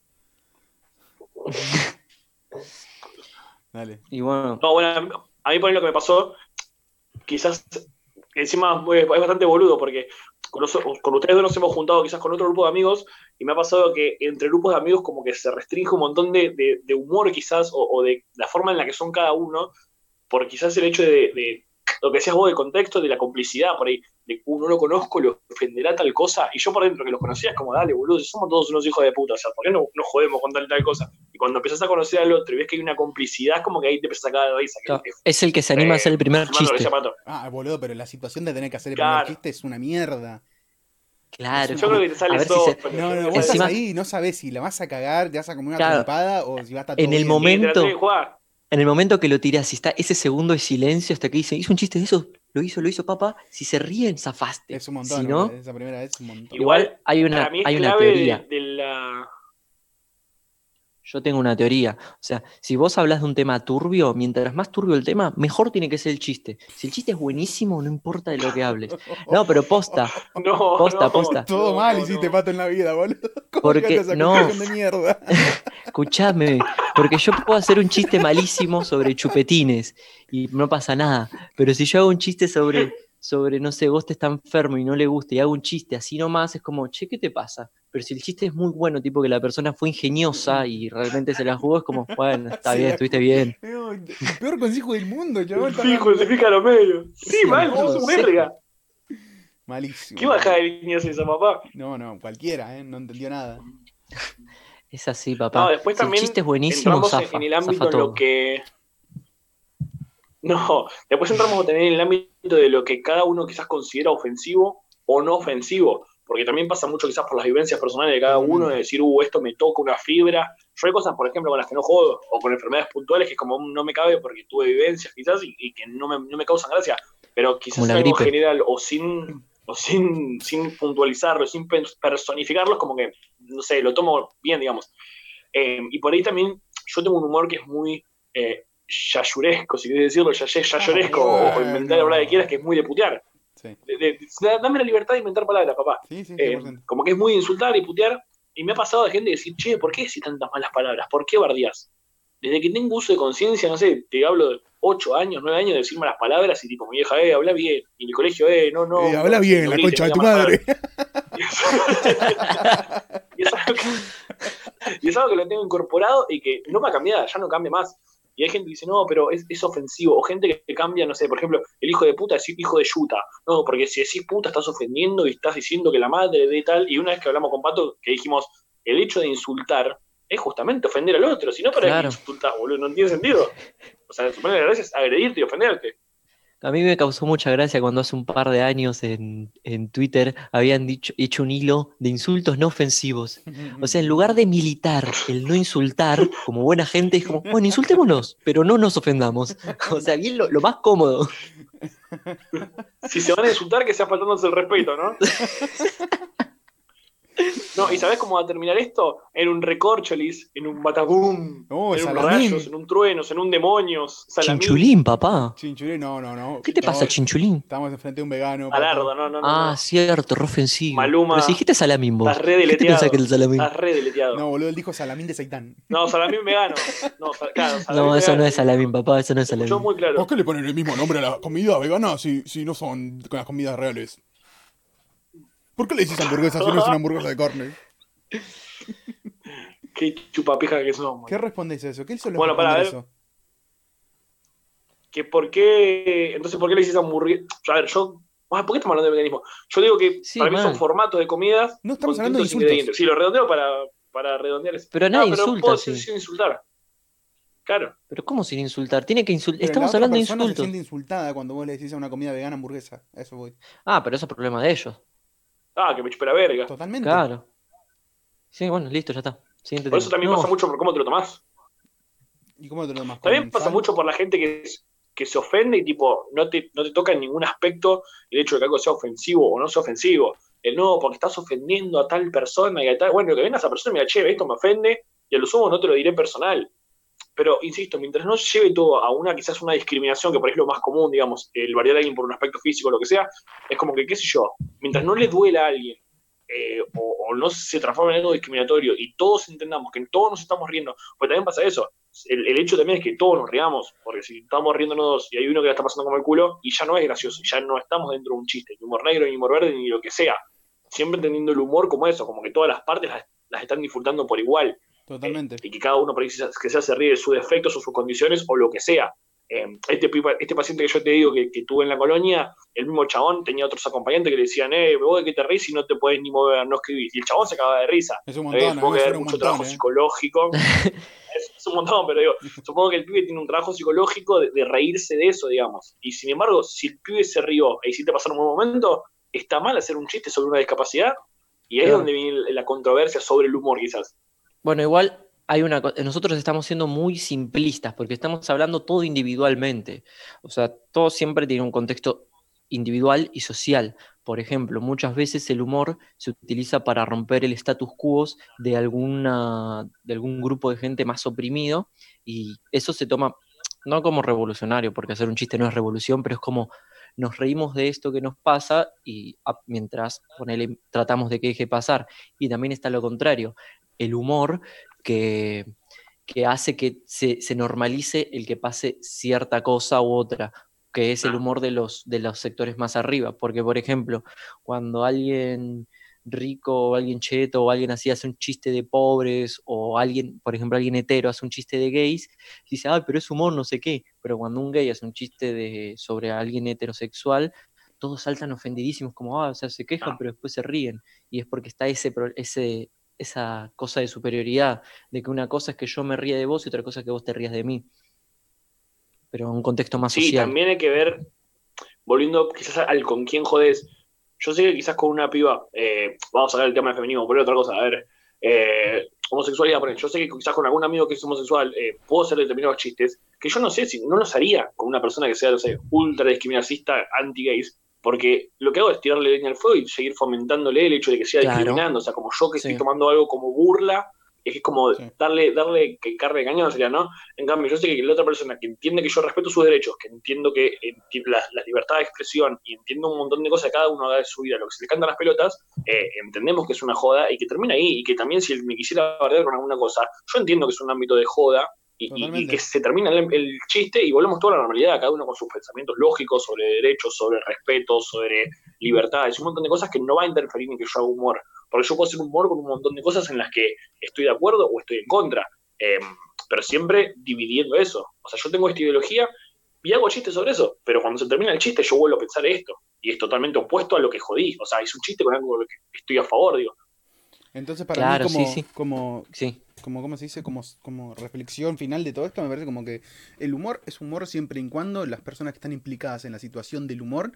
Speaker 4: Dale.
Speaker 3: Y bueno,
Speaker 2: No, bueno, a mí- a mí por ahí lo que me pasó, quizás encima eh, es es bastante boludo porque con, los- con ustedes dos nos hemos juntado quizás con otro grupo de amigos y me ha pasado que entre grupos de amigos como que se restringe un montón de, de- de humor quizás o, o de la forma en la que son cada uno por quizás el hecho de, de lo que decías vos del contexto, de la complicidad por ahí, de uno lo conozco, lo ofenderá tal cosa y yo por dentro que los conocía es como dale boludo, si somos todos unos hijos de puta, o sea, ¿por qué no, no jodemos con tal tal cosa? Y cuando empezás a conocer al otro y ves que hay una complicidad es como que ahí te empezás a cagar de risa. que
Speaker 3: Claro,
Speaker 2: es-
Speaker 3: Es el que se anima a hacer el primer
Speaker 2: Fernando
Speaker 3: chiste.
Speaker 2: García Pato.
Speaker 4: Ah, boludo, pero la situación de tener que hacer el
Speaker 2: Claro.
Speaker 4: primer chiste es una mierda.
Speaker 3: Claro.
Speaker 2: Yo creo que te
Speaker 3: A
Speaker 2: sale
Speaker 3: ver si
Speaker 2: todo.
Speaker 3: se-
Speaker 4: No, no, vos
Speaker 2: Te
Speaker 4: estás
Speaker 3: Encima-
Speaker 4: ahí y no sabes si la vas a cagar, te vas a comer una
Speaker 3: Claro.
Speaker 4: trompada o si va a estar todo
Speaker 3: En el
Speaker 4: bien.
Speaker 3: momento-
Speaker 2: la tenés que jugar.
Speaker 3: En el momento que lo tiras, si está ese segundo de silencio hasta que dice, hizo un chiste de eso, lo hizo, lo hizo papá, si se ríen, zafaste.
Speaker 4: Es un montón,
Speaker 3: Si no,
Speaker 4: boludo, esa primera vez es un montón.
Speaker 3: igual hay una,
Speaker 2: Para mí es
Speaker 3: hay una
Speaker 2: clave de-
Speaker 3: teoría.
Speaker 2: De, la.
Speaker 3: Yo tengo una teoría. O sea, si vos hablas de un tema turbio, mientras más turbio el tema, mejor tiene que ser el chiste. Si el chiste es buenísimo, no importa de lo que hables. No, pero posta.
Speaker 2: No,
Speaker 3: Posta,
Speaker 2: no,
Speaker 3: posta.
Speaker 4: Todo
Speaker 2: no,
Speaker 4: mal
Speaker 2: no,
Speaker 4: hiciste
Speaker 2: no.
Speaker 4: pato en la vida, boludo. ¿Cómo
Speaker 3: Porque
Speaker 4: llegaste a esa
Speaker 3: no.
Speaker 4: conclusión de mierda?
Speaker 3: Escuchame, porque yo puedo hacer un chiste malísimo sobre chupetines y no pasa nada, pero si yo hago un chiste sobre, sobre no sé, vos te está enfermo y no le gusta y hago un chiste así nomás, es como, che, ¿qué te pasa? Pero si el chiste es muy bueno, tipo que la persona fue ingeniosa y realmente se la jugó, es como, bueno, está
Speaker 4: Se
Speaker 3: bien,
Speaker 4: la
Speaker 3: estuviste bien.
Speaker 4: No, el peor consejo del mundo, chaval.
Speaker 2: Sí, justifica los medios. Sí,
Speaker 4: Sí,
Speaker 2: mal, sos un
Speaker 3: consejo.
Speaker 2: verga.
Speaker 4: Malísimo.
Speaker 2: ¿Qué baja de línea es esa, papá?
Speaker 4: No, no, cualquiera, ¿eh? No entendió nada.
Speaker 3: Es así, papá.
Speaker 2: No, después
Speaker 3: si el
Speaker 2: también
Speaker 3: chiste es buenísimo,
Speaker 2: Entramos en-
Speaker 3: zafa,
Speaker 2: en el
Speaker 3: zafa
Speaker 2: ámbito en
Speaker 3: todo.
Speaker 2: lo que. No, después entramos a tener en el ámbito de lo que cada uno quizás considera ofensivo o no ofensivo, porque también pasa mucho quizás por las vivencias personales de cada
Speaker 3: Mm.
Speaker 2: uno, de decir, uh, esto me toca una fibra. Yo hay cosas, por ejemplo, con las que no jodo, o con enfermedades puntuales que es como mm, no me cabe porque tuve vivencias quizás y, y que no me, no me causan gracia, pero quizás
Speaker 3: Como la
Speaker 2: algo
Speaker 3: gripe.
Speaker 2: general o sin o sin, sin puntualizarlo, sin pen- personificarlo, es como que, no sé, lo tomo bien, digamos. Eh, y por ahí también yo tengo un humor que es muy eh, yayuresco, si querés decirlo, yaye- yayoresco,
Speaker 4: Ah,
Speaker 2: o inventar la palabra que quieras, que es muy de putear.
Speaker 4: Sí,
Speaker 2: De- de- da- dame la libertad de inventar palabras, papá.
Speaker 4: sí, sí,
Speaker 2: Eh,
Speaker 4: 100%.
Speaker 2: como que es muy insultar y putear. Y me ha pasado de gente decir, che, ¿por qué decís tantas malas palabras? ¿Por qué bardeás? Desde que tengo uso de conciencia, no sé, te hablo de 8 años, 9 años de decir malas palabras y tipo, mi vieja, eh, habla bien. Y en el colegio, eh, no, no.
Speaker 4: Eh, habla
Speaker 2: no,
Speaker 4: bien,
Speaker 2: no
Speaker 4: la
Speaker 2: grites,
Speaker 4: concha de
Speaker 2: no
Speaker 4: tu
Speaker 2: digas malas
Speaker 4: madre.
Speaker 2: y es algo que, y es algo que lo tengo incorporado y que no me ha cambiado, ya no cambia más. Y hay gente que dice, no, pero es, es ofensivo. O gente que, que cambia, no sé, por ejemplo, el hijo de puta es hijo de yuta. No, porque si decís puta estás ofendiendo y estás diciendo que la madre de tal. Y una vez que hablamos con Pato, que dijimos, el hecho de insultar es justamente ofender al otro. Si no, para
Speaker 3: Claro.
Speaker 2: qué insultas, boludo, no tiene sentido. O sea, suponer la gracia es agredirte y ofenderte.
Speaker 3: A mí me causó mucha gracia cuando hace un par de años en, en Twitter habían dicho, hecho un hilo de insultos no ofensivos. O sea, en lugar de militar el no insultar, como buena gente, es como, bueno, insultémonos, pero no nos ofendamos. O sea, bien lo, lo más cómodo.
Speaker 2: Si se van a insultar, que sea faltándose el respeto, ¿no? No, ¿y sabes cómo va a terminar esto? En un recorcholis, en un batabum,
Speaker 4: No,
Speaker 2: en un
Speaker 4: Salamín.
Speaker 2: rayos, en un truenos, en un demonios, salamín,
Speaker 3: Chinchulín, papá.
Speaker 4: Chinchulín, no, no, no.
Speaker 3: ¿Qué te pasa,
Speaker 4: Estamos-
Speaker 3: Chinchulín?
Speaker 4: Estamos enfrente de un vegano. pato.
Speaker 2: alardo, no, no, no.
Speaker 3: Ah,
Speaker 2: no.
Speaker 3: cierto, re ofensivo.
Speaker 2: Maluma,
Speaker 3: Pero si dijiste salamín vos.
Speaker 2: Estás re
Speaker 3: ¿Qué te pensás
Speaker 2: deleteado.
Speaker 3: que es el salamín?
Speaker 2: Estás re deleteado.
Speaker 4: No,
Speaker 2: No,
Speaker 4: boludo, él dijo Salamín de Seitán.
Speaker 2: salamín vegano. No, sal- claro, salamín
Speaker 3: No, eso
Speaker 2: vegano.
Speaker 3: no es salamín, papá, eso no es
Speaker 2: Yo
Speaker 3: salamín.
Speaker 2: muy claro.
Speaker 5: ¿Por qué le ponen el mismo nombre a las comidas veganas si, si no son con las comidas reales? ¿Por qué le dices hamburguesa si no es una hamburguesa de carne?
Speaker 2: Qué chupapija que somos.
Speaker 4: ¿Qué respondes a eso? ¿Qué hizo los
Speaker 2: Bueno, para
Speaker 4: responde
Speaker 2: que por qué, entonces, ¿por qué le hiciste hamburguesa? A ver, yo, ah, ¿por qué estamos hablando de veganismo? Yo digo que
Speaker 3: Sí,
Speaker 2: para mí
Speaker 3: mal.
Speaker 2: son formatos de comidas.
Speaker 4: No estamos
Speaker 2: con
Speaker 4: hablando de
Speaker 2: distintos ingredientes.
Speaker 4: insultos.
Speaker 2: Sí, lo redondeo para, para redondear. eso.
Speaker 3: Pero nadie insulta,
Speaker 2: puedo decir
Speaker 3: sí.
Speaker 2: sin insultar. Claro.
Speaker 3: Pero ¿cómo sin insultar? Tiene que insultar.
Speaker 4: Pero
Speaker 3: Estamos
Speaker 4: la otra
Speaker 3: hablando de
Speaker 4: persona se
Speaker 3: insultos.
Speaker 4: siente insultada cuando vos le decís a una comida vegana hamburguesa. A eso voy.
Speaker 3: Ah, pero eso es problema de ellos.
Speaker 2: Ah, que me chupé la verga.
Speaker 4: Totalmente.
Speaker 3: Claro. Sí, bueno, listo, ya está. Siguiente
Speaker 2: Por eso
Speaker 3: tema.
Speaker 2: también
Speaker 3: No,
Speaker 2: pasa mucho por cómo te lo tomás.
Speaker 4: ¿Y cómo te lo tomas?
Speaker 2: También
Speaker 4: ¿Con
Speaker 2: pasa
Speaker 4: sal?
Speaker 2: mucho por la gente que, es- que se ofende y tipo, no te, no te toca en ningún aspecto el hecho de que algo sea ofensivo o no sea ofensivo. El no, porque estás ofendiendo a tal persona y a tal. Bueno, que venga esa persona y me diga, che, esto me ofende, y a lo sumo no te lo diré personal. Pero, insisto, mientras no lleve todo a una quizás una discriminación, que por ahí es lo más común, digamos, el variar a alguien por un aspecto físico o lo que sea, es como que, qué sé yo, mientras no le duela a alguien eh, o, o no se transforme en algo discriminatorio y todos entendamos que todos nos estamos riendo, pues también pasa eso, el, el hecho también es que todos nos riamos, porque si estamos riéndonos y hay uno que la está pasando como el culo, y ya no es gracioso, ya no estamos dentro de un chiste, ni humor negro, ni humor verde, ni lo que sea. Siempre entendiendo el humor como eso, como que todas las partes las, las están disfrutando por igual,
Speaker 4: Totalmente.
Speaker 2: y que cada uno por ahí se- que se hace ríe de sus defectos o sus condiciones o lo que sea. Eh, este, pipa- este paciente que yo te digo que, que tuve en la colonia, el mismo chabón tenía otros acompañantes que le decían, eh, vos de qué te reís si no te podés ni mover, no escribís. Y el chabón se acababa de risa.
Speaker 4: Es un
Speaker 2: Eh,
Speaker 4: montón.
Speaker 2: supongo
Speaker 4: ¿no?
Speaker 2: que
Speaker 4: Eso
Speaker 2: hay
Speaker 4: era un
Speaker 2: mucho
Speaker 4: montón,
Speaker 2: trabajo
Speaker 4: ¿eh?
Speaker 2: psicológico. es, es un montón, pero digo, supongo que el pibe tiene un trabajo psicológico de, de reírse de eso, digamos. Y sin embargo, si el pibe se rió e hiciste pasar un buen momento, está mal hacer un chiste sobre una discapacidad. Y ahí es
Speaker 3: Claro.
Speaker 2: donde viene la controversia sobre el humor, quizás.
Speaker 3: Bueno, igual hay una cosa, nosotros estamos siendo muy simplistas porque estamos hablando todo individualmente. O sea, todo siempre tiene un contexto individual y social. Por ejemplo, muchas veces el humor se utiliza para romper el status quo de, alguna, de algún grupo de gente más oprimido y eso se toma no como revolucionario, porque hacer un chiste no es revolución, pero es como nos reímos de esto que nos pasa y ah, mientras ponele, tratamos de que deje pasar. Y también está lo contrario, el humor que, que hace que se, se normalice el que pase cierta cosa u otra, que es el humor de los, de los sectores más arriba. Porque, por ejemplo, cuando alguien rico o alguien cheto o alguien así hace un chiste de pobres o alguien, por ejemplo, alguien hetero hace un chiste de gays, dice, ah, pero es humor, no sé qué. Pero cuando un gay hace un chiste de, sobre alguien heterosexual, todos saltan ofendidísimos, como, ah, o sea, se quejan, pero después se ríen. Y es porque está ese, pro- ese, esa cosa de superioridad, de que una cosa es que yo me ría de vos y otra cosa es que vos te rías de mí. pero en un contexto más
Speaker 2: Sí,
Speaker 3: social.
Speaker 2: también hay que ver, volviendo quizás al con quién jodes. Yo sé que quizás con una piba, eh, vamos a ver el tema del feminismo, pero otra cosa, a ver, eh, homosexualidad, por ejemplo, yo sé que quizás con algún amigo que es homosexual eh, puedo hacer determinados chistes, que yo no sé si no los haría con una persona que sea, no sé, ultra discriminacista, anti-gays, porque lo que hago es tirarle leña al fuego y seguir fomentándole el hecho de que sea
Speaker 3: Claro.
Speaker 2: discriminando, o sea, como yo que
Speaker 3: Sí.
Speaker 2: estoy tomando algo como burla, es que es como
Speaker 4: Sí.
Speaker 2: darle, darle que carne de cañón, sería, ¿no? En cambio, yo sé que la otra persona que entiende que yo respeto sus derechos, que entiendo que eh, que la, la libertad de expresión y entiendo un montón de cosas que cada uno da de su vida, lo que se le canta las pelotas, eh, entendemos que es una joda y que termina ahí. Y que también, si él me quisiera bardear con alguna cosa, yo entiendo que es un ámbito de joda y, y- y
Speaker 4: Totalmente.
Speaker 2: que se termina el, el chiste y volvemos toda la normalidad, cada uno con sus pensamientos lógicos sobre derechos, sobre respeto, sobre libertades, un montón de cosas que no va a interferir en que yo haga humor. Porque yo puedo hacer humor con un montón de cosas en las que estoy de acuerdo o estoy en contra. Em, pero siempre dividiendo eso. O sea, yo tengo esta ideología y hago chistes sobre eso, pero cuando se termina el chiste yo vuelvo a pensar esto. Y es totalmente opuesto a lo que jodí. O sea, es un chiste con algo con lo que estoy a favor, digo.
Speaker 4: Entonces, para
Speaker 3: Claro,
Speaker 4: mí, como,
Speaker 3: sí, sí.
Speaker 4: como
Speaker 3: Sí,
Speaker 4: como ¿cómo se dice, como, como reflexión final de todo esto, me parece como que el humor es humor siempre y cuando las personas que están implicadas en la situación del humor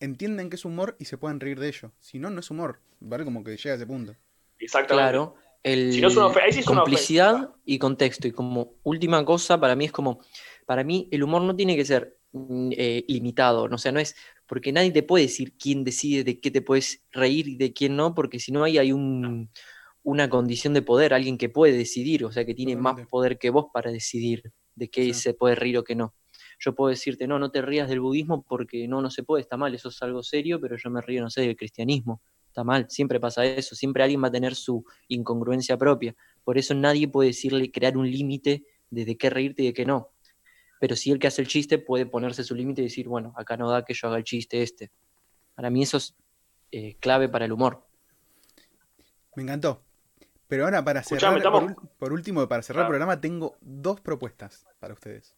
Speaker 4: entiendan que es humor y se puedan reír de ello. Si no, no es humor. Me parece como que llega a ese punto.
Speaker 2: Exactamente.
Speaker 3: claro. El,
Speaker 2: Si no es una ofe- ahí sí es una
Speaker 3: complicidad
Speaker 2: ofensa.
Speaker 3: y contexto. Y como última cosa, para mí es como, para mí el humor no tiene que ser mm, eh, limitado, no, o sea, no es, porque nadie te puede decir quién decide de qué te puedes reír y de quién no, porque si no ahí hay un, una condición de poder, alguien que puede decidir, o sea, que tiene más
Speaker 4: Totalmente.
Speaker 3: poder que vos para decidir de qué
Speaker 4: Sí.
Speaker 3: se puede reír o qué no. Yo puedo decirte, no, no te rías del budismo porque no, no se puede, está mal, eso es algo serio, pero yo me río, no sé, del cristianismo, está mal, siempre pasa eso, siempre alguien va a tener su incongruencia propia. Por eso nadie puede decirle, crear un límite de de qué reírte y de qué no. Pero si el que hace el chiste puede ponerse su límite y decir, bueno, acá no da que yo haga el chiste este. Para mí eso es eh, clave para el humor.
Speaker 4: Me encantó. Pero ahora, para cerrar,
Speaker 2: Escuchame,
Speaker 4: por,
Speaker 2: estamos-
Speaker 4: ul- por último, para cerrar el
Speaker 2: Ah.
Speaker 4: programa, tengo dos propuestas para ustedes.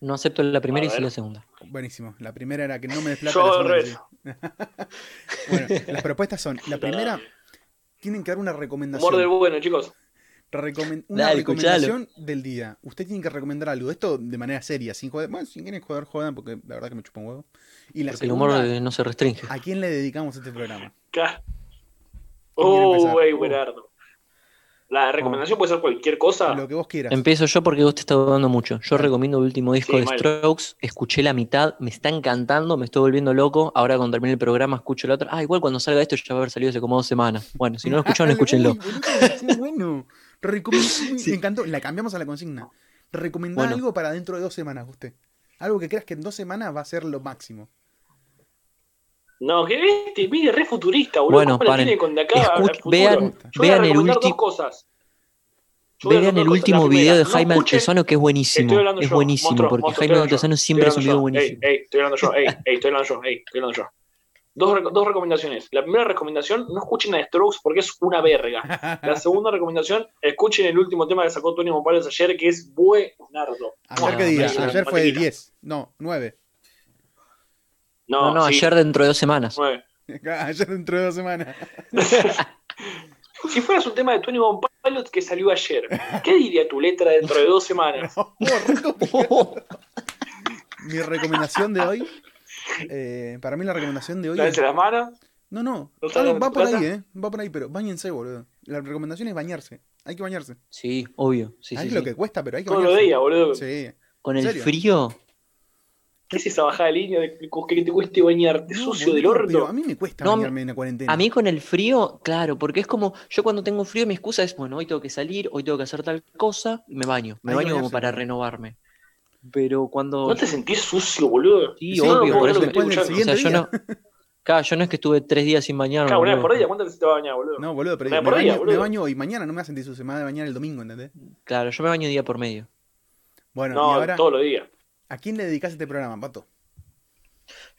Speaker 3: No acepto la primera
Speaker 2: A
Speaker 3: y sí
Speaker 2: ver.
Speaker 3: la segunda.
Speaker 4: Buenísimo. La primera era que no me desplata.
Speaker 2: Yo
Speaker 4: la
Speaker 2: al
Speaker 4: segunda
Speaker 2: revés.
Speaker 4: sí. bueno, las propuestas son, la primera, tienen que dar una recomendación.
Speaker 2: Humor del bueno, chicos.
Speaker 4: Recomen- una
Speaker 3: Dale,
Speaker 4: recomendación del día. Usted tiene que recomendar algo. Esto de manera seria, sin joder. Bueno, si quieren joder, jodan, porque la verdad que me chupa un huevo. Y la
Speaker 3: Porque el humor
Speaker 4: segunda,
Speaker 3: eh, no se
Speaker 2: Ah,
Speaker 3: restringe.
Speaker 4: ¿a quién le dedicamos este programa?
Speaker 2: Ca-
Speaker 4: ¿Quién quiere
Speaker 2: Oh,
Speaker 4: empezar?
Speaker 2: güey, Berardo. La recomendación puede ser cualquier
Speaker 3: Ah.
Speaker 2: cosa.
Speaker 4: Lo que vos quieras.
Speaker 3: Empiezo yo porque vos te estás dando mucho. Yo recomiendo el último disco
Speaker 2: Sí,
Speaker 3: de
Speaker 2: mal.
Speaker 3: Strokes. Escuché la mitad, me está encantando, me estoy volviendo loco. Ahora cuando termine el programa escucho la otra. Ah, igual cuando salga esto ya va a haber salido hace como dos semanas. Bueno, si no lo escucharon,
Speaker 4: Dale,
Speaker 3: escúchenlo.
Speaker 4: uy, boludo, qué bueno. Recomendá- uy, Me encantó. La cambiamos a la consigna. Recomendá
Speaker 3: Bueno.
Speaker 4: algo para dentro de dos semanas, usted. Algo que creas que en dos semanas va a ser lo máximo.
Speaker 2: No, que este mire re futurista, boludo.
Speaker 3: Bueno,
Speaker 2: ¿Cómo la
Speaker 3: paren.
Speaker 2: tiene con de acá
Speaker 3: Escu-
Speaker 2: al futuro?
Speaker 3: vean-
Speaker 2: Yo voy a
Speaker 3: vean el
Speaker 2: recomendar dos
Speaker 3: último-
Speaker 2: cosas. Yo voy a recomendar dos
Speaker 3: Vean el
Speaker 2: cosas. La
Speaker 3: último
Speaker 2: primera,
Speaker 3: video de
Speaker 2: no
Speaker 3: Jaime
Speaker 2: escuchen-
Speaker 3: Altozano que es buenísimo.
Speaker 2: Estoy hablando
Speaker 3: Es
Speaker 2: yo,
Speaker 3: buenísimo
Speaker 2: monstruo,
Speaker 3: porque
Speaker 2: monstruo,
Speaker 3: Jaime
Speaker 2: estoy hablando yo,
Speaker 3: Altozano siempre es un
Speaker 2: estoy
Speaker 3: video
Speaker 2: hablando yo,
Speaker 3: buenísimo.
Speaker 2: Ey, ey, estoy hablando yo, ey, ey, estoy hablando yo, ey, estoy hablando yo. Dos, rec- dos recomendaciones. La primera recomendación, no escuchen a Strokes porque es una verga. La segunda recomendación, escuchen el último tema que sacó Tony Morales ayer, que es buenardo.
Speaker 4: Ayer que
Speaker 3: Ah,
Speaker 4: diga,
Speaker 3: sí.
Speaker 4: ayer fue
Speaker 2: Mantequilla.
Speaker 4: 10. No, 9.
Speaker 2: No,
Speaker 3: No, no,
Speaker 2: sí,
Speaker 3: ayer dentro de dos semanas.
Speaker 2: nueve.
Speaker 4: Ayer dentro de dos semanas.
Speaker 2: Si fueras un tema de Tony One Pilot que salió ayer, ¿qué diría tu letra dentro de dos semanas?
Speaker 4: Mi recomendación de hoy. eh, para mí la recomendación de hoy es
Speaker 2: ¿Lavarse las manos?
Speaker 4: No, no.
Speaker 2: ¿No
Speaker 4: Ah,
Speaker 2: está
Speaker 4: no,
Speaker 2: en
Speaker 4: va
Speaker 2: tu
Speaker 4: por
Speaker 2: casa?
Speaker 4: ahí, ¿eh? Va por ahí, pero bañense, boludo. La recomendación es bañarse. Hay que bañarse. Ah,
Speaker 3: Sí, obvio. sí,
Speaker 4: es
Speaker 3: sí,
Speaker 4: lo
Speaker 3: sí.
Speaker 4: que cuesta, pero hay que
Speaker 2: Todos los
Speaker 4: bañarse.
Speaker 2: días, boludo.
Speaker 4: Sí.
Speaker 3: Con
Speaker 4: ¿En
Speaker 3: el
Speaker 4: serio?
Speaker 3: frío,
Speaker 2: ¿Qué es esa bajada de línea de que te cueste bañarte?
Speaker 4: No,
Speaker 2: Sucio del
Speaker 4: boludo, Pero
Speaker 2: orto.
Speaker 4: a mí me cuesta
Speaker 3: No,
Speaker 4: bañarme en la cuarentena.
Speaker 3: a mí con el frío, claro, porque es como yo cuando tengo frío mi excusa es, bueno, hoy tengo que salir, hoy tengo que hacer tal cosa, y me baño. Me
Speaker 4: Hay que
Speaker 3: baño como
Speaker 4: bañarse.
Speaker 3: para renovarme. Pero cuando...
Speaker 2: ¿No te sentís sucio, boludo?
Speaker 3: Sí,
Speaker 4: Sí,
Speaker 2: no,
Speaker 3: obvio,
Speaker 2: no,
Speaker 3: por
Speaker 2: no,
Speaker 3: eso
Speaker 2: no,
Speaker 3: me-
Speaker 2: no,
Speaker 4: después del
Speaker 2: no,
Speaker 3: O sea, yo
Speaker 4: día.
Speaker 3: no... Claro, yo no es que estuve tres días sin bañarme.
Speaker 2: Claro, una vez
Speaker 3: boludo.
Speaker 2: por día, ¿cuántas veces te vas a bañar, boludo?
Speaker 4: No, boludo, pero
Speaker 2: Me
Speaker 4: me,
Speaker 2: por ahí,
Speaker 4: baño,
Speaker 2: boludo.
Speaker 4: me baño hoy. Mañana no me hacen sentir su semana de bañar el domingo, ¿entendés?
Speaker 3: Claro, yo me baño día por medio.
Speaker 4: Bueno, y
Speaker 2: No,
Speaker 4: ahora,
Speaker 2: todos los días.
Speaker 4: ¿a quién le dedicás este programa, pato?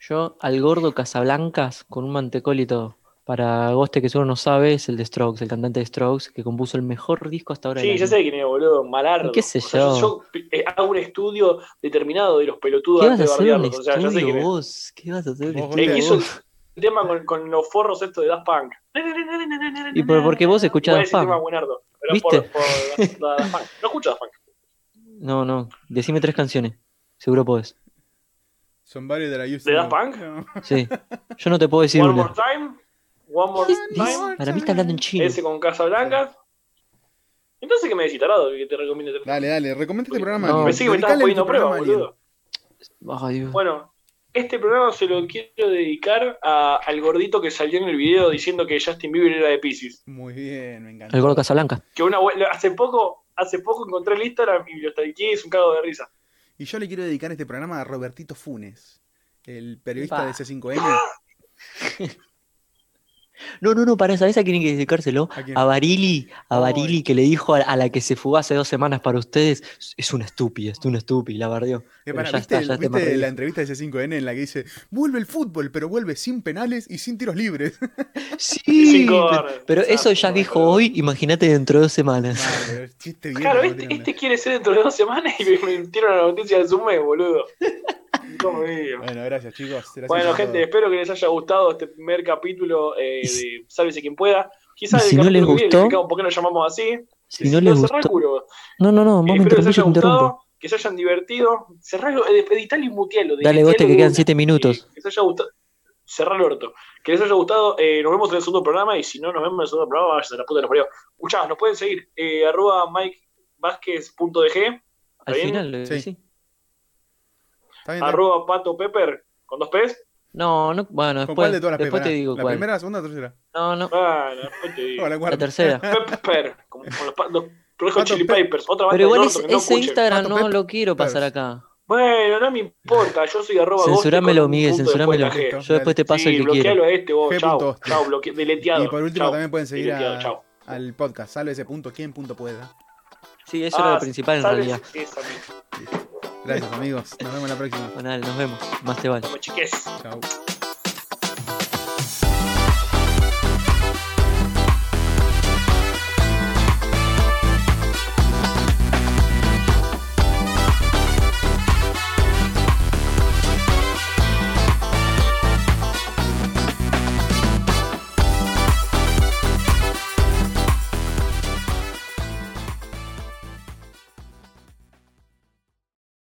Speaker 3: Yo al gordo Casablancas con un mantecol y todo. Para Agoste, que seguro no sabe, es el de Strokes, el cantante de Strokes, que compuso el mejor disco hasta ahora. del
Speaker 2: Sí, ya
Speaker 3: año.
Speaker 2: sé quién es, boludo. Malardo.
Speaker 3: ¿Qué sé
Speaker 2: O sea,
Speaker 3: yo?
Speaker 2: yo eh, hago un estudio determinado de los pelotudos
Speaker 3: ¿Qué vas a
Speaker 2: antes de
Speaker 3: hacer en el
Speaker 2: bardearlos. O sea, ya sé quién
Speaker 3: estudio
Speaker 2: es.
Speaker 3: vos? ¿Qué vas a hacer en el
Speaker 4: Vos,
Speaker 2: Eh,
Speaker 3: estudio
Speaker 2: que hizo
Speaker 3: vos?
Speaker 2: el tema con, con los forros estos de Daft Punk.
Speaker 3: Y por- porque vos escuchás
Speaker 2: Igual
Speaker 3: Daft
Speaker 2: ese tema
Speaker 3: Punk.
Speaker 2: es buenardo, pero
Speaker 3: ¿Viste?
Speaker 2: por- por Daft- Daft Punk. No escucho Daft Punk.
Speaker 3: No, no, decime tres canciones. Seguro podés.
Speaker 4: Son varios de la Youth.
Speaker 2: ¿De Daft Punk?
Speaker 3: Sí. Yo no te puedo decir
Speaker 2: One
Speaker 3: una.
Speaker 2: More Time. One More Time.
Speaker 3: Para mí está hablando en chino.
Speaker 2: Ese con Casablanca. Entonces, ¿qué me decís, tarado? Que te recomiendo.
Speaker 4: Dale, dale, recomienda este programa.
Speaker 3: No.
Speaker 4: Ariel.
Speaker 2: Pensé que me estabas
Speaker 4: Dedicale
Speaker 2: poniendo
Speaker 4: tu programa
Speaker 2: pruebas,
Speaker 4: a Ariel.
Speaker 2: boludo.
Speaker 3: Ay, Dios.
Speaker 2: Bueno, este programa se lo quiero dedicar a- al gordito que salió en el video diciendo que Justin Bieber era de Pisces.
Speaker 4: Muy bien, me encanta.
Speaker 3: El gordo Casablanca.
Speaker 2: Que una abue- lo- hace poco, hace poco encontré el Instagram y lo stalkeé, es un cago de risa.
Speaker 4: Y yo le quiero dedicar este programa a Robertito Funes, el periodista
Speaker 3: Pa.
Speaker 4: de C5N.
Speaker 3: No, no, no, para esa, esa quieren que dedicárselo.
Speaker 4: ¿A quién?
Speaker 3: A Barili, a
Speaker 4: Ay.
Speaker 3: Barili que le dijo a, a la que se fugó hace dos semanas para ustedes, es una estúpida, es una estúpida, la bardeó.
Speaker 4: Eh,
Speaker 3: Pero
Speaker 4: pará,
Speaker 3: ya
Speaker 4: ¿Viste,
Speaker 3: está, ya está
Speaker 4: viste
Speaker 3: más reído.
Speaker 4: la entrevista de C5N en la que dice, vuelve el fútbol, pero vuelve sin penales y sin tiros libres?
Speaker 3: Sí,
Speaker 2: Cinco
Speaker 3: pe-
Speaker 2: horas,
Speaker 3: pero
Speaker 2: o sea,
Speaker 3: eso ya
Speaker 2: no,
Speaker 3: dijo
Speaker 2: pero-
Speaker 3: hoy, imagínate dentro de dos semanas.
Speaker 4: Vale, chiste bien.
Speaker 2: Claro,
Speaker 4: no
Speaker 2: este,
Speaker 4: tiene onda.
Speaker 2: este quiere ser dentro de dos semanas y me mintieron la noticia de su mes, boludo. Como digo.
Speaker 4: Bueno, gracias chicos. Gracias
Speaker 2: Bueno,
Speaker 4: por
Speaker 2: gente,
Speaker 4: todo.
Speaker 2: espero que les haya gustado este primer capítulo eh,
Speaker 3: Y si-
Speaker 2: de Sálvese quien pueda. Quizás
Speaker 3: y si
Speaker 2: el
Speaker 3: no
Speaker 2: capítulo
Speaker 3: les
Speaker 2: que viene
Speaker 3: gustó-
Speaker 2: explicamos por qué lo llamamos así.
Speaker 3: Si no les
Speaker 2: cerrá el
Speaker 3: gustó.
Speaker 2: culo.
Speaker 3: No, no, no, vos me
Speaker 2: Eh, espero que les
Speaker 3: interrumpís,
Speaker 2: haya
Speaker 3: yo te interrumpo.
Speaker 2: gustado, que se hayan divertido. Cerralo, eh, editalo y mutealo.
Speaker 3: Dale,
Speaker 2: desmutealo
Speaker 3: vos te
Speaker 2: de
Speaker 3: que quedan
Speaker 2: una.
Speaker 3: siete minutos.
Speaker 2: Eh, que les haya gustado. Cerrar el orto. Que les haya gustado. eh, nos vemos en el segundo programa y si no nos vemos en el segundo programa, vaya a la puta que nos parió. Escuchá, nos pueden seguir. Eh, arroba mikevázquez.dg
Speaker 3: Al
Speaker 2: bien?
Speaker 3: final, eh,
Speaker 4: Sí.
Speaker 3: sí.
Speaker 4: ¿Está bien, está bien?
Speaker 2: arroba pato pepper con dos P's.
Speaker 3: No, no, bueno,
Speaker 4: ¿Con
Speaker 3: después,
Speaker 4: cuál de todas las
Speaker 3: después te
Speaker 4: primeras?
Speaker 3: digo
Speaker 4: ¿La
Speaker 3: cuál.
Speaker 4: primera, la segunda o la tercera?
Speaker 3: No, no,
Speaker 2: Ah, no, después te digo.
Speaker 4: O la
Speaker 3: la
Speaker 4: cuarta.
Speaker 3: tercera.
Speaker 2: Pepper, como con los, pa- los Red Hot
Speaker 4: Pato
Speaker 2: Chili
Speaker 4: Pep-
Speaker 2: Papers, otra banda
Speaker 3: Pero igual
Speaker 2: del
Speaker 3: es-
Speaker 2: orto que no
Speaker 3: ese
Speaker 2: escuchen.
Speaker 3: Instagram
Speaker 4: Pato
Speaker 3: no
Speaker 4: Pep-
Speaker 3: lo quiero
Speaker 4: Claro.
Speaker 3: pasar acá.
Speaker 2: Bueno, no me importa, yo soy arroba goste con
Speaker 3: Censurámelo,
Speaker 2: un
Speaker 3: Miguel,
Speaker 2: punto después de
Speaker 3: censurámelo.
Speaker 2: la G.
Speaker 4: G.
Speaker 3: Yo después te paso
Speaker 2: sí,
Speaker 3: el que
Speaker 2: bloquealo
Speaker 3: quiero.
Speaker 2: a este vos,
Speaker 4: G.
Speaker 2: chao,
Speaker 4: Hostia.
Speaker 2: chao, bloque, deleteado.
Speaker 4: Y por último
Speaker 2: chao,
Speaker 4: también pueden seguir
Speaker 2: deleteado,
Speaker 4: a-
Speaker 2: chao.
Speaker 4: al podcast. Sálvese punto quien punto pueda.
Speaker 3: Sí, eso era
Speaker 2: Ah,
Speaker 3: lo principal en
Speaker 2: ¿sabes?
Speaker 3: realidad.
Speaker 2: Esa misma,
Speaker 4: Gracias amigos. Nos vemos la próxima.
Speaker 3: Bueno, dale, nos vemos. Más te vale.
Speaker 2: chiques.
Speaker 4: Chao.